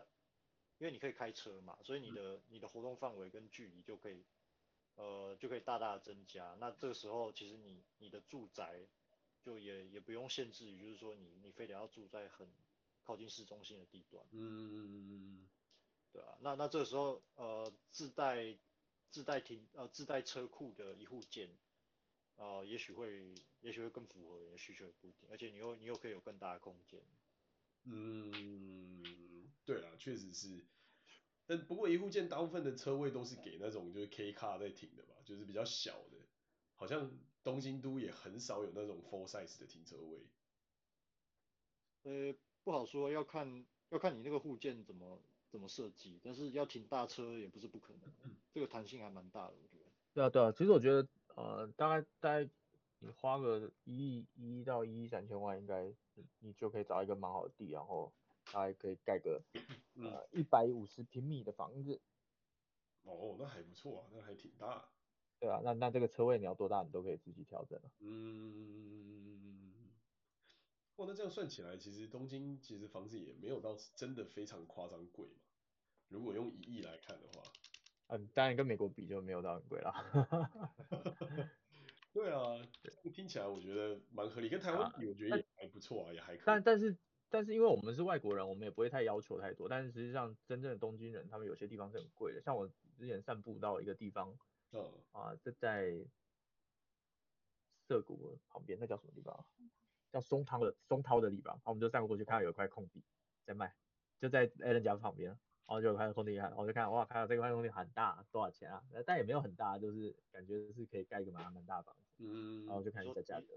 [SPEAKER 2] 因为你可以开车嘛，所以你的你的活动范围跟距离就可以呃，就可以大大的增加。那这个时候，其实你你的住宅就也也不用限制于，就是说你你非得要住在很靠近市中心的地段，
[SPEAKER 3] 嗯，
[SPEAKER 2] 对吧、那那这个时候，呃，自带自带停呃自带车库的一户建，呃，也许会也许会更符合你的需求也不一定，而且你又你又可以有更大的空间。
[SPEAKER 3] 嗯，对啊，确实是。但不过一户建大部分的车位都是给那种就是 K 卡在停的吧，就是比较小的，好像东京都也很少有那种 full size 的停车位。
[SPEAKER 2] 呃，不好说，要看要看你那个户建怎么怎么设计，但是要停大车也不是不可能，这个弹性还蛮大的，我觉得。
[SPEAKER 1] 对啊，对啊，其实我觉得呃，大概大概你花个一亿一亿到一亿三千万，应该你你就可以找一个蛮好的地，然后大概可以盖个呃一百五十平米的房子，
[SPEAKER 3] 哦，那还不错啊，那还挺大。
[SPEAKER 1] 对啊，那那这个车位你要多大，你都可以自己调整啊了。
[SPEAKER 3] 嗯，哇，那这样算起来，其实东京其实房子也没有到真的非常夸张贵嘛。如果用一亿来看的话，
[SPEAKER 1] 嗯，当然跟美国比就没有到很贵啦。 <laughs>
[SPEAKER 3] 对啊，听起来我觉得蛮合理，跟台湾比我觉得也还不错啊，也还可以
[SPEAKER 1] 但。但是但是因为我们是外国人，我们也不会太要求太多。但是实际上，真正的东京人，他们有些地方是很贵的。像我之前散步到一个地方
[SPEAKER 3] 嗯，
[SPEAKER 1] 啊，这在涩谷旁边，那叫什么地方啊？叫松涛的松涛的地方。然后我们就散步过去，看到有一块空地在卖，就在 a l n 家旁边。然后就有块空地看，然后就看哇，看到这块空地很大，多少钱啊？呃但也没有很大，就是感觉是可以盖一个蛮蛮大的房子。
[SPEAKER 3] 嗯，
[SPEAKER 1] 然后就
[SPEAKER 3] <laughs>
[SPEAKER 1] 看
[SPEAKER 2] 你
[SPEAKER 1] 一
[SPEAKER 2] 说
[SPEAKER 1] 下价
[SPEAKER 2] 你
[SPEAKER 1] 格。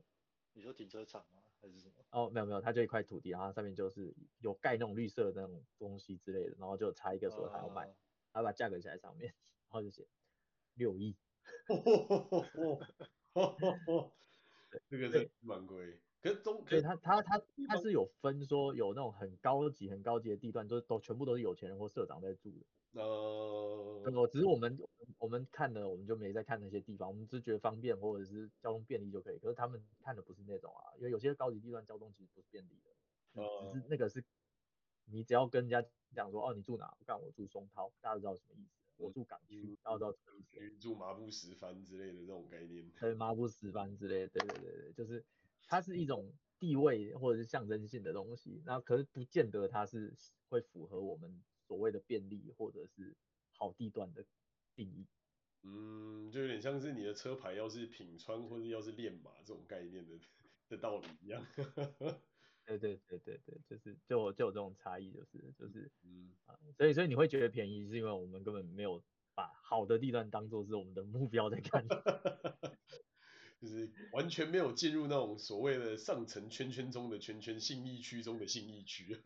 [SPEAKER 2] 你说停车场吗？还是什么？
[SPEAKER 1] 哦，没有没有，它就一块土地，然后上面就是有盖那种绿色的那种东西之类的，然后就插一个说他要卖，
[SPEAKER 2] 呃
[SPEAKER 1] 他把价格写在上面， <laughs> 然后就写六亿，
[SPEAKER 3] 这个真的蛮贵，可是中可
[SPEAKER 1] 所以
[SPEAKER 3] 是
[SPEAKER 1] 他他他
[SPEAKER 3] 地
[SPEAKER 1] 他
[SPEAKER 3] 方
[SPEAKER 1] 是有分说有那种很高级很高级的地段，就是都全部都是有钱人或社长在住的。
[SPEAKER 3] 呃
[SPEAKER 1] 我只是我们我们看的我们就没在看那些地方，我们只是觉得方便或者是交通便利就可以。可是他们看的不是那种啊，因为有些高级地段交通其实不是便利的，只
[SPEAKER 3] 呃
[SPEAKER 1] 是那个是，你只要跟人家讲说，哦，你住哪？我干，我住松涛，大家都知道什么意思。
[SPEAKER 3] 嗯
[SPEAKER 1] 我住港区，大家都知道什么意思。
[SPEAKER 3] 住麻布十番之类的这种概念。
[SPEAKER 1] 对，麻布十番之类的，对对对对，就是它是一种地位或者是象征性的东西，那可是不见得它是会符合我们所谓的便利或者是好地段的定义。
[SPEAKER 3] 嗯，就有点像是你的车牌要是品川或者要是练马这种概念的的道理一样。 <laughs>
[SPEAKER 1] 对对对对对，就是就有就有这种差异，就是就是
[SPEAKER 3] 嗯，
[SPEAKER 1] 啊、所以所以你会觉得便宜，是因为我们根本没有把好的地段当做是我们的目标在看。
[SPEAKER 3] 就是完全没有进入那种所谓的上层圈圈中的圈圈，信义区中的信义区。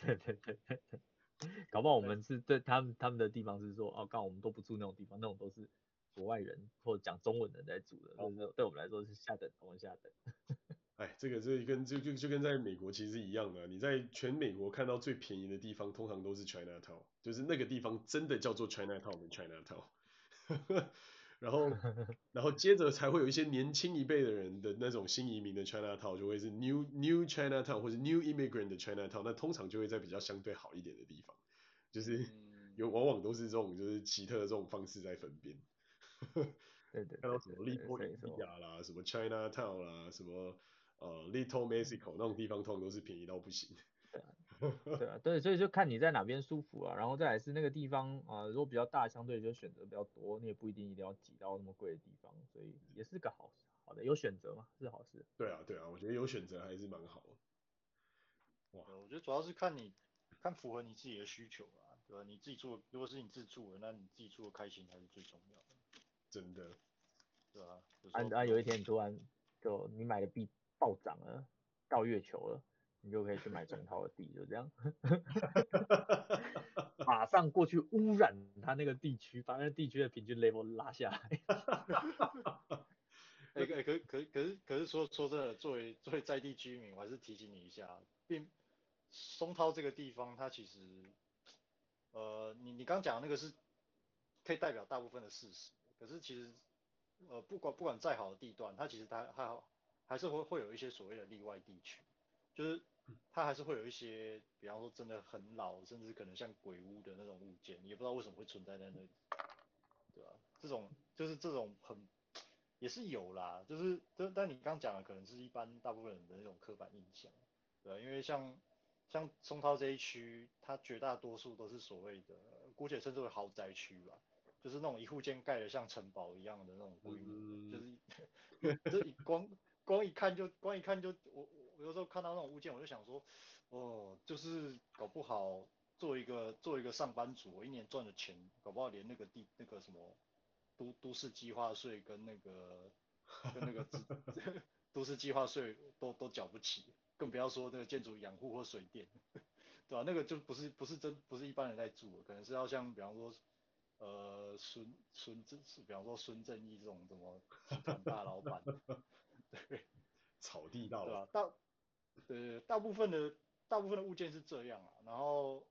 [SPEAKER 1] 对对对对对， <laughs> 搞不好我们是对他们他们的地方是说，哦，刚我们都不住那种地方，那种都是国外人或者讲中文的人在住的，
[SPEAKER 3] 哦
[SPEAKER 1] 就是对我们来说是下等，我们下等。
[SPEAKER 3] 哎，这个这个跟就就就跟在美国其实一样的，你在全美国看到最便宜的地方，通常都是 China Town，就是那个地方真的叫做 China Town 的 China Town，然 <laughs> 后然后接着才会有一些年轻一辈的人的那种新移民的 China Town，就会是 New New China Town 或者 New Immigrant 的 China Town，那通常就会在比较相对好一点的地方，就是
[SPEAKER 2] 嗯，
[SPEAKER 3] 有往往都是这种就是奇特的这种方式在分辨。
[SPEAKER 1] 对对
[SPEAKER 3] 看
[SPEAKER 1] 对
[SPEAKER 3] 到什
[SPEAKER 1] 对
[SPEAKER 3] 么
[SPEAKER 1] 对，所
[SPEAKER 3] Little
[SPEAKER 1] 以说
[SPEAKER 3] India 啦，什么 China Town 啦，什么呃 Little Mexico 那种地方，通常都是便宜到不行。
[SPEAKER 1] 对啊，对，所以就看你在哪边舒服啊，然后再来是那个地方啊、呃如果比较大，相对就选择比较多，你也不一定一定要挤到那么贵的地方，所以也是个好好的有选择嘛，是好事。
[SPEAKER 3] 对啊，对啊，我觉得有选择还是蛮好的。
[SPEAKER 2] 对我觉得主要是看你看符合你自己的需求啊，对对吧？你自己住的，如果是你自住的，那你自己住的开心才是最重要的，
[SPEAKER 3] 真的。
[SPEAKER 2] 对吧？有时
[SPEAKER 1] 啊
[SPEAKER 2] 候
[SPEAKER 1] 啊，有一天你突然就你买的币暴涨了，到月球了，你就可以去买中超的地，就这样，马上过去污染他那个地区，把那个地区的平均 level 拉下来。
[SPEAKER 2] 哎、可可可可是可是说说真的，作为作为在地居民，我还是提醒你一下，并松涛这个地方，它其实，呃，你你刚讲的那个是可以代表大部分的事实，可是其实，呃，不管不管再好的地段，它其实它它还是会会有一些所谓的例外地区，就是它还是会有一些，比方说真的很老，甚至可能像鬼屋的那种物件，你也不知道为什么会存在在那里，对吧、这种就是这种很也是有啦，就是但但你刚讲的可能是一般大部分人的那种刻板印象，对啊、因为像像松涛这一区，它绝大多数都是所谓的，姑且称之为豪宅区吧，就是那种一户间盖的像城堡一样的那种规模， <laughs> 就是就是一 <laughs> 光光一看就光一看就我我我有时候看到那种物件，我就想说，哦，就是搞不好做一个做一个上班族，我一年赚的钱，搞不好连那个地那个什么都都市计划税跟那个跟那个自 <laughs> 都市计划税都都缴不起，更不要说那个建筑养护或水电，对吧、那个就不是不是真不是一般人在住的，可能是要像比方说。呃，孙孙正，比方说孙正义这种什么集团大老板，对，
[SPEAKER 3] 草地大
[SPEAKER 2] 对
[SPEAKER 3] 佬，
[SPEAKER 2] 啊，大，呃，大部分的大部分的物件是这样啊，然后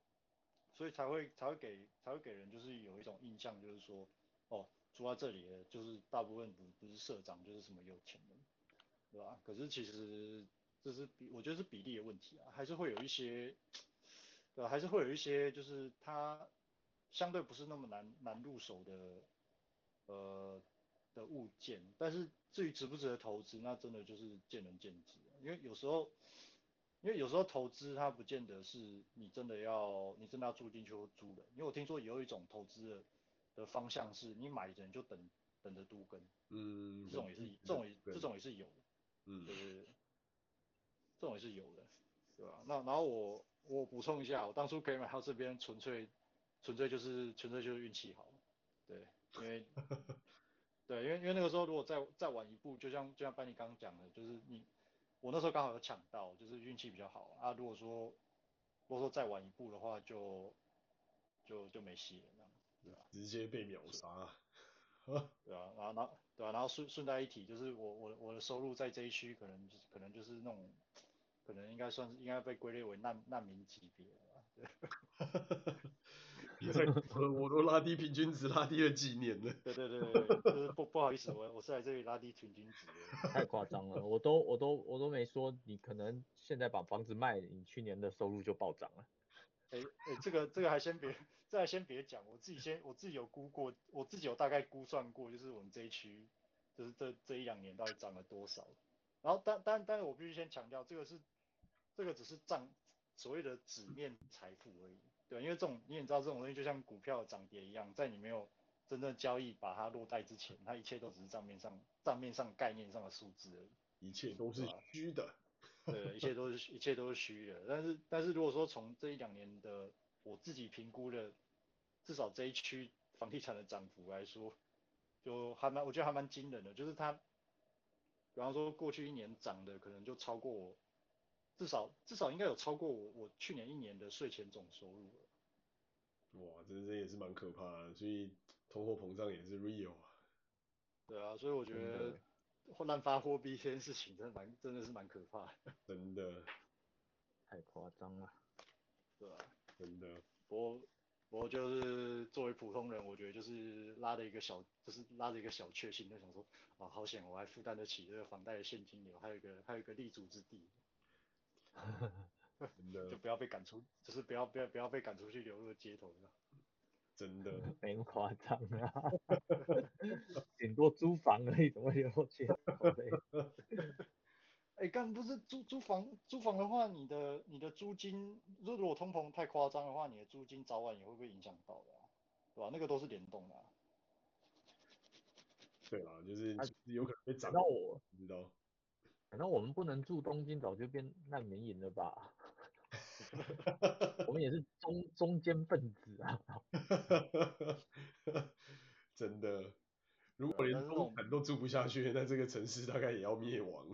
[SPEAKER 2] 所以才会才会给才会给人就是有一种印象，就是说，哦，住在这里的就是大部分不不是社长就是什么有钱人，对吧？可是其实这是比我觉得是比例的问题啊，还是会有一些，对吧？还是会有一些就是它相对不是那么难难入手的，呃的物件，但是至于值不值得投资，那真的就是见仁见智啊了，因为有时候。因为有时候投资它不见得是你真的要你真的要住进去或租的，因为我听说有一种投资的的方向是你买人就等等着都跟，
[SPEAKER 3] 嗯，
[SPEAKER 2] 这种也是这种也这种也是有的。
[SPEAKER 3] 嗯
[SPEAKER 2] 对对对，这种也是有的，对吧、那然后我我补充一下，我当初可以买到这边，纯粹纯粹就是纯粹就是运气好，对，因为对，因为因为那个时候如果再再晚一步，就像就像班尼刚刚讲的，就是你我那时候刚好有抢到，就是运气比较好啊。如果说如果说再晚一步的话就，就就没戏了，这样对吧、
[SPEAKER 3] 直接被秒杀。
[SPEAKER 2] 对啊，然后然后对啊，然后顺顺带一提，就是我我我的收入在这一区可能就是可能就是那种，可能应该算是应该被归类为难难民级别吧。
[SPEAKER 3] 你在 <laughs> 我我都拉低平均值拉低了几年了，
[SPEAKER 2] 对对对对 <laughs> 对，就是不不好意思，我我是来这里拉低平均值的。
[SPEAKER 1] 太夸张了，我都我都我都没说，你可能现在把房子卖了，你去年的收入就暴涨了。
[SPEAKER 2] 哎哎，这个这个还先别，这还先别讲，我自己先我自己有估过，我自己有大概估算过，就是我们这一区，就是这这一两年到底涨了多少。然后但但但是我必须先强调，这个是这个只是账所谓的纸面财富而已，对，因为这种你也知道这种东西就像股票的涨跌一样，在你没有真正交易把它落袋之前，它一切都只是账面上账面上概念上的数字而已。
[SPEAKER 3] 一切都
[SPEAKER 2] 啊
[SPEAKER 3] 是虚的。
[SPEAKER 1] <laughs>
[SPEAKER 2] 对，一切都是一切都是虚的。但是但是如果说从这一两年的我自己评估的，至少这一区房地产的涨幅来说，就还蛮我觉得还蛮惊人的，就是它，比方说过去一年涨的可能就超过我，至少至少应该有超过我我去年一年的税前总收入了。
[SPEAKER 3] 哇，这这也是蛮可怕的，所以通货膨胀也是 real 啊。
[SPEAKER 2] 对啊，所以我觉
[SPEAKER 1] 真
[SPEAKER 2] 得
[SPEAKER 1] 的欸
[SPEAKER 2] 滥发货币这件事情真的蛮真的是蛮可怕的，
[SPEAKER 3] 真的
[SPEAKER 1] 太夸张了，
[SPEAKER 2] 对啊吧、
[SPEAKER 3] 真的，
[SPEAKER 2] 我我就是作为普通人，我觉得就是拉了一个小，就是拉了一个小确幸，就想说，啊，好险，我还负担得起这个房贷的现金流，还有一个还有一个立足之地，就
[SPEAKER 3] 真的，
[SPEAKER 2] 不要被赶出，就是不要不要不要被赶出去流落街头，
[SPEAKER 3] 真的，
[SPEAKER 1] 没那么夸张啊， <laughs> 顶多租房而已，怎么会有 <laughs> 钱？
[SPEAKER 2] 哎，干不是租租房租房的话，你的你的租金，如果通膨太夸张的话，你的租金早晚也会被影响到的啊、对吧、那个都是联动的啊、
[SPEAKER 3] 对啦，就是
[SPEAKER 1] 啊
[SPEAKER 3] 就是有可能被涨
[SPEAKER 1] 难，道我
[SPEAKER 3] 不知道。 <laughs>
[SPEAKER 1] 难道我们不能住东京，早就变难民营了吧？我们也是中中间分子啊。
[SPEAKER 3] <laughs> 真的，如果连
[SPEAKER 2] 啊但是这
[SPEAKER 3] 中
[SPEAKER 2] 种
[SPEAKER 3] 产都住不下去，那这个城市大概也要灭亡。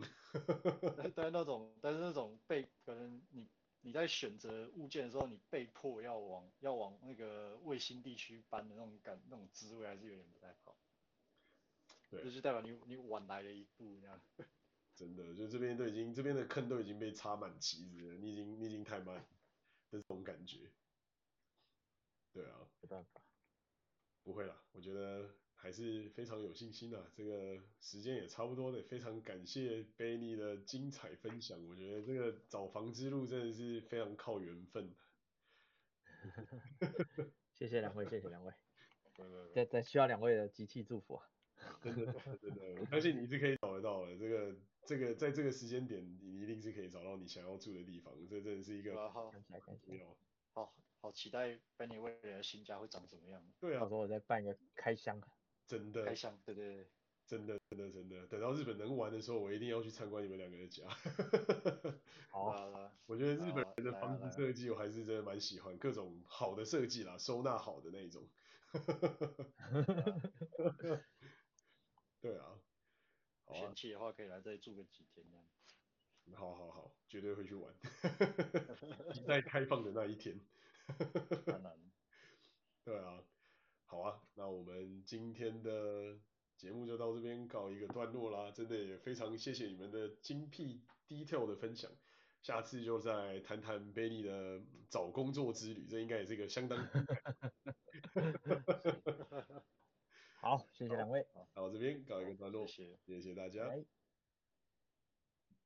[SPEAKER 2] 但但是那种，但是那种被可能你你在选择物件的时候，你被迫要往要往那个卫星地区搬的那种感，那种滋味还是有点不太好。
[SPEAKER 3] 对
[SPEAKER 2] 这就代表你你晚来了一步这样。
[SPEAKER 3] 真的，就这边都已经这边的坑都已经被插满旗子了，你已经你已经太慢，的这种感觉。对啊，
[SPEAKER 1] 没办法，
[SPEAKER 3] 不会啦，我觉得还是非常有信心的。这个时间也差不多了，非常感谢 Benny 的精彩分享。我觉得这个找房之路真的是非常靠缘分。
[SPEAKER 1] 谢谢两位，谢谢两位，
[SPEAKER 2] 对对
[SPEAKER 1] 再再需要两位的集气祝福啊。
[SPEAKER 3] 真的，真的，我相信你是可以找得到的。这个，这个，在这个时间点，你一定是可以找到你想要住的地方。这真的是一
[SPEAKER 2] 对
[SPEAKER 3] 个啊
[SPEAKER 2] 吧？好
[SPEAKER 1] 感谢感谢
[SPEAKER 3] 没。有，
[SPEAKER 2] 好好期待 Benny 未来的新家会长什么样，
[SPEAKER 3] 对
[SPEAKER 1] 到
[SPEAKER 3] 啊，
[SPEAKER 1] 时候我再办一个开箱，啊
[SPEAKER 3] 真
[SPEAKER 2] 开
[SPEAKER 3] 的，
[SPEAKER 2] 箱，对对对，
[SPEAKER 3] 真的，真的。等到日本能玩的时候，我一定要去参观你们两个的家。 <laughs>
[SPEAKER 1] 好，
[SPEAKER 2] 对啊对啊
[SPEAKER 3] 我觉得日本
[SPEAKER 2] 好
[SPEAKER 3] 人的
[SPEAKER 2] 来啊
[SPEAKER 3] 房
[SPEAKER 2] 来
[SPEAKER 3] 子
[SPEAKER 2] 啊
[SPEAKER 3] 设计我还是真的蛮喜欢，各种好的设计啦，收纳好的那一种。 <laughs> 对啊，
[SPEAKER 2] 不
[SPEAKER 3] 好啊
[SPEAKER 2] 嫌，弃的话可以来这里住个几天这样。
[SPEAKER 3] <laughs> 好好好，绝对会去
[SPEAKER 2] <laughs>
[SPEAKER 3] 玩， <laughs> 期待开放的那一天。
[SPEAKER 2] 当然，
[SPEAKER 3] 对啊，好啊，那我们今天的节目就到这边告一个段落啦，真的也非常谢谢你们的精辟 detail 的分享，下次就再谈谈 Benny 的找工作之旅，这应该也是一个相当
[SPEAKER 1] 好，谢谢两位，
[SPEAKER 3] 好，这边告一个段落，
[SPEAKER 2] 谢谢。
[SPEAKER 3] 谢谢大家。
[SPEAKER 1] 拜。